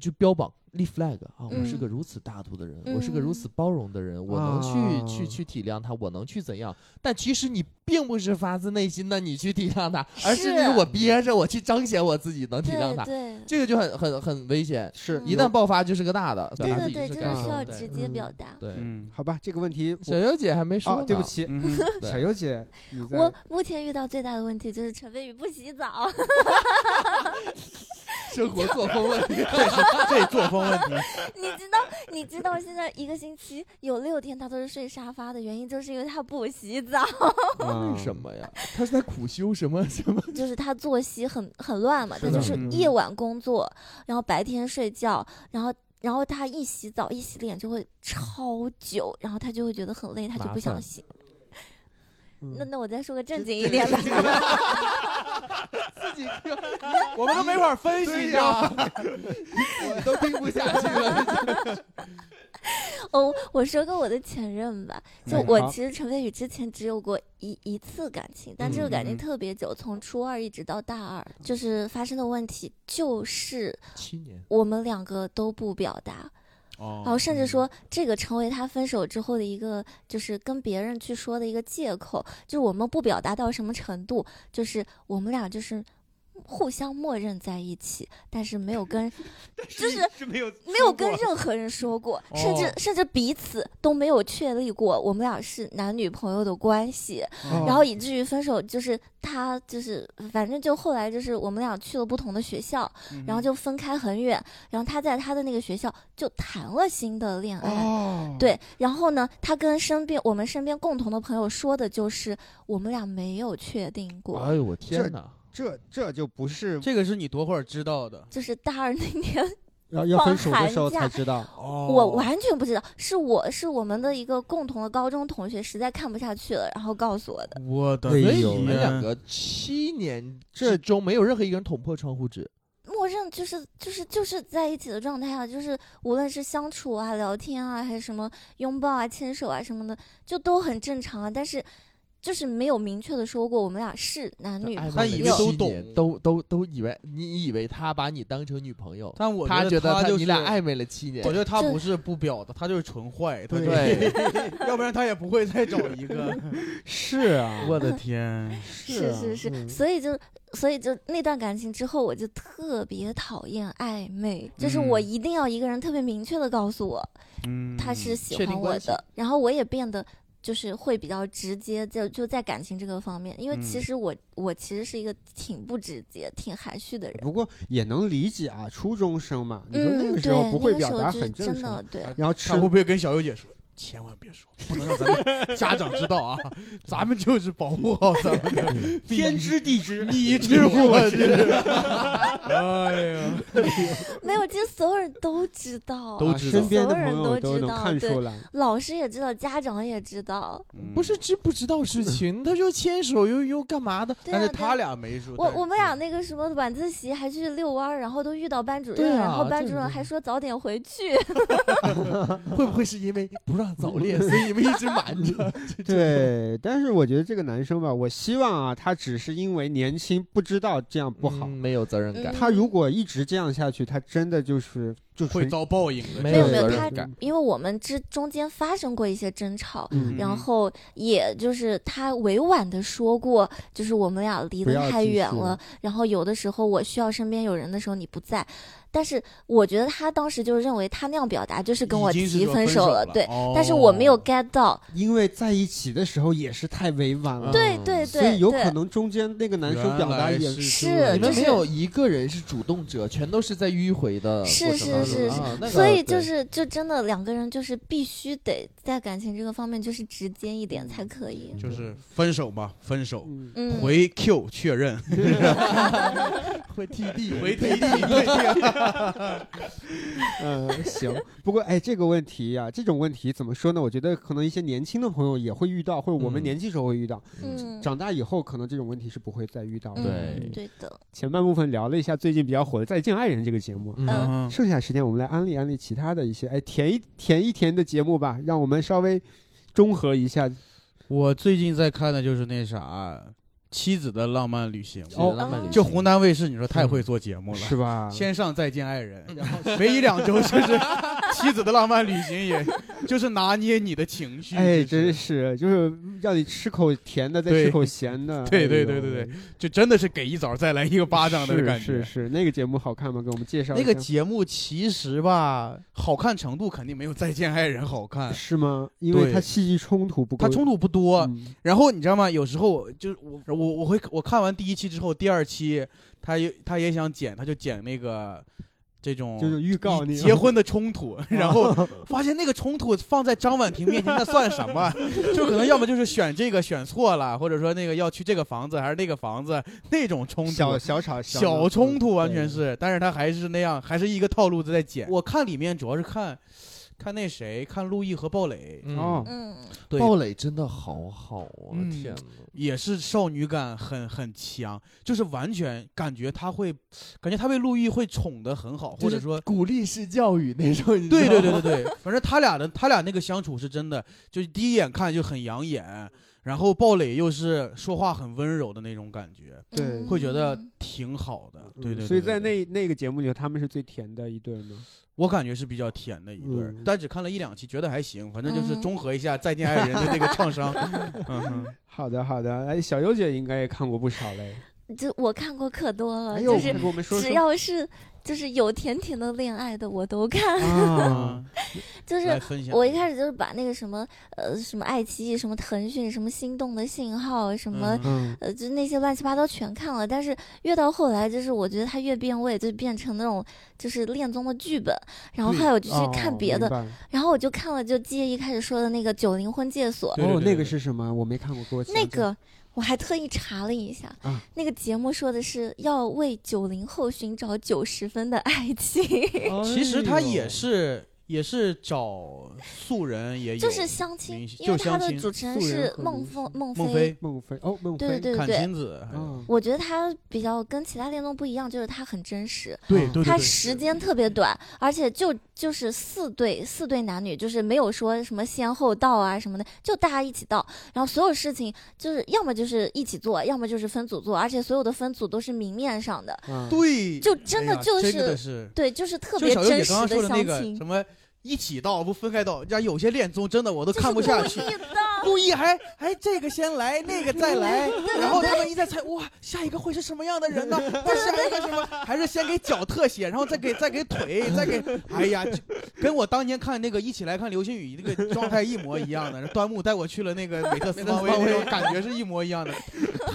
[SPEAKER 4] 就标榜立 flag 啊，我是
[SPEAKER 5] 嗯
[SPEAKER 4] 个如此大度的人，我是个如此包容的人，我能
[SPEAKER 3] 啊
[SPEAKER 4] 去去去体谅他，我能去怎样？但其实你并不是发自内心的你去体谅他，而是
[SPEAKER 5] 是
[SPEAKER 4] 你是我憋着我去彰显我自己能体谅
[SPEAKER 5] 对
[SPEAKER 4] 他，
[SPEAKER 5] 对。
[SPEAKER 4] 这个就很很很危险。
[SPEAKER 3] 是
[SPEAKER 5] 嗯
[SPEAKER 4] 一旦爆发就是个大的，
[SPEAKER 5] 对
[SPEAKER 4] 表达
[SPEAKER 5] 对
[SPEAKER 4] 自己
[SPEAKER 5] 对，
[SPEAKER 4] 就是
[SPEAKER 5] 真的
[SPEAKER 4] 感
[SPEAKER 5] 需
[SPEAKER 4] 受
[SPEAKER 5] 要
[SPEAKER 4] 对
[SPEAKER 5] 直接表达。
[SPEAKER 4] 对。
[SPEAKER 2] 嗯
[SPEAKER 3] 好吧，这个问题
[SPEAKER 4] 小优姐还没说
[SPEAKER 3] 啊，
[SPEAKER 4] 呢，
[SPEAKER 3] 对
[SPEAKER 4] *laughs*
[SPEAKER 3] 不起，
[SPEAKER 2] 嗯哼
[SPEAKER 4] 对
[SPEAKER 3] 小优姐，你在
[SPEAKER 5] 我目前遇到最大的问题就是陈飞宇不洗澡，
[SPEAKER 4] 生活作风问 *laughs* 题。
[SPEAKER 2] 啊这作风问题，
[SPEAKER 5] 你知道，你知道现在一个星期有六天他都是睡沙发的原因，就是因为他不洗澡，
[SPEAKER 3] 嗯
[SPEAKER 4] 为什？么呀？他是在苦修什么什么？
[SPEAKER 5] 就是他作息很很乱嘛，
[SPEAKER 3] 是
[SPEAKER 5] 他
[SPEAKER 3] 的
[SPEAKER 5] 就是
[SPEAKER 2] 嗯
[SPEAKER 5] 夜晚工作，然后白天睡觉，然后然后他一洗澡一洗脸就会超久，然后他就会觉得很累，他就
[SPEAKER 4] 麻
[SPEAKER 5] 不想
[SPEAKER 4] 烦
[SPEAKER 5] 洗。
[SPEAKER 3] 嗯
[SPEAKER 5] 那那我再说个正经一点的，
[SPEAKER 4] 自己
[SPEAKER 2] 我们都没法分析，
[SPEAKER 4] 对
[SPEAKER 2] 你知道吗
[SPEAKER 4] 呀，我都听不下去了。
[SPEAKER 5] 哦，我说个我的前任吧，就
[SPEAKER 3] 嗯
[SPEAKER 5] 我
[SPEAKER 3] 好
[SPEAKER 5] 其实陈飞宇之前只有过一一次感情，但这个感
[SPEAKER 2] 嗯嗯
[SPEAKER 5] 情
[SPEAKER 2] 嗯
[SPEAKER 5] 特别久，从初二一直到大二，就是发生的问题就是
[SPEAKER 4] 七年，
[SPEAKER 5] 我们两个都不表达，然后
[SPEAKER 2] 哦，
[SPEAKER 5] 甚至说这个成为他分手之后的一个就是跟别人去说的一个借口，就是我们不表达到什么程度，就是我们俩就是。互相默认在一起，但是没有跟，就是
[SPEAKER 6] 是没有
[SPEAKER 5] 没有跟任何人说过，甚至
[SPEAKER 4] 哦
[SPEAKER 5] 甚至彼此都没有确立过我们俩是男女朋友的关系，
[SPEAKER 3] 哦
[SPEAKER 5] 然后以至于分手，就是他就是反正就后来就是我们俩去了不同的学校，然后就分开很远，然后他在他的那个学校就谈了新的恋爱。
[SPEAKER 3] 哦，
[SPEAKER 5] 对，然后呢，他跟身边我们身边共同的朋友说的就是我们俩没有确定过，
[SPEAKER 4] 哎呦我天哪！
[SPEAKER 3] 这这就不是
[SPEAKER 2] 这个是你多会儿知道的，
[SPEAKER 5] 就是大二那年
[SPEAKER 3] 要要分手
[SPEAKER 5] 放
[SPEAKER 3] 的
[SPEAKER 5] 寒
[SPEAKER 3] 时候
[SPEAKER 5] 假
[SPEAKER 3] 才知道。
[SPEAKER 2] 哦
[SPEAKER 5] 我完全不知道，是我是我们的一个共同的高中同学，实在看不下去了，然后告诉我的。
[SPEAKER 2] 我的啊
[SPEAKER 3] 哎
[SPEAKER 4] 所
[SPEAKER 3] 呦
[SPEAKER 4] 以
[SPEAKER 2] 天，
[SPEAKER 4] 你们两个七年之中没有任何一个人捅破窗户纸，
[SPEAKER 5] 默认就是就是就是在一起的状态啊，就是无论是相处啊、聊天啊，还是什么拥抱啊、牵手啊什么的，就都很正常啊。但是就是没有明确的说过我们俩是男女
[SPEAKER 4] 爱慕
[SPEAKER 2] 他
[SPEAKER 5] 朋
[SPEAKER 4] 了
[SPEAKER 2] 以为
[SPEAKER 5] 友。
[SPEAKER 2] 都
[SPEAKER 4] 七
[SPEAKER 2] 懂
[SPEAKER 4] 年都都都以为你以为他把你当成女朋友，
[SPEAKER 2] 但我
[SPEAKER 4] 他觉得
[SPEAKER 2] 他
[SPEAKER 4] 他
[SPEAKER 2] 就是
[SPEAKER 4] 你俩暧昧了七年
[SPEAKER 2] 我觉。得他
[SPEAKER 5] 这
[SPEAKER 2] 不是不表达，他就是纯坏，他
[SPEAKER 4] 对，
[SPEAKER 2] 要不然他也不会再找一个。
[SPEAKER 3] 是啊，
[SPEAKER 2] 我的天，
[SPEAKER 5] 是
[SPEAKER 3] 啊
[SPEAKER 5] 是是，
[SPEAKER 3] 嗯
[SPEAKER 5] 所以就所以就那段感情之后，我就特别讨厌暧昧，就是我
[SPEAKER 2] 嗯
[SPEAKER 5] 一定要一个人特别明确的告诉我，
[SPEAKER 2] 嗯，
[SPEAKER 5] 他是喜
[SPEAKER 4] 确定
[SPEAKER 5] 欢我
[SPEAKER 4] 关系
[SPEAKER 5] 的，然后我也变得就是会比较直接，就就在感情这个方面，因为其
[SPEAKER 2] 嗯
[SPEAKER 5] 实我、我其实是一个挺不直接、挺含蓄的人。
[SPEAKER 3] 不过也能理解啊，初中生嘛，你说
[SPEAKER 5] 嗯，
[SPEAKER 3] 那
[SPEAKER 5] 对，
[SPEAKER 3] 个时候不会
[SPEAKER 5] 那个
[SPEAKER 3] 表
[SPEAKER 5] 时候
[SPEAKER 3] 达
[SPEAKER 5] 就
[SPEAKER 3] 很
[SPEAKER 5] 是
[SPEAKER 3] 正
[SPEAKER 5] 真的
[SPEAKER 3] 常。啊
[SPEAKER 5] 对。
[SPEAKER 3] 然后吃
[SPEAKER 2] 他会不会跟小优姐说？千万别说，不能让咱们家长知道啊！咱们就是保护好咱们的，天知地知，你知我知。哎呀，
[SPEAKER 5] 没有，其实所有人都知道，
[SPEAKER 2] 都
[SPEAKER 3] 啊
[SPEAKER 2] 知道
[SPEAKER 3] 身边的
[SPEAKER 5] 所有
[SPEAKER 3] 朋
[SPEAKER 5] 人
[SPEAKER 3] 友
[SPEAKER 5] 都知
[SPEAKER 3] 能
[SPEAKER 5] 道
[SPEAKER 3] 看
[SPEAKER 5] 对
[SPEAKER 3] 出来，
[SPEAKER 5] 老师也知道，家长也知道。
[SPEAKER 2] 嗯
[SPEAKER 4] 不是知不知道事 *laughs* 情，他就牵手又又干嘛的？
[SPEAKER 5] 对
[SPEAKER 2] 但
[SPEAKER 5] 啊，
[SPEAKER 2] 是
[SPEAKER 5] 对
[SPEAKER 2] 他俩没说。
[SPEAKER 5] 我我们
[SPEAKER 3] 嗯
[SPEAKER 5] 俩那个什么晚自习还去遛弯儿，然后都遇到班主任，
[SPEAKER 4] 对啊
[SPEAKER 5] 然后班
[SPEAKER 4] 这
[SPEAKER 5] 主
[SPEAKER 4] 个
[SPEAKER 5] 任还说早点回去。 *laughs*
[SPEAKER 4] 会不会是因为不让早
[SPEAKER 5] *laughs*
[SPEAKER 4] 恋，所以你们一直瞒着？
[SPEAKER 3] 对。但是我觉得这个男生吧，我希望啊，他只是因为年轻不知道这样不好
[SPEAKER 4] 嗯嗯。没有责任感。
[SPEAKER 5] 嗯
[SPEAKER 3] 他如果一直这样下去，他真的就是就
[SPEAKER 2] 会
[SPEAKER 3] 纯
[SPEAKER 2] 遭报应的。
[SPEAKER 4] 没
[SPEAKER 5] 没有
[SPEAKER 4] 有
[SPEAKER 5] 嗯没有，
[SPEAKER 4] 责任
[SPEAKER 5] 他
[SPEAKER 4] 感
[SPEAKER 5] 因为我们之中间发生过一些争吵，
[SPEAKER 3] 嗯
[SPEAKER 5] 然
[SPEAKER 2] 嗯
[SPEAKER 5] 后也就是他委婉的说过，就是我们俩离
[SPEAKER 3] 不要
[SPEAKER 5] 得太
[SPEAKER 3] 继
[SPEAKER 5] 远
[SPEAKER 3] 续
[SPEAKER 5] 了，然后有的时候我需要身边有人的时候你不在，但是我觉得他当时就认为他那样表达就是跟我
[SPEAKER 2] 已经是
[SPEAKER 5] 提
[SPEAKER 2] 说
[SPEAKER 5] 分
[SPEAKER 2] 分
[SPEAKER 5] 手
[SPEAKER 2] 了，
[SPEAKER 5] 对，但是我没有
[SPEAKER 2] 哦
[SPEAKER 5] get 到，
[SPEAKER 3] 因为在一起的时候也是太委婉了，
[SPEAKER 5] 对
[SPEAKER 4] 嗯
[SPEAKER 5] 对对，
[SPEAKER 3] 所以有
[SPEAKER 5] 对
[SPEAKER 3] 可能中间那个男生表达
[SPEAKER 2] 原
[SPEAKER 3] 也
[SPEAKER 2] 来
[SPEAKER 5] 是
[SPEAKER 2] 这样
[SPEAKER 4] 你们
[SPEAKER 5] 呃就是
[SPEAKER 4] 没有一个人是主动者，全都是在迂回的过
[SPEAKER 5] 是
[SPEAKER 4] 程当
[SPEAKER 5] 是是
[SPEAKER 4] 中
[SPEAKER 5] 是
[SPEAKER 4] 啊那个
[SPEAKER 5] 所以就
[SPEAKER 4] 对
[SPEAKER 5] 是，就真的两个人就是必须得在感情这个方面就是直接一点才可以。
[SPEAKER 2] 就是分手吧，分手。
[SPEAKER 3] 嗯
[SPEAKER 5] 嗯，
[SPEAKER 2] 回 Q 确认，
[SPEAKER 4] 会 TD
[SPEAKER 2] 回 T D，
[SPEAKER 3] *laughs* 嗯，行。不过，哎，这个问题呀、这种问题怎么说呢？我觉得可能一些年轻的朋友也会遇到，或者我们
[SPEAKER 4] 嗯
[SPEAKER 3] 年轻时候会遇到。
[SPEAKER 5] 嗯，
[SPEAKER 3] 长大以后，可能这种问题是不会再遇到的。
[SPEAKER 5] 嗯
[SPEAKER 4] 对
[SPEAKER 5] 对的，
[SPEAKER 3] 前半部分聊了一下最近比较火的《再见爱人》这个节目，
[SPEAKER 5] 嗯
[SPEAKER 2] 嗯
[SPEAKER 3] 剩下时间我们来安利安利其他的一些，哎，填一填一填的节目吧，让我们稍微中和一下。
[SPEAKER 2] 我最近在看的就是那啥《妻子的浪漫旅行》，
[SPEAKER 4] 哦，浪漫旅行
[SPEAKER 2] 这湖南卫视，你说太会做节目了，
[SPEAKER 3] 是吧？
[SPEAKER 2] 先上《再见爱人》，
[SPEAKER 4] 嗯
[SPEAKER 2] 没一两周就是妻子的浪漫旅行，也就是拿捏你的情绪，
[SPEAKER 3] 哎，
[SPEAKER 2] 就
[SPEAKER 3] 真是，就是让你吃口甜的，再吃
[SPEAKER 2] 对
[SPEAKER 3] 口咸
[SPEAKER 2] *laughs*
[SPEAKER 3] 的。
[SPEAKER 2] 对
[SPEAKER 3] 哎
[SPEAKER 2] 对
[SPEAKER 3] 呦
[SPEAKER 2] 对对对，就真的是给一枣再来一个巴掌的
[SPEAKER 3] 是
[SPEAKER 2] 感
[SPEAKER 3] 是
[SPEAKER 2] 觉。
[SPEAKER 3] 是，那个节目好看吗？给我们介绍一
[SPEAKER 2] 那个
[SPEAKER 3] 下
[SPEAKER 2] 节目其实吧，好看程度肯定没有《再见爱人》好看，
[SPEAKER 3] *laughs* 是吗？因为
[SPEAKER 2] 对
[SPEAKER 3] 它戏剧冲突不够，
[SPEAKER 2] 它冲
[SPEAKER 3] 突
[SPEAKER 2] 突不多，
[SPEAKER 3] 嗯
[SPEAKER 2] 然后你知道吗？有时候我就是我我我会我看完第一期之后，第二期他也他也想剪，他就剪那个这种
[SPEAKER 3] 就是预告
[SPEAKER 2] 以
[SPEAKER 3] 那
[SPEAKER 2] 嗯结婚的冲
[SPEAKER 3] *laughs*
[SPEAKER 2] 突，然后发现那个冲突放在张婉婷面前那算什么？ *laughs* 就可能要么就是选这个选错了，或者说那个要去这个房子还是那个房子那种冲突
[SPEAKER 3] 小。小吵
[SPEAKER 2] 小冲突完全。
[SPEAKER 3] 闹
[SPEAKER 2] 是，但是他还是那样，还是一个套路在剪。我看里面主要是看，看那谁，看陆毅和鲍蕾，
[SPEAKER 3] 对
[SPEAKER 4] 嗯
[SPEAKER 3] 哦，
[SPEAKER 5] 嗯
[SPEAKER 2] 对
[SPEAKER 4] 鲍蕾真的好好啊！
[SPEAKER 2] 嗯
[SPEAKER 4] 天呐，
[SPEAKER 2] 也是少女感很很强，就是完全感觉她会，感觉她被陆毅会宠得很好，或者说，
[SPEAKER 4] 鼓励式教育那种，你知
[SPEAKER 2] *laughs* 对
[SPEAKER 4] 道
[SPEAKER 2] 对对
[SPEAKER 4] 吗哦
[SPEAKER 2] 对对， *laughs* 反正他俩的他俩那个相处是真的，就是第一眼看就很养眼，然后鲍蕾又是说话很温柔的那种感觉，
[SPEAKER 3] 对
[SPEAKER 2] 会觉得
[SPEAKER 5] 嗯
[SPEAKER 2] 挺好的，
[SPEAKER 3] 嗯
[SPEAKER 2] 对对对
[SPEAKER 3] 所以在
[SPEAKER 2] 对对
[SPEAKER 3] 那那个节目里，他们是最甜的一对吗？
[SPEAKER 2] 我感觉是比较甜的一对儿
[SPEAKER 3] 嗯，
[SPEAKER 2] 但只看了一两期，觉得还行，反正就是
[SPEAKER 5] 嗯
[SPEAKER 2] 中和一下《再见爱人》的那个创伤，
[SPEAKER 5] *laughs*
[SPEAKER 2] 嗯哼。
[SPEAKER 3] 好的好的，哎，小优姐应该也看过不少嘞。
[SPEAKER 5] 这我看过可多了，
[SPEAKER 3] 哎呦，
[SPEAKER 5] 呃就是
[SPEAKER 3] 快给我们说
[SPEAKER 5] 只
[SPEAKER 3] 说
[SPEAKER 5] 要是就是有甜甜的恋爱的我都看， *laughs*
[SPEAKER 3] 啊，
[SPEAKER 2] 嗯
[SPEAKER 5] 就是
[SPEAKER 2] 来分享
[SPEAKER 5] 我一开始就是把那个什么呃什么爱奇艺、什么腾讯、什么心动的信号、什么
[SPEAKER 2] 嗯
[SPEAKER 3] 嗯，
[SPEAKER 5] 呃，就那些乱七八糟全看了，但是越到后来，就是我觉得它越变味，就变成那种就是恋综的剧本。然后
[SPEAKER 2] 对
[SPEAKER 5] 后来我就去看
[SPEAKER 3] 哦
[SPEAKER 5] 别
[SPEAKER 3] 明
[SPEAKER 5] 的，
[SPEAKER 3] 白了
[SPEAKER 5] 然后我就看了就季一开始说的那个《九零婚介所
[SPEAKER 2] 对对
[SPEAKER 3] 哦，
[SPEAKER 2] 对
[SPEAKER 3] 那
[SPEAKER 2] 对
[SPEAKER 3] 个是什么？我没看过，给我》，
[SPEAKER 5] 那
[SPEAKER 3] 讲讲
[SPEAKER 5] 个我还特意查了一下，
[SPEAKER 3] 啊
[SPEAKER 5] 那个节目说的是要为九零后寻找九十分的爱情，
[SPEAKER 2] 其实他也。
[SPEAKER 3] 哎呦
[SPEAKER 2] 是也是找素人，也有
[SPEAKER 5] 就是相亲
[SPEAKER 2] 明，星
[SPEAKER 5] 因为
[SPEAKER 2] 就
[SPEAKER 5] 他
[SPEAKER 2] 相
[SPEAKER 5] 的
[SPEAKER 2] 亲
[SPEAKER 5] 主持人
[SPEAKER 3] 素人
[SPEAKER 5] 是
[SPEAKER 3] 和
[SPEAKER 5] 孟
[SPEAKER 3] 明
[SPEAKER 5] 凤
[SPEAKER 3] 星
[SPEAKER 5] 孟
[SPEAKER 2] 孟
[SPEAKER 5] 非
[SPEAKER 2] 非、
[SPEAKER 3] 孟非哦，孟非
[SPEAKER 5] 对对对
[SPEAKER 2] 阚
[SPEAKER 5] 对。
[SPEAKER 2] 清子，还有
[SPEAKER 3] 啊，
[SPEAKER 5] 我觉得他比较跟其他恋综不一样，就是他很真实，
[SPEAKER 2] 对对
[SPEAKER 5] 它
[SPEAKER 2] 对，
[SPEAKER 5] 时间特别短，而且就就是四对四对男女，就是没有说什么先后到啊什么的，就大家一起到，然后所有事情就是要么就是一起做，要么就是分组做，而且所有的分组都是明面上
[SPEAKER 2] 哎
[SPEAKER 5] 的，
[SPEAKER 3] 啊
[SPEAKER 2] 对，
[SPEAKER 5] 就真的
[SPEAKER 2] 哎呀
[SPEAKER 5] 就是,、
[SPEAKER 2] 真的是，
[SPEAKER 5] 对，就是特
[SPEAKER 2] 就
[SPEAKER 5] 别
[SPEAKER 2] 小优
[SPEAKER 5] 真
[SPEAKER 2] 姐
[SPEAKER 5] 实
[SPEAKER 2] 刚刚说
[SPEAKER 5] 相
[SPEAKER 2] 那个
[SPEAKER 5] 亲，
[SPEAKER 2] 什么。一起到不分开到，人家有些恋综真的我都
[SPEAKER 5] 就是
[SPEAKER 2] 看不下去
[SPEAKER 5] 故，意的。
[SPEAKER 2] 故意还还这个先来，那个再来，然后他们一再猜，哇，下一个会是什么样的人呢？再下一个什么？还是先给脚特写，然后再给再给腿，再给，哎呀，就跟我当年看那个《一起来看流星雨》那个状态一模一样的。端木带我去了那个 *laughs* 美特斯邦威，那种感觉是一模一样的，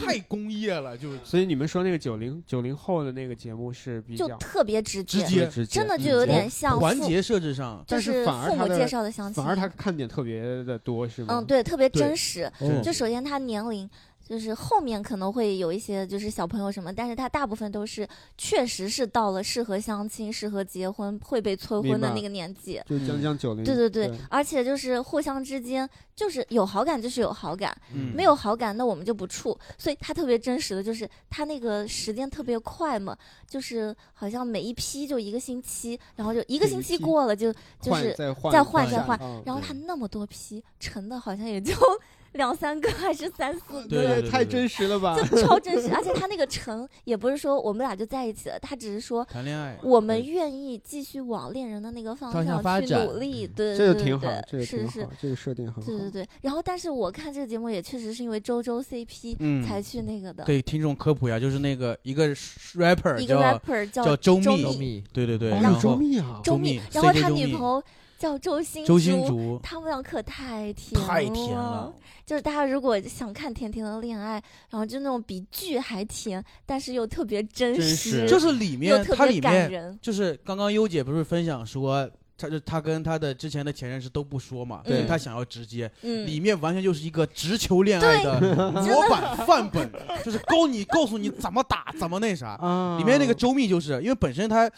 [SPEAKER 2] 太工业了，就是
[SPEAKER 3] 所以你们说那个九零九零后的那个节目是比
[SPEAKER 5] 就
[SPEAKER 3] 较
[SPEAKER 5] 特别直接，
[SPEAKER 2] 直接
[SPEAKER 3] 直接嗯
[SPEAKER 5] 真的就有点像父
[SPEAKER 2] 环节设置上，
[SPEAKER 5] 就
[SPEAKER 3] 但是反而
[SPEAKER 5] 父母
[SPEAKER 3] 他的
[SPEAKER 5] 介绍的相亲
[SPEAKER 3] 反，而他看点特别的多，是吗？
[SPEAKER 5] 嗯，对，特别
[SPEAKER 2] 对
[SPEAKER 5] 真实。
[SPEAKER 4] 嗯
[SPEAKER 3] 哦，
[SPEAKER 5] 就首先他年龄，就是后面可能会有一些就是小朋友什么，但是他大部分都是确实是到了适合相亲、适合结婚、会被催
[SPEAKER 3] 明
[SPEAKER 5] 婚的
[SPEAKER 3] 白嗯
[SPEAKER 5] 那个年纪。
[SPEAKER 3] 就
[SPEAKER 2] 嗯
[SPEAKER 3] 将将九零，
[SPEAKER 5] 对对对，而且就是互相之间就是有好感就是有好感，
[SPEAKER 2] 嗯
[SPEAKER 5] 没有好感那我们就不处。所以他特别真实的就是他那个时间特别快嘛，就是好像每一批就一个星期，然后就一个
[SPEAKER 3] 每
[SPEAKER 5] 星
[SPEAKER 3] 一
[SPEAKER 5] 期
[SPEAKER 3] 批
[SPEAKER 5] 过了就就
[SPEAKER 3] 换
[SPEAKER 5] 是
[SPEAKER 3] 再换
[SPEAKER 5] 再换
[SPEAKER 2] 再
[SPEAKER 5] 换，
[SPEAKER 3] 啊
[SPEAKER 5] 然后
[SPEAKER 2] 对
[SPEAKER 5] 他那么多批沉的好像也就 *laughs* 两三个还是三四
[SPEAKER 2] 对对
[SPEAKER 5] 个，
[SPEAKER 2] 对
[SPEAKER 3] 太
[SPEAKER 2] 对
[SPEAKER 3] 真实了吧？
[SPEAKER 5] 就超真实。而且他那个成也不是说我们俩就在一起了，他只是说
[SPEAKER 2] 谈恋爱，
[SPEAKER 5] 我们愿意继续往恋人的那个方
[SPEAKER 4] 方向发
[SPEAKER 5] 去
[SPEAKER 4] 展
[SPEAKER 5] 努力，对
[SPEAKER 3] 这
[SPEAKER 5] 对
[SPEAKER 3] 就
[SPEAKER 5] 对，
[SPEAKER 3] 挺好，这
[SPEAKER 5] 对
[SPEAKER 3] 就是挺
[SPEAKER 5] 是
[SPEAKER 3] 好，，这个设定很好。
[SPEAKER 5] 对对对。然后，但是我看这个节目也确实是因为周周 CP
[SPEAKER 2] 嗯，
[SPEAKER 5] 才去那个的，
[SPEAKER 2] 给听众科普一下，就是那个一个 rapper
[SPEAKER 5] 一个
[SPEAKER 2] 叫
[SPEAKER 5] rapper 叫
[SPEAKER 2] 叫周
[SPEAKER 5] 周
[SPEAKER 2] 密
[SPEAKER 4] 周
[SPEAKER 5] 密，
[SPEAKER 4] 密，
[SPEAKER 2] 对对对，
[SPEAKER 3] 哦，
[SPEAKER 2] 然
[SPEAKER 3] 有周
[SPEAKER 2] 后
[SPEAKER 3] 密啊，
[SPEAKER 5] 周
[SPEAKER 2] 密
[SPEAKER 5] 密，然后
[SPEAKER 2] CJ
[SPEAKER 5] 他
[SPEAKER 2] 周密
[SPEAKER 5] 女朋友叫周星
[SPEAKER 2] 周星
[SPEAKER 5] 竹。
[SPEAKER 2] 竹
[SPEAKER 5] 他们俩可太甜
[SPEAKER 2] 太甜
[SPEAKER 5] 哦
[SPEAKER 2] 了，
[SPEAKER 5] 就是大家如果想看甜甜的恋爱，然后就那种比剧还甜，但是又特别真
[SPEAKER 3] 真
[SPEAKER 5] 实，
[SPEAKER 3] 实
[SPEAKER 2] 就
[SPEAKER 5] 又
[SPEAKER 2] 是里面
[SPEAKER 5] 特
[SPEAKER 2] 它
[SPEAKER 5] 别
[SPEAKER 2] 里
[SPEAKER 5] 感
[SPEAKER 2] 面
[SPEAKER 5] 人。
[SPEAKER 2] 就是刚刚优姐不是分享说，她就她跟她的之前的前任是都不说嘛，
[SPEAKER 5] 对
[SPEAKER 2] 因为她想要直接，
[SPEAKER 5] 嗯，
[SPEAKER 2] 里面完全就是一个直球恋爱的
[SPEAKER 5] *laughs*
[SPEAKER 2] 模版范本，就是告你告诉你怎么打怎么那啥。
[SPEAKER 3] 啊，
[SPEAKER 2] 里面那个周密就是因为本身他，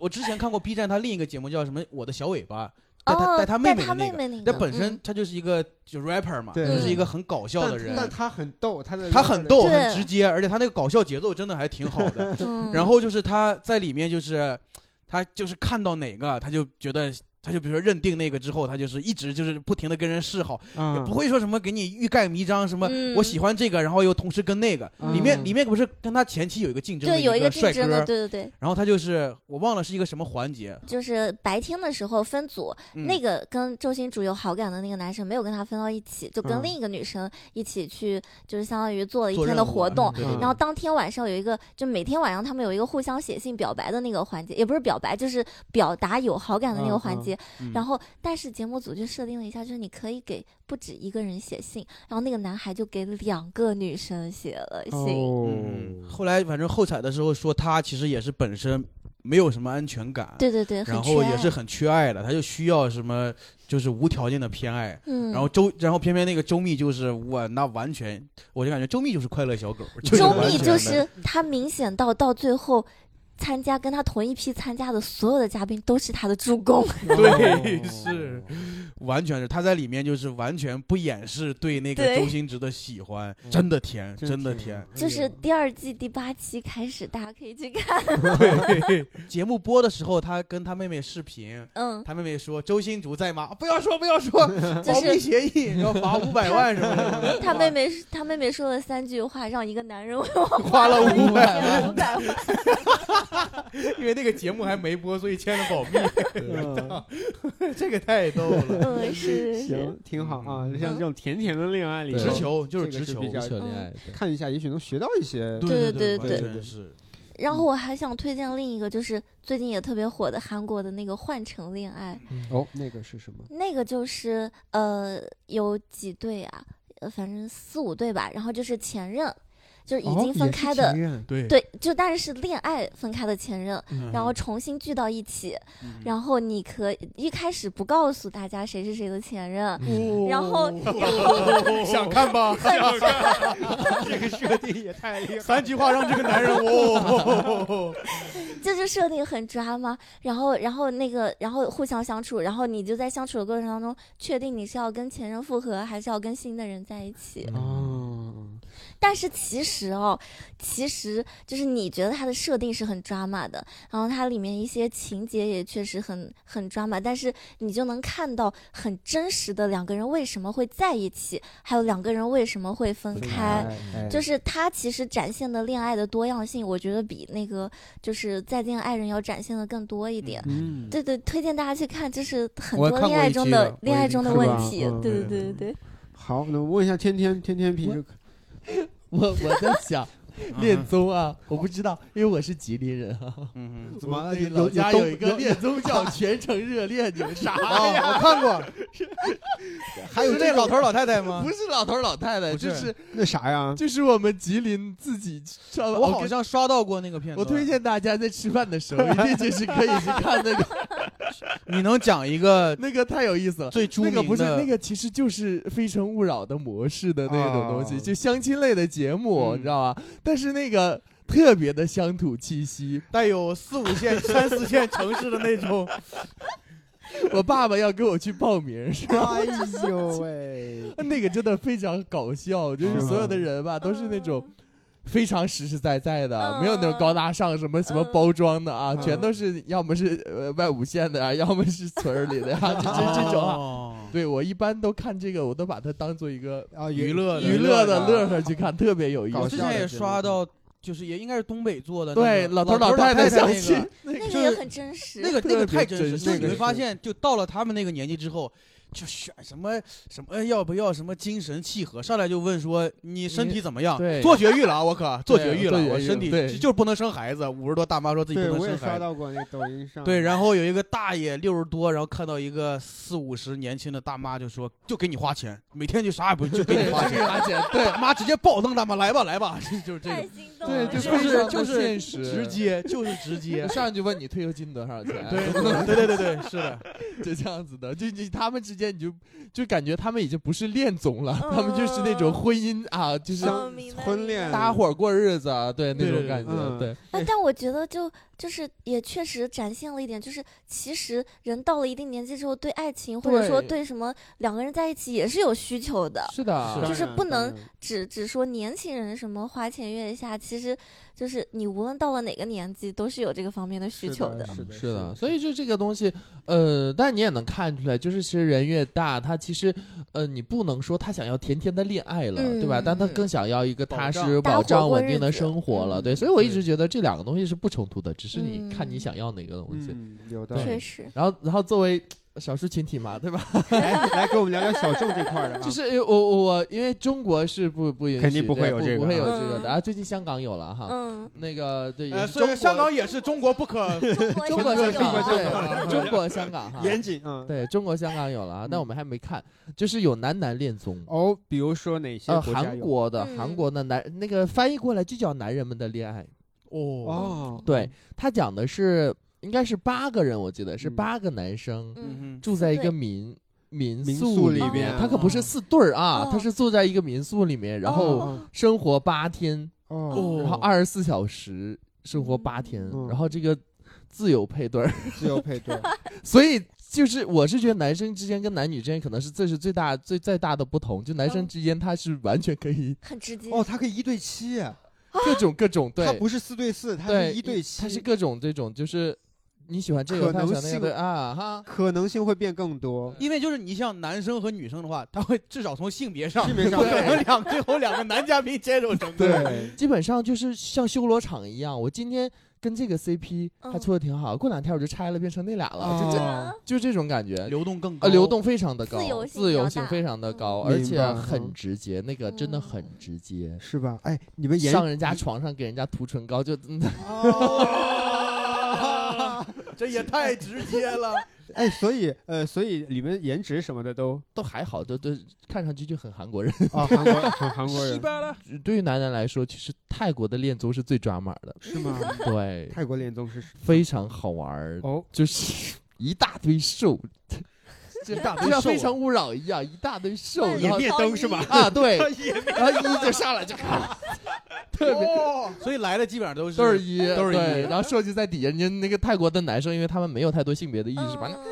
[SPEAKER 2] 我之前看过 B 站他另一个节目叫什么《我的小尾巴》，带他、
[SPEAKER 5] 哦，
[SPEAKER 2] 带他妹妹
[SPEAKER 5] 带
[SPEAKER 2] 的
[SPEAKER 5] 他
[SPEAKER 2] 那
[SPEAKER 5] 妹
[SPEAKER 2] 个，
[SPEAKER 5] 妹那个，
[SPEAKER 2] 那本身
[SPEAKER 5] 嗯
[SPEAKER 2] 他就是一个就 rapper 嘛，
[SPEAKER 3] 对
[SPEAKER 2] 就是一
[SPEAKER 5] 嗯
[SPEAKER 2] 个很搞笑的人，
[SPEAKER 3] 但他很逗，他的
[SPEAKER 2] 他很逗
[SPEAKER 5] 对
[SPEAKER 2] 很直接，而且他那个搞笑节奏真的还挺好的。
[SPEAKER 5] 嗯
[SPEAKER 2] 然后就是他在里面就是，他就是看到哪个他就觉得。他就比如说认定那个之后，他就是一直就是不停的跟人示好，也
[SPEAKER 3] 啊，
[SPEAKER 2] 不会说什么给你欲盖弥彰，什么
[SPEAKER 5] 嗯
[SPEAKER 2] 我喜欢这个，然后又同时跟那个。
[SPEAKER 3] 嗯
[SPEAKER 2] 里面里面不是跟他前妻有一个竞争的
[SPEAKER 5] 对有一
[SPEAKER 2] 个
[SPEAKER 5] 竞
[SPEAKER 2] 帅
[SPEAKER 5] 争的，
[SPEAKER 2] 哥，
[SPEAKER 5] 对对对，
[SPEAKER 2] 然后他就是我忘了是一个什么环节，
[SPEAKER 5] 就是白天的时候分组，
[SPEAKER 2] 嗯
[SPEAKER 5] 那个跟周星竹有好感的那个男生没有跟他分到一起，就
[SPEAKER 3] 嗯
[SPEAKER 5] 跟另一个女生一起去，就是相当于做了一
[SPEAKER 2] 做
[SPEAKER 5] 天
[SPEAKER 2] 任
[SPEAKER 5] 的
[SPEAKER 2] 务
[SPEAKER 5] 活
[SPEAKER 2] 啊
[SPEAKER 5] 动。
[SPEAKER 2] 对对对
[SPEAKER 5] 然后当天晚上有一个，就每天晚上他们有一个互相写信表白的那个环节，也不是表白，就是表达有好感的
[SPEAKER 3] 嗯
[SPEAKER 5] 那个环
[SPEAKER 3] 嗯
[SPEAKER 5] 节。
[SPEAKER 2] 嗯
[SPEAKER 5] 然后，但是节目组就设定了一下，就是你可以给不止一个人写信，然后那个男孩就给两个女生写了信。
[SPEAKER 3] 哦
[SPEAKER 2] 嗯，后来反正后采的时候说他其实也是本身没有什么安全感，
[SPEAKER 5] 对对对，很
[SPEAKER 2] 然
[SPEAKER 5] 缺
[SPEAKER 2] 后也是
[SPEAKER 5] 爱，
[SPEAKER 2] 很缺爱的，他就需要什么就是无条件的偏爱。
[SPEAKER 5] 嗯，
[SPEAKER 2] 然后周，然后偏偏那个周密就是我，那完全我就感觉周密就是快乐小狗，就是
[SPEAKER 5] 周
[SPEAKER 2] 完
[SPEAKER 5] 密
[SPEAKER 2] 全
[SPEAKER 5] 就
[SPEAKER 2] 的
[SPEAKER 5] 是他明显到到最后。参加跟他同一批参加的所有的嘉宾都是他的助攻，
[SPEAKER 2] 哎对是完全是他在里面就是完全不掩饰对那个
[SPEAKER 5] 对
[SPEAKER 2] 周星驰的喜欢，
[SPEAKER 3] 嗯
[SPEAKER 2] 真的甜，真的甜。，
[SPEAKER 5] 就是
[SPEAKER 3] 哎
[SPEAKER 5] 第二季第八期开始，大家可以去看。
[SPEAKER 2] 节目播的时候，他跟他妹妹视频，
[SPEAKER 5] 嗯，
[SPEAKER 2] 他妹妹说周星竹在吗？啊不要说不要说，
[SPEAKER 5] *laughs* 就
[SPEAKER 2] 保密
[SPEAKER 5] 是
[SPEAKER 2] 协议，然后罚五百万什么的。 *laughs*
[SPEAKER 5] 他妹妹，他妹妹说了三句话，让一个男人为 *laughs* 我
[SPEAKER 2] 花了五百
[SPEAKER 5] *laughs* 花五百万。
[SPEAKER 2] 因为那个节目还没播，所以签了保密。 *laughs*
[SPEAKER 3] 嗯
[SPEAKER 2] 这个太逗了，
[SPEAKER 5] 嗯，是是，
[SPEAKER 3] 行，挺好啊，像这种甜甜的恋爱里，
[SPEAKER 4] 对
[SPEAKER 2] 直球就是
[SPEAKER 3] 这
[SPEAKER 2] 直
[SPEAKER 3] 个是
[SPEAKER 2] 球
[SPEAKER 3] 比，较
[SPEAKER 4] 扯恋
[SPEAKER 5] 嗯
[SPEAKER 4] 爱，对
[SPEAKER 3] 看一下，也许能学到一些。
[SPEAKER 2] 对
[SPEAKER 5] 对
[SPEAKER 2] 对
[SPEAKER 5] 对
[SPEAKER 2] 完
[SPEAKER 5] 对
[SPEAKER 2] 全是。
[SPEAKER 5] 然后我还想推荐另一个，就是最近也特别火的韩国的那个《换乘恋爱
[SPEAKER 3] 哦，那个是什么》，？
[SPEAKER 5] 那个就是呃有几对啊，呃反正四五对吧，然后就是前任，就是
[SPEAKER 3] 哦
[SPEAKER 5] 已经分开的，
[SPEAKER 2] 对，
[SPEAKER 5] 对，就但是是恋爱分开的前任，
[SPEAKER 2] 嗯
[SPEAKER 5] 然后重新聚到一起，
[SPEAKER 3] 嗯
[SPEAKER 5] 然后你可以一开始不告诉大家谁是谁的前任，然后
[SPEAKER 2] 哦
[SPEAKER 5] *laughs*
[SPEAKER 2] 想看吧，想看
[SPEAKER 3] 这个设定也太厉害。
[SPEAKER 2] 三句话让这个男人哦，
[SPEAKER 5] 这就设定很抓吗？然后，然后那个，然后互相相处，然后你就在相处的过程当中，确定你是要跟前任复合，还是要跟新的人在一起。
[SPEAKER 3] 哦，
[SPEAKER 5] 但是其实哦，其实就是你觉得它的设定是很抓马的，然后它里面一些情节也确实很很抓马，但是你就能看到很真实的两个人为什么会在一起，还有两个人为什么会分开。
[SPEAKER 2] 哎
[SPEAKER 5] 就是它其实展现的恋爱的多样性，我觉得比那个就是《再见爱人》要展现的更多一点。
[SPEAKER 3] 嗯，
[SPEAKER 5] 对对，推荐大家去看，就是很
[SPEAKER 2] 我
[SPEAKER 5] 多
[SPEAKER 2] 看
[SPEAKER 5] 恋
[SPEAKER 2] 过
[SPEAKER 5] 爱
[SPEAKER 2] 一
[SPEAKER 5] 中
[SPEAKER 2] 期
[SPEAKER 5] 的
[SPEAKER 2] 了
[SPEAKER 5] 恋
[SPEAKER 2] 我
[SPEAKER 5] 爱
[SPEAKER 2] 已
[SPEAKER 5] 中的
[SPEAKER 3] 看
[SPEAKER 5] 问
[SPEAKER 3] 过啊
[SPEAKER 5] 题
[SPEAKER 3] 嗯。
[SPEAKER 5] 对对
[SPEAKER 2] 对
[SPEAKER 5] 对对，
[SPEAKER 3] 好，那我问一下天天，天天平时
[SPEAKER 4] 我我在想恋综啊，我不知道，因为我是吉林人啊。
[SPEAKER 2] 嗯哼
[SPEAKER 3] 怎么
[SPEAKER 4] 我那
[SPEAKER 3] 有
[SPEAKER 4] 老
[SPEAKER 3] 有
[SPEAKER 4] 家
[SPEAKER 3] 东
[SPEAKER 4] 有一个恋综叫《全城热恋》，你们啥
[SPEAKER 2] 啊，
[SPEAKER 4] 呀？
[SPEAKER 2] 我看过，
[SPEAKER 3] 还有
[SPEAKER 2] 是那老头老太太吗
[SPEAKER 4] 不？是老头老太太，
[SPEAKER 2] 哦不
[SPEAKER 4] 就是是
[SPEAKER 3] 那啥呀？
[SPEAKER 4] 就是我们吉林自己上。
[SPEAKER 2] 哎我好
[SPEAKER 4] 跟
[SPEAKER 2] 像刷到过那个片段。
[SPEAKER 4] 我推荐大家在吃饭的时候，一定就是可以去看那个，
[SPEAKER 2] 你能讲一个
[SPEAKER 4] 那个太有意思了。
[SPEAKER 2] 最著
[SPEAKER 4] 那
[SPEAKER 2] 名的
[SPEAKER 4] 个不是那个，其实就是《非诚勿扰》的模式的那种东西，
[SPEAKER 3] 啊
[SPEAKER 4] 就相亲类的节目，
[SPEAKER 2] 嗯
[SPEAKER 4] 你知道吧？但是那个特别的乡土气息。
[SPEAKER 2] 带有四五 *laughs* 线、三四线城市的那种，
[SPEAKER 4] 我爸爸要跟我去报名，是吧？
[SPEAKER 3] *laughs* 哎呦喂！
[SPEAKER 4] 那个真的非常搞笑，就是
[SPEAKER 3] 是吗
[SPEAKER 4] 所有的人吧，都是那种非常实实在在的，
[SPEAKER 5] 嗯
[SPEAKER 4] 没有那种高大上什么什么
[SPEAKER 5] 嗯
[SPEAKER 4] 包装的啊，
[SPEAKER 3] 嗯
[SPEAKER 4] 全都是要么是呃外五县的啊，要么是村儿里的呀，
[SPEAKER 2] 哦
[SPEAKER 4] 就这这种啊。
[SPEAKER 2] 啊，
[SPEAKER 4] 对我一般都看这个，我都把它当做一个
[SPEAKER 3] 啊
[SPEAKER 2] 娱乐的
[SPEAKER 4] 娱乐的
[SPEAKER 3] 的啊
[SPEAKER 4] 乐呵去看，特别有意
[SPEAKER 3] 搞
[SPEAKER 2] 我
[SPEAKER 4] 思。
[SPEAKER 2] 之
[SPEAKER 3] 笑
[SPEAKER 2] 前
[SPEAKER 3] 的
[SPEAKER 2] 也
[SPEAKER 3] 节
[SPEAKER 2] 刷
[SPEAKER 3] 目
[SPEAKER 2] 到，就是也应该是东北做的那个，
[SPEAKER 4] 对，老头
[SPEAKER 2] 头
[SPEAKER 4] 老
[SPEAKER 2] 太
[SPEAKER 4] 太相
[SPEAKER 2] 那
[SPEAKER 4] 亲
[SPEAKER 2] 个，
[SPEAKER 5] 那
[SPEAKER 4] 就
[SPEAKER 5] 个也
[SPEAKER 4] 是
[SPEAKER 5] 很真实。
[SPEAKER 2] 那个那个
[SPEAKER 4] 特别
[SPEAKER 2] 太真
[SPEAKER 4] 真
[SPEAKER 2] 实了，
[SPEAKER 3] 实
[SPEAKER 2] 你会发
[SPEAKER 3] 那个是
[SPEAKER 2] 现，就到了他们那个年纪之后，就选什么什么哎要不要什么精神契合，上来就问说你身体怎么样？
[SPEAKER 4] 对
[SPEAKER 2] 做绝
[SPEAKER 4] *laughs*
[SPEAKER 2] 育了啊，我可做
[SPEAKER 4] 对
[SPEAKER 2] 绝育
[SPEAKER 4] 做
[SPEAKER 2] 了，
[SPEAKER 4] 绝
[SPEAKER 2] 我
[SPEAKER 4] 育
[SPEAKER 2] 身
[SPEAKER 4] 了
[SPEAKER 2] 体
[SPEAKER 4] 对
[SPEAKER 2] 就就是不能生孩子。五十多大妈说自己
[SPEAKER 3] 对
[SPEAKER 2] 不能
[SPEAKER 3] 我也
[SPEAKER 2] 生
[SPEAKER 3] 刷
[SPEAKER 2] 孩子。
[SPEAKER 3] 到过那抖音上，
[SPEAKER 2] 对，然后有一个大爷六十多，然后看到一个四五十年轻的大妈，就说就给你花钱，每天就啥也不就给你花钱，
[SPEAKER 4] 花钱，对
[SPEAKER 2] 妈直接暴瞪大妈，来吧来吧， *laughs* 就是这
[SPEAKER 5] 太
[SPEAKER 2] 个，
[SPEAKER 5] 心动
[SPEAKER 4] 对，
[SPEAKER 5] 了，
[SPEAKER 4] 就
[SPEAKER 2] 非
[SPEAKER 5] 这
[SPEAKER 2] 常
[SPEAKER 5] 种
[SPEAKER 4] 是
[SPEAKER 2] 就
[SPEAKER 4] 就是现实，
[SPEAKER 2] 直接就是直
[SPEAKER 4] *laughs*
[SPEAKER 2] 接，
[SPEAKER 4] 上去问你退休金多少钱，
[SPEAKER 2] 对对对对对，是的。
[SPEAKER 4] *laughs* 就这样子的，就你他们之间你就就感觉他们已经不是恋种了，
[SPEAKER 5] 嗯
[SPEAKER 4] 他们就是那种婚姻啊，就是
[SPEAKER 5] 嗯明白
[SPEAKER 3] 婚
[SPEAKER 5] 明
[SPEAKER 3] 恋
[SPEAKER 5] 白
[SPEAKER 4] 搭伙过日子啊，对那
[SPEAKER 2] 对
[SPEAKER 4] 种
[SPEAKER 2] 对
[SPEAKER 4] 感觉，
[SPEAKER 3] 嗯
[SPEAKER 4] 对
[SPEAKER 5] 哎，但我觉得就就是也确实展现了一点，就是其实人到了一定年纪之后，对爱情或者说
[SPEAKER 4] 对
[SPEAKER 5] 对什么两个人在一起也是有需求的，
[SPEAKER 4] 是的
[SPEAKER 5] 就，是不能
[SPEAKER 3] 当然
[SPEAKER 5] 只只说年轻人什么花前月下，其实就是你无论到了哪个年纪，都是有这个方面的需求
[SPEAKER 3] 是的
[SPEAKER 4] 嗯
[SPEAKER 3] 是
[SPEAKER 4] 是的，
[SPEAKER 3] 的
[SPEAKER 4] 所以就这个东西，呃，但你也能看出来，就是其实人越大，他其实，呃，你不能说他想要甜甜的恋爱了，对吧？
[SPEAKER 5] 嗯
[SPEAKER 4] 但他更想要一个踏实、保
[SPEAKER 5] 保障搭
[SPEAKER 4] 障、
[SPEAKER 5] 伙过
[SPEAKER 4] 稳定的
[SPEAKER 5] 日子
[SPEAKER 4] 生活了，
[SPEAKER 5] 嗯
[SPEAKER 4] 对。所以我一直觉得这两个东西是不冲突的，只是你
[SPEAKER 5] 嗯
[SPEAKER 4] 看你想要哪个东西。
[SPEAKER 3] 嗯，有道
[SPEAKER 4] 对
[SPEAKER 5] 确
[SPEAKER 3] 理。
[SPEAKER 5] 实，
[SPEAKER 4] 然后，然后作为少数群体嘛，对吧？
[SPEAKER 3] *laughs* 来来，给我们聊聊小众这块儿的啊，
[SPEAKER 4] 就是呃我我我，因为中国是不不允许，
[SPEAKER 3] 肯定不会
[SPEAKER 4] 对
[SPEAKER 3] 有
[SPEAKER 4] 不
[SPEAKER 3] 这个
[SPEAKER 4] 不会有
[SPEAKER 5] 嗯
[SPEAKER 4] 这个的。啊，最近香港有了哈，
[SPEAKER 5] 嗯，
[SPEAKER 4] 那个对，也
[SPEAKER 2] 呃，
[SPEAKER 4] 是
[SPEAKER 2] 所
[SPEAKER 4] 中
[SPEAKER 2] 以
[SPEAKER 4] 国
[SPEAKER 2] 香港也是中国嗯不可
[SPEAKER 5] 中国
[SPEAKER 4] *laughs* 中国
[SPEAKER 5] 也
[SPEAKER 4] 香
[SPEAKER 5] 有
[SPEAKER 4] 港
[SPEAKER 5] 啊
[SPEAKER 4] 对，中国香港哈，
[SPEAKER 3] 严谨啊。
[SPEAKER 4] 对中国香港有了啊，但我们还没看，就是有男男恋综。
[SPEAKER 3] 哦，比如说哪些
[SPEAKER 4] 呃，
[SPEAKER 3] 哦国家有
[SPEAKER 4] 韩国的
[SPEAKER 5] 嗯
[SPEAKER 4] 韩国的男那个翻译过来就叫《男人们的恋爱》，
[SPEAKER 2] 哦，
[SPEAKER 3] 哦，
[SPEAKER 4] 对他讲的是应该是八个人，我记得是
[SPEAKER 3] 嗯
[SPEAKER 4] 八个男生
[SPEAKER 5] 嗯，
[SPEAKER 2] 嗯
[SPEAKER 4] 住在一
[SPEAKER 5] 对
[SPEAKER 4] 个民民
[SPEAKER 3] 民
[SPEAKER 4] 宿
[SPEAKER 3] 宿里
[SPEAKER 4] 边
[SPEAKER 3] 边，
[SPEAKER 4] 他可不是
[SPEAKER 2] 哦
[SPEAKER 4] 四对儿啊
[SPEAKER 5] 哦，
[SPEAKER 4] 他是住在一个民宿里面，然后
[SPEAKER 3] 哦
[SPEAKER 4] 生活八天，
[SPEAKER 3] 哦，
[SPEAKER 4] 然后二十四小时生活八天，
[SPEAKER 3] 嗯
[SPEAKER 4] 然后这个自由配对儿， *laughs*
[SPEAKER 3] 自由配对，
[SPEAKER 4] 所以就是我是觉得男生之间跟男女之间可能是这是最大最最大的不同，就男
[SPEAKER 3] 嗯
[SPEAKER 4] 生之间他是完全可
[SPEAKER 3] *laughs*
[SPEAKER 4] 以
[SPEAKER 5] 很直接，
[SPEAKER 3] 哦，他可以一对七，
[SPEAKER 4] 各种各种对
[SPEAKER 3] 他，不是四对四，他
[SPEAKER 4] 对
[SPEAKER 3] 是一对七，
[SPEAKER 4] 他是各种这种就是你喜欢这个
[SPEAKER 3] 可
[SPEAKER 4] 他
[SPEAKER 3] 能
[SPEAKER 4] 喜欢那个
[SPEAKER 3] 性
[SPEAKER 4] 对啊哈，
[SPEAKER 3] 可能性会变更多。
[SPEAKER 2] *laughs* 因为就是你像男生和女生的话，他会至少从性别上，
[SPEAKER 3] 性别上
[SPEAKER 2] 可能两最后两个男嘉宾牵手成功。
[SPEAKER 3] 对，
[SPEAKER 4] 基本上就是像修罗场一样，我今天。跟这个 CP 还
[SPEAKER 5] 嗯
[SPEAKER 4] 处的挺好，过两天我就拆了，变成那俩了，
[SPEAKER 3] 哦
[SPEAKER 4] 就
[SPEAKER 5] 对
[SPEAKER 4] 这
[SPEAKER 5] 啊
[SPEAKER 4] 就这种感觉。
[SPEAKER 2] 流动更高，
[SPEAKER 4] 呃，流动非常的高，
[SPEAKER 5] 自由性
[SPEAKER 4] 自
[SPEAKER 5] 比较
[SPEAKER 4] 由性
[SPEAKER 5] 大
[SPEAKER 4] 非常的高，
[SPEAKER 3] 嗯
[SPEAKER 4] 而且
[SPEAKER 3] 明白
[SPEAKER 4] 很
[SPEAKER 3] 嗯
[SPEAKER 4] 直接，那个真的很
[SPEAKER 5] 嗯
[SPEAKER 4] 直接。
[SPEAKER 3] 是吧？哎，你们
[SPEAKER 4] 上
[SPEAKER 3] 严
[SPEAKER 4] 人家床上给人家涂唇膏就，嗯
[SPEAKER 2] 哦， *laughs* 这也太直接 *laughs* 了。
[SPEAKER 3] 哎，所以呃，所以你们颜值什么的都
[SPEAKER 4] 都还好，都都看上去就很韩国人。
[SPEAKER 3] 啊，韩国很韩 *laughs* 国
[SPEAKER 2] 失
[SPEAKER 3] 人
[SPEAKER 2] 败 *laughs* 了，
[SPEAKER 4] *laughs* 对于男人来说，其实泰国的恋综是最抓马的，
[SPEAKER 3] 是吗？
[SPEAKER 4] *laughs* 对，
[SPEAKER 3] 泰国恋综是
[SPEAKER 4] 非常好玩儿，
[SPEAKER 3] 哦，
[SPEAKER 4] *laughs* 就是一大堆瘦，就
[SPEAKER 2] 一大堆
[SPEAKER 4] 就像《
[SPEAKER 2] 瘦啊
[SPEAKER 4] 非诚勿扰》一样，一大堆瘦，
[SPEAKER 2] *laughs*
[SPEAKER 5] 万
[SPEAKER 4] 然
[SPEAKER 5] 里
[SPEAKER 4] 后
[SPEAKER 5] 挑一
[SPEAKER 4] 啊
[SPEAKER 5] *laughs*
[SPEAKER 4] 对，
[SPEAKER 2] 也
[SPEAKER 4] 然后一就上来就咔，特别
[SPEAKER 2] *laughs* 哦，所以来的基本上都是
[SPEAKER 4] 都是一，
[SPEAKER 2] 都是一
[SPEAKER 4] 对然后设计在底下，人家那个泰国的男生，因为他们没有太多性别的意识，把那
[SPEAKER 5] 嗯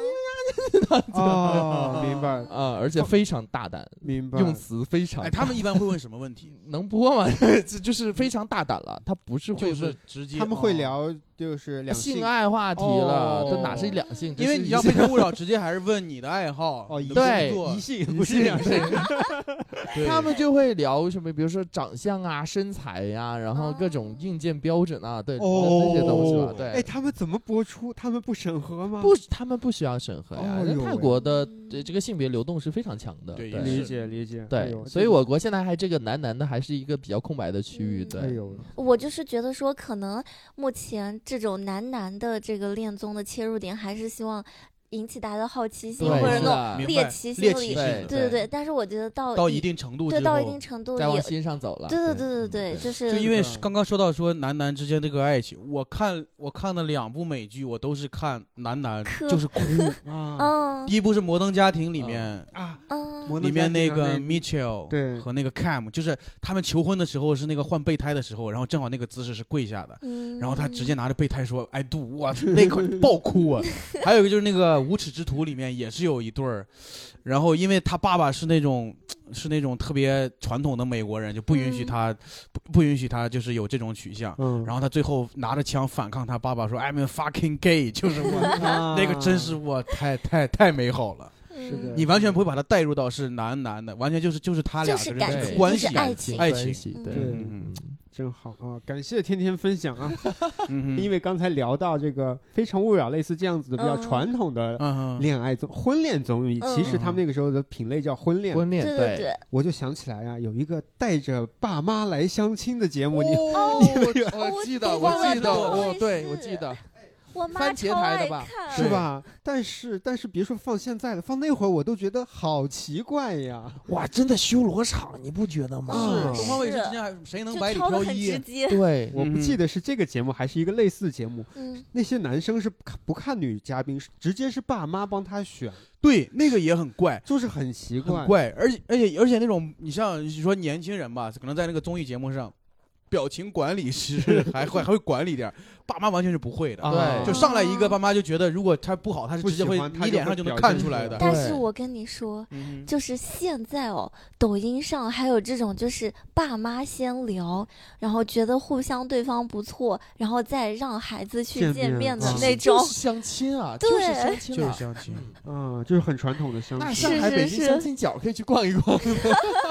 [SPEAKER 3] 哦，明白
[SPEAKER 4] 啊，而且非常大胆，
[SPEAKER 3] 明白，
[SPEAKER 4] 用词非常
[SPEAKER 2] 哎，他们一般会问什么问题？
[SPEAKER 4] 能播吗？ *laughs* 这就是非常大胆了，他不是会
[SPEAKER 2] *laughs* 就是
[SPEAKER 4] 问
[SPEAKER 2] 直接
[SPEAKER 3] 他们会
[SPEAKER 2] 哦
[SPEAKER 3] 聊就是两
[SPEAKER 4] 性爱话题了，
[SPEAKER 3] 哦
[SPEAKER 4] 这哪是两性？
[SPEAKER 2] 因为你要
[SPEAKER 4] 这
[SPEAKER 2] 被
[SPEAKER 4] 是一
[SPEAKER 2] 勿扰，直接还是问你的爱好、
[SPEAKER 3] 哦
[SPEAKER 2] 你的
[SPEAKER 4] 对
[SPEAKER 2] 工作
[SPEAKER 3] 一性
[SPEAKER 4] 性
[SPEAKER 3] 不是两性，
[SPEAKER 2] 对
[SPEAKER 4] 他们就会聊什么，比如说长相啊、身材呀、然后各种硬件标准啊，对，
[SPEAKER 3] 哦
[SPEAKER 4] 那些东西吧，对。
[SPEAKER 3] 哎，他们怎么播出？他们不审核吗？
[SPEAKER 4] 不，他们不需要审核呀。
[SPEAKER 3] 哦
[SPEAKER 4] 人
[SPEAKER 3] 呦
[SPEAKER 4] 家泰
[SPEAKER 3] 喂
[SPEAKER 4] 国的这这个性别流动是非常强的，
[SPEAKER 2] 对
[SPEAKER 4] 对，
[SPEAKER 2] 也
[SPEAKER 3] 理
[SPEAKER 2] 是
[SPEAKER 3] 解理解，哎
[SPEAKER 4] 对，
[SPEAKER 3] 呦
[SPEAKER 4] 所以我国现在还这个男男的还是一个比较空白的区域，
[SPEAKER 5] 嗯
[SPEAKER 4] 对，
[SPEAKER 3] 哎呦，
[SPEAKER 5] 我就是觉得说，可能目前这种男男的这个恋综的切入点，还是希望引起大家的好奇心，
[SPEAKER 4] 对
[SPEAKER 5] 或者
[SPEAKER 4] 是
[SPEAKER 5] 那种
[SPEAKER 4] 的
[SPEAKER 2] 明白
[SPEAKER 5] 猎奇心
[SPEAKER 2] 猎奇
[SPEAKER 5] 理
[SPEAKER 2] 性的
[SPEAKER 5] 对对对。但是我觉得到
[SPEAKER 2] 到一定程度之
[SPEAKER 5] 哦对
[SPEAKER 2] 后，
[SPEAKER 5] 到一定程度
[SPEAKER 4] 再
[SPEAKER 5] 也
[SPEAKER 4] 往，心上走了，
[SPEAKER 5] 对对对对
[SPEAKER 4] 嗯
[SPEAKER 5] 对，就
[SPEAKER 2] 就是因为
[SPEAKER 3] 对
[SPEAKER 2] 刚刚说到说男男之间这个爱情，我看我看的两部美剧，我都是看男男
[SPEAKER 5] 磕
[SPEAKER 2] 就是哭。
[SPEAKER 3] 啊
[SPEAKER 5] 嗯
[SPEAKER 2] 第一部是《摩登家庭》里面，
[SPEAKER 3] 啊，
[SPEAKER 5] 嗯
[SPEAKER 3] 摩登
[SPEAKER 2] 里面
[SPEAKER 3] 家庭
[SPEAKER 2] 那
[SPEAKER 3] 上
[SPEAKER 2] 个 Mitchell
[SPEAKER 3] 对
[SPEAKER 2] 和那个 Cam，就是他们求婚的时候是那个换备胎的时候，然后正好那个姿势是跪下的，
[SPEAKER 5] 嗯，
[SPEAKER 2] 然后他直接拿着备胎说 “I do”，哇，那块爆哭啊！还有一个就是那个《无耻之徒》里面也是有一对儿，然后因为他爸爸是那种是那种特别传统的美国人，就不允许
[SPEAKER 5] 嗯
[SPEAKER 2] 他、不不允许他就是有这种取向。
[SPEAKER 3] 嗯，
[SPEAKER 2] 然后他最后拿着枪反抗他爸爸说：“I'm a fucking gay。”就是我，
[SPEAKER 3] 后
[SPEAKER 2] *laughs* 那个真
[SPEAKER 3] 啊
[SPEAKER 2] 是我太太太美好了。
[SPEAKER 5] 是
[SPEAKER 3] 的
[SPEAKER 2] 你完全不会把他带入到是男男的，完全就是就是他俩
[SPEAKER 5] 就是
[SPEAKER 2] 的
[SPEAKER 5] 感
[SPEAKER 2] 这个
[SPEAKER 5] 情
[SPEAKER 2] 关
[SPEAKER 5] 就是
[SPEAKER 2] 系。
[SPEAKER 5] 爱情
[SPEAKER 2] 爱
[SPEAKER 4] 关
[SPEAKER 2] 情
[SPEAKER 4] 系
[SPEAKER 5] 嗯
[SPEAKER 4] 对。
[SPEAKER 3] 对
[SPEAKER 2] 嗯嗯
[SPEAKER 3] 真好啊！感谢天天分享啊，
[SPEAKER 2] 嗯
[SPEAKER 3] 因
[SPEAKER 2] 为
[SPEAKER 3] 为刚才聊到这个《非诚勿扰》类似这样子的比较
[SPEAKER 5] 嗯
[SPEAKER 3] 传统的
[SPEAKER 2] 嗯嗯
[SPEAKER 3] 恋爱综婚恋综艺，
[SPEAKER 5] 嗯
[SPEAKER 3] 其实他们那个时候的品类叫婚
[SPEAKER 2] 嗯
[SPEAKER 3] 恋，
[SPEAKER 4] 婚恋
[SPEAKER 5] 对对对，
[SPEAKER 3] 我就想起来啊，有一个带着爸妈来相亲的节目，你
[SPEAKER 4] *laughs* 哦
[SPEAKER 5] 我
[SPEAKER 4] 我记得，
[SPEAKER 5] 都忘
[SPEAKER 4] 我
[SPEAKER 5] 了
[SPEAKER 4] 记
[SPEAKER 5] 这
[SPEAKER 4] 得，
[SPEAKER 5] 个
[SPEAKER 4] 我
[SPEAKER 5] 回
[SPEAKER 4] 对
[SPEAKER 5] 事
[SPEAKER 4] 我记 *laughs* 得，
[SPEAKER 5] 我妈
[SPEAKER 4] 番茄
[SPEAKER 5] 超
[SPEAKER 4] 台的
[SPEAKER 5] 爱
[SPEAKER 4] 吧
[SPEAKER 3] *laughs*
[SPEAKER 5] 看，
[SPEAKER 3] 是吧？但是但是别说放现在了，放那会儿我都觉得好奇怪呀。
[SPEAKER 7] 哇，真的修罗场，你不觉得吗？
[SPEAKER 2] 嗯，
[SPEAKER 5] 是
[SPEAKER 2] 东方卫视之前谁能
[SPEAKER 5] 就
[SPEAKER 2] 百里
[SPEAKER 5] 抄的
[SPEAKER 2] 挑
[SPEAKER 5] 很直
[SPEAKER 2] 一？
[SPEAKER 5] 接。 *laughs*
[SPEAKER 4] 对，
[SPEAKER 3] 我不记得是这个节目还是一个类似节目，
[SPEAKER 5] 嗯，
[SPEAKER 3] 那些男生是不看不看女嘉宾，是直接是爸妈帮他选，
[SPEAKER 2] 对，那个也很怪。
[SPEAKER 3] 就是很奇怪
[SPEAKER 2] 很。怪，而且而且而且那种，你像你说年轻人吧，可能在那个综艺节目上，表情管理
[SPEAKER 3] *laughs*
[SPEAKER 2] 师还会还会管理点儿，爸妈完全是不会的。
[SPEAKER 3] 啊
[SPEAKER 4] 对
[SPEAKER 2] 就上来一个，爸妈就觉得如果他不好，他是
[SPEAKER 3] 不
[SPEAKER 2] 直接
[SPEAKER 3] 喜
[SPEAKER 2] 会
[SPEAKER 3] 欢他
[SPEAKER 2] 你
[SPEAKER 3] 就
[SPEAKER 2] 脸
[SPEAKER 3] 会
[SPEAKER 2] 上就能
[SPEAKER 3] 表
[SPEAKER 2] 看
[SPEAKER 3] 现
[SPEAKER 2] 出
[SPEAKER 3] 出
[SPEAKER 2] 来
[SPEAKER 3] 来
[SPEAKER 2] 的。
[SPEAKER 5] 但是我跟你说，
[SPEAKER 2] 嗯
[SPEAKER 5] 就是现在哦，抖音上还有这种，就是爸妈先聊，然后觉得互相对方不错，然后再让孩子去
[SPEAKER 3] 见
[SPEAKER 5] 见
[SPEAKER 3] 面
[SPEAKER 5] 面的
[SPEAKER 3] 啊
[SPEAKER 5] 那
[SPEAKER 4] 嗯就
[SPEAKER 5] 种
[SPEAKER 4] 是。相亲啊，就是
[SPEAKER 5] 对
[SPEAKER 4] 相
[SPEAKER 2] *laughs*
[SPEAKER 4] 亲
[SPEAKER 2] 就是
[SPEAKER 4] 啊。
[SPEAKER 2] 相亲，
[SPEAKER 3] 嗯，就是很传统的相
[SPEAKER 4] 那
[SPEAKER 3] 亲。
[SPEAKER 4] 上海、
[SPEAKER 5] 是
[SPEAKER 4] 北京
[SPEAKER 5] 是
[SPEAKER 4] 相亲角可以去逛一逛。
[SPEAKER 5] *laughs*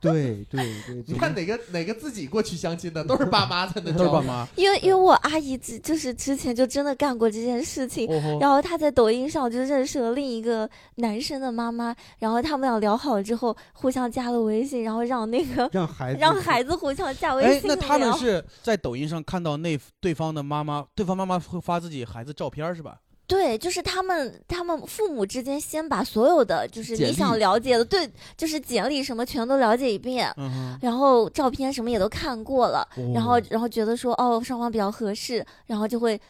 [SPEAKER 3] 对对对，
[SPEAKER 4] 你
[SPEAKER 3] 对
[SPEAKER 4] 看哪个哪个自己过去相亲的， *laughs* 都是爸妈才能
[SPEAKER 2] 都是
[SPEAKER 4] 找
[SPEAKER 2] 爸。妈。
[SPEAKER 5] 因为因为我阿姨之就是之前就真的干过这件事情，
[SPEAKER 4] 哦吼
[SPEAKER 5] *laughs* 然后她在抖音上就认识了另一个男生的妈妈，然后他们俩聊好之后互相加了微信，然后让那个
[SPEAKER 3] 让孩子
[SPEAKER 5] 让孩子互相加微
[SPEAKER 2] 哎，
[SPEAKER 5] 信
[SPEAKER 2] 那
[SPEAKER 5] 聊。
[SPEAKER 2] 他们是在抖音上看到那对方的妈妈，对方妈妈会发自己孩子照片儿是吧？
[SPEAKER 5] 对，就是他们他们父母之间先把所有的就是
[SPEAKER 4] 简
[SPEAKER 5] 你
[SPEAKER 4] 历
[SPEAKER 5] 想了解的，对，就是简历什么全都了解一遍，
[SPEAKER 2] 嗯
[SPEAKER 5] 然后照片什么也都看过了，
[SPEAKER 2] 哼，
[SPEAKER 5] 然后
[SPEAKER 4] 嗯
[SPEAKER 5] 然后觉得说哦双方比较合适，然后就会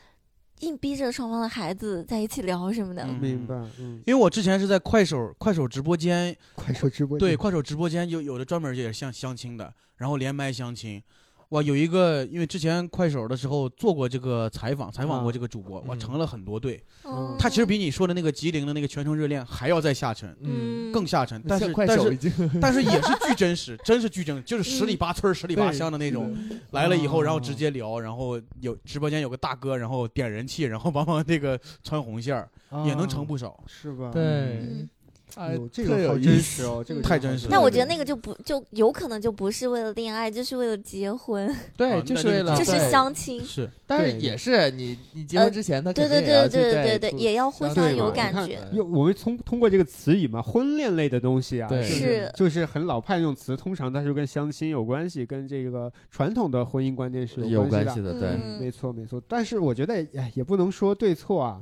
[SPEAKER 5] 硬逼着双方的孩子在一起聊什么的。
[SPEAKER 2] 嗯
[SPEAKER 3] 明白，嗯，
[SPEAKER 2] 因为我之前是在快手快手直播间
[SPEAKER 3] 快说直播
[SPEAKER 2] 对，快手直播间有有的专门也是像相亲的，然后连麦相亲。哇，有一个，因为之前快手的时候做过这个采访，采访过这个主播，哇，
[SPEAKER 4] 嗯
[SPEAKER 2] 成了很多对。
[SPEAKER 5] 嗯，
[SPEAKER 2] 他其实比你说的那个吉林的那个全程热恋还要再下沉，
[SPEAKER 4] 嗯，
[SPEAKER 2] 更下沉，但是
[SPEAKER 4] 快
[SPEAKER 2] 但
[SPEAKER 4] 手已
[SPEAKER 2] 是
[SPEAKER 4] 经
[SPEAKER 2] 但是也是巨真实，真是巨真，就是十里八村儿、十里八
[SPEAKER 4] 对
[SPEAKER 2] 乡的那种。
[SPEAKER 5] 嗯
[SPEAKER 2] 来了以后，然后
[SPEAKER 3] 哦
[SPEAKER 2] 直接聊，然后有直播间有个大哥，然后点人气，然后帮忙那个穿红线儿，也能
[SPEAKER 3] 哦
[SPEAKER 2] 成不少。
[SPEAKER 3] 啊是吧？
[SPEAKER 4] 对
[SPEAKER 5] 嗯，
[SPEAKER 4] *laughs* 哎
[SPEAKER 3] 有这
[SPEAKER 4] 特
[SPEAKER 3] 个
[SPEAKER 4] 有
[SPEAKER 3] 好
[SPEAKER 4] 意
[SPEAKER 3] 真
[SPEAKER 4] 思
[SPEAKER 3] 实哦，这个
[SPEAKER 2] 太
[SPEAKER 3] 真
[SPEAKER 2] 真
[SPEAKER 3] 好
[SPEAKER 2] 实了
[SPEAKER 5] 但我觉
[SPEAKER 2] 对
[SPEAKER 5] 得那个就不就有可能就不是为了恋爱，就是为了结婚，
[SPEAKER 2] 啊
[SPEAKER 4] *laughs* 对，就
[SPEAKER 2] 那
[SPEAKER 4] 是
[SPEAKER 2] 就
[SPEAKER 4] 为
[SPEAKER 2] 是
[SPEAKER 4] 了
[SPEAKER 5] 就
[SPEAKER 2] 对
[SPEAKER 5] 是相亲。
[SPEAKER 2] 是，
[SPEAKER 4] 但是
[SPEAKER 3] 对
[SPEAKER 4] 也是你你结
[SPEAKER 5] 呃
[SPEAKER 4] 婚之前他
[SPEAKER 5] 对
[SPEAKER 4] 肯定
[SPEAKER 5] 对
[SPEAKER 4] 也要
[SPEAKER 5] 对
[SPEAKER 4] 去
[SPEAKER 5] 对对对，
[SPEAKER 4] 出
[SPEAKER 5] 也要互
[SPEAKER 4] 相
[SPEAKER 5] 相
[SPEAKER 4] 对
[SPEAKER 5] 有
[SPEAKER 4] 嘛
[SPEAKER 5] 感
[SPEAKER 4] 你看
[SPEAKER 5] 觉。
[SPEAKER 3] 又我们通通过这个词语嘛，婚恋类的东西啊，
[SPEAKER 4] 对
[SPEAKER 3] 就是就是很老派那种词，通常它是跟相亲有关系，跟这个传统的婚姻观念是
[SPEAKER 4] 有关
[SPEAKER 3] 关的。
[SPEAKER 4] 系的，
[SPEAKER 5] 嗯
[SPEAKER 4] 对。
[SPEAKER 3] 嗯没错没错。但是我觉得哎也不能说对错啊，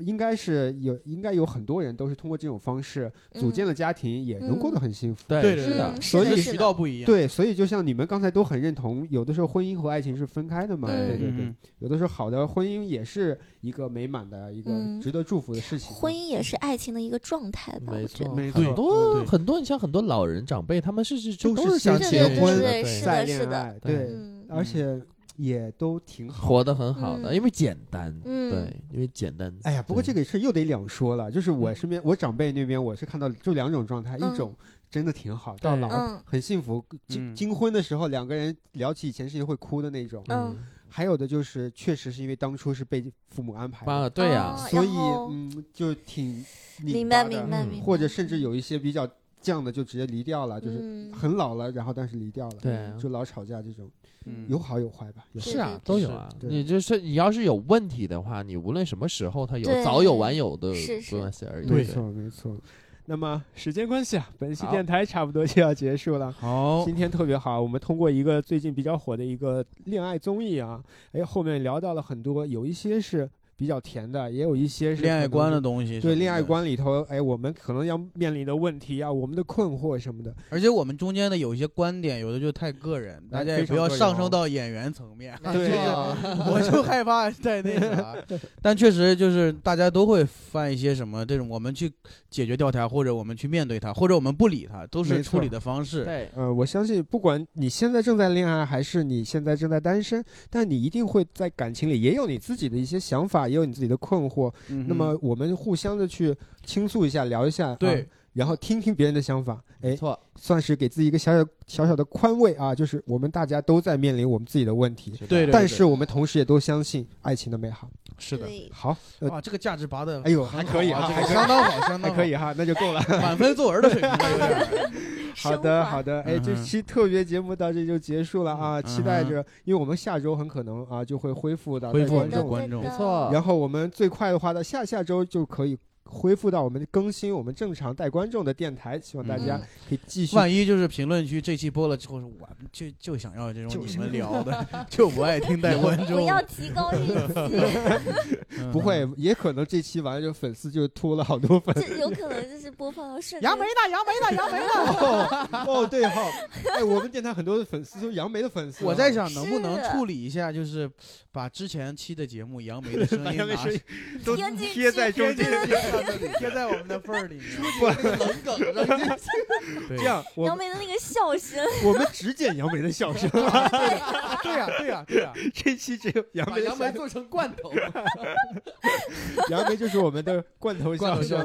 [SPEAKER 3] 应该是有应该有很多人都是通过这种方式组建了家庭，也能过得很幸福。
[SPEAKER 4] 对
[SPEAKER 2] 对
[SPEAKER 4] 是啊的
[SPEAKER 5] 嗯，，
[SPEAKER 2] 所
[SPEAKER 5] 是
[SPEAKER 2] 以
[SPEAKER 5] 的，是
[SPEAKER 2] 渠
[SPEAKER 5] 的
[SPEAKER 2] 道不一样。
[SPEAKER 3] 对，所以就像你们刚才都很认同，有的时候婚姻和爱情是分开的嘛，
[SPEAKER 5] 嗯
[SPEAKER 3] 对对对
[SPEAKER 2] 嗯，
[SPEAKER 3] 有的时候好的婚姻也是一个美满的一个
[SPEAKER 5] 嗯
[SPEAKER 3] 值得祝福的事情嘛。嗯
[SPEAKER 5] 婚姻也是爱情的一个状态吧，
[SPEAKER 4] 没
[SPEAKER 5] 我
[SPEAKER 4] 错，
[SPEAKER 5] 觉得。
[SPEAKER 3] 没
[SPEAKER 4] 很
[SPEAKER 3] 错
[SPEAKER 4] 多
[SPEAKER 2] 对
[SPEAKER 4] 很多，你像很多老人长辈，他们是是
[SPEAKER 3] 都
[SPEAKER 4] 都
[SPEAKER 3] 是
[SPEAKER 4] 相
[SPEAKER 3] 先
[SPEAKER 4] 亲
[SPEAKER 5] 结婚
[SPEAKER 4] 的
[SPEAKER 5] 对是的
[SPEAKER 3] 再恋爱，
[SPEAKER 4] 对
[SPEAKER 3] 对，
[SPEAKER 5] 嗯
[SPEAKER 3] 而且也都挺好。
[SPEAKER 4] 活得很好的，
[SPEAKER 5] 嗯
[SPEAKER 4] 因为简单，
[SPEAKER 5] 嗯
[SPEAKER 4] 对，因为简单。
[SPEAKER 3] 哎呀，不过这个事又得两说了，就是我身边我长辈那边我是看到就两种状态，
[SPEAKER 5] 嗯
[SPEAKER 3] 一种真的挺好，到老
[SPEAKER 5] 嗯
[SPEAKER 3] 很幸福，金
[SPEAKER 2] 嗯
[SPEAKER 3] 金婚的时候两个人聊起以前事情会哭的那种，
[SPEAKER 5] 嗯
[SPEAKER 3] 还有的就是确实是因为当初是被父母安排的，
[SPEAKER 4] 啊，对呀，
[SPEAKER 5] 哦
[SPEAKER 3] 所以
[SPEAKER 5] 然后
[SPEAKER 3] 嗯就挺
[SPEAKER 5] 明
[SPEAKER 3] 白
[SPEAKER 5] 白
[SPEAKER 3] 的
[SPEAKER 5] 明白
[SPEAKER 4] 嗯
[SPEAKER 5] 明白。
[SPEAKER 3] 或者甚至有一些比较犟的就直接离掉了，就是
[SPEAKER 5] 嗯
[SPEAKER 3] 很老了，然后但是离掉了，
[SPEAKER 4] 对
[SPEAKER 2] 啊
[SPEAKER 3] 就老吵架这种，
[SPEAKER 2] 嗯
[SPEAKER 3] 有好有坏吧，有好
[SPEAKER 4] 是啊，
[SPEAKER 5] 对
[SPEAKER 4] 都
[SPEAKER 3] 对
[SPEAKER 4] 有啊。
[SPEAKER 3] 对
[SPEAKER 4] 你就是你要是有问题的话，你无论什么时候他有
[SPEAKER 5] 对
[SPEAKER 4] 早有晚有的
[SPEAKER 5] 是是
[SPEAKER 4] 关系而已。
[SPEAKER 3] 没错，没错。那么时间关系啊，本期电台差不多就要结束了。
[SPEAKER 2] 好，
[SPEAKER 3] 今天特别好，我们通过一个最近比较火的一个恋爱综艺啊，哎，后面聊到了很多，有一些是比较甜的，也有一些是
[SPEAKER 2] 恋爱观的
[SPEAKER 3] 的。
[SPEAKER 2] 东西，
[SPEAKER 3] 对恋爱。观里头，哎，我们可能要面临的问题啊，我们的困惑什么的，
[SPEAKER 2] 而且我们中间的有一些观点，有的就太个人，大
[SPEAKER 3] 哎
[SPEAKER 2] 家也不要
[SPEAKER 3] 哦
[SPEAKER 2] 上升到演员层
[SPEAKER 3] *laughs*
[SPEAKER 2] 面。
[SPEAKER 3] 对
[SPEAKER 2] 这个我就害怕在那啥。但确实就是大家都会犯一些什么这种，我们去解决掉它，或者我们去面对它，或者我们不理它，都
[SPEAKER 3] 没
[SPEAKER 2] 是
[SPEAKER 3] 错
[SPEAKER 2] 处理的方式。
[SPEAKER 4] 对，
[SPEAKER 3] 呃，我相信，不管你现在正在恋爱，还是你现在正在单身，但你一定会在感情里也有你自己的一些想法，也有你自己的困惑。
[SPEAKER 2] 嗯哼
[SPEAKER 3] 那么，我们互相的去倾诉一下，聊一下。啊
[SPEAKER 2] 对，
[SPEAKER 3] 然后听听别人的想法，哎
[SPEAKER 4] 没，错，
[SPEAKER 3] 算是给自己一个小小小小的宽慰啊，就是我们大家都在面临我们自己的问题，
[SPEAKER 2] 对对
[SPEAKER 3] 但是我们同时也都相信爱情的美好。
[SPEAKER 2] 是的，
[SPEAKER 5] 对，
[SPEAKER 3] 好，呃，
[SPEAKER 2] 哇，这个价值拔的，
[SPEAKER 3] 哎呦，还可以
[SPEAKER 2] 啊，
[SPEAKER 3] 啊，
[SPEAKER 2] 这
[SPEAKER 3] 还
[SPEAKER 2] 个
[SPEAKER 3] 可以
[SPEAKER 2] 相当好，相
[SPEAKER 3] 还
[SPEAKER 2] 当好
[SPEAKER 3] 可以，哈，那就够了。
[SPEAKER 2] 满分作文的水平有点儿，
[SPEAKER 3] 好的，
[SPEAKER 5] 升华
[SPEAKER 3] 好的，哎，这
[SPEAKER 2] 嗯哼
[SPEAKER 3] 期特别节目到这就结束了啊，
[SPEAKER 2] 嗯
[SPEAKER 3] 期待着，因为我们下周很可能啊就会恢复到
[SPEAKER 2] 恢复我
[SPEAKER 3] 在
[SPEAKER 2] 们
[SPEAKER 3] 观
[SPEAKER 2] 的
[SPEAKER 3] 众，
[SPEAKER 2] 观众
[SPEAKER 5] 对的
[SPEAKER 4] 没错
[SPEAKER 3] 然后我们最快的话到下下周就可以恢复到我们更新我们正常带观众的电台，希望大家
[SPEAKER 5] 嗯
[SPEAKER 3] 可以继续。
[SPEAKER 2] 万一就是评论区这期播了之后，我就就想要这种你们聊 *laughs* 的，就不爱听
[SPEAKER 5] *laughs*
[SPEAKER 2] 带观
[SPEAKER 5] 不
[SPEAKER 2] 众， *laughs*
[SPEAKER 5] 要提高预期，
[SPEAKER 2] 嗯
[SPEAKER 3] 不会，也可能这期完了就粉丝就秃了好多粉。
[SPEAKER 5] 这有可能就是播放到瞬
[SPEAKER 2] *laughs*
[SPEAKER 5] 间
[SPEAKER 2] 杨梅呢？杨梅呢？杨梅呢？
[SPEAKER 3] 哦， *laughs* 哦对哈、哎，我们电台很多的粉丝都是杨梅的粉丝啊。
[SPEAKER 2] 我在想能不能
[SPEAKER 5] 是
[SPEAKER 2] 处理一下，就是把之前期的节目 *laughs* 杨梅的声音
[SPEAKER 3] 杨梅
[SPEAKER 2] 拿
[SPEAKER 3] 声音都
[SPEAKER 5] 贴进去
[SPEAKER 3] 贴在中间，
[SPEAKER 2] *laughs* 贴在我们的缝儿里面，
[SPEAKER 4] 冷梗
[SPEAKER 2] 对
[SPEAKER 3] 这样我
[SPEAKER 5] 杨
[SPEAKER 3] 们
[SPEAKER 5] 梅的那个笑声，
[SPEAKER 3] 我们只剪杨梅的笑声，
[SPEAKER 2] *laughs* 对呀对呀对呀，啊
[SPEAKER 3] 这期只有杨
[SPEAKER 4] *laughs* 把
[SPEAKER 3] 梅的
[SPEAKER 4] 杨梅
[SPEAKER 3] 笑。
[SPEAKER 4] 做成罐头，
[SPEAKER 3] *laughs* 杨梅就是我们的罐头笑声。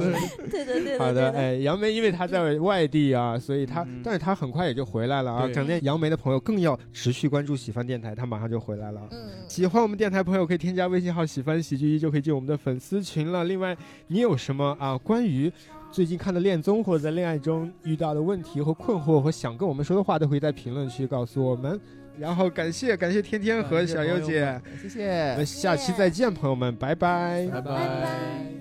[SPEAKER 5] 对对对
[SPEAKER 3] 好
[SPEAKER 5] 对
[SPEAKER 3] 的，
[SPEAKER 5] 对，
[SPEAKER 3] 哎，杨梅因为她在外地啊，所以她，
[SPEAKER 2] 嗯
[SPEAKER 3] 但是她很快也就回来了啊。
[SPEAKER 2] 对
[SPEAKER 3] 想念杨梅的朋友更要持续关注喜欢电台，她马上就回来了啊。
[SPEAKER 5] 嗯，
[SPEAKER 3] 喜欢我们电台朋友可以添加微信号“喜欢喜剧一”，就可以进我们的粉丝群了。另外，你有什么啊关于最近看的恋综或者在恋爱中遇到的问题和困惑和想跟我们说的话，都可以在评论区告诉我们。然后感谢感谢天天和小优姐，
[SPEAKER 4] 谢
[SPEAKER 3] 我
[SPEAKER 4] 谢
[SPEAKER 3] 们。下期再见，朋友们，拜
[SPEAKER 4] *laughs*
[SPEAKER 3] 拜
[SPEAKER 4] 拜
[SPEAKER 5] 拜拜。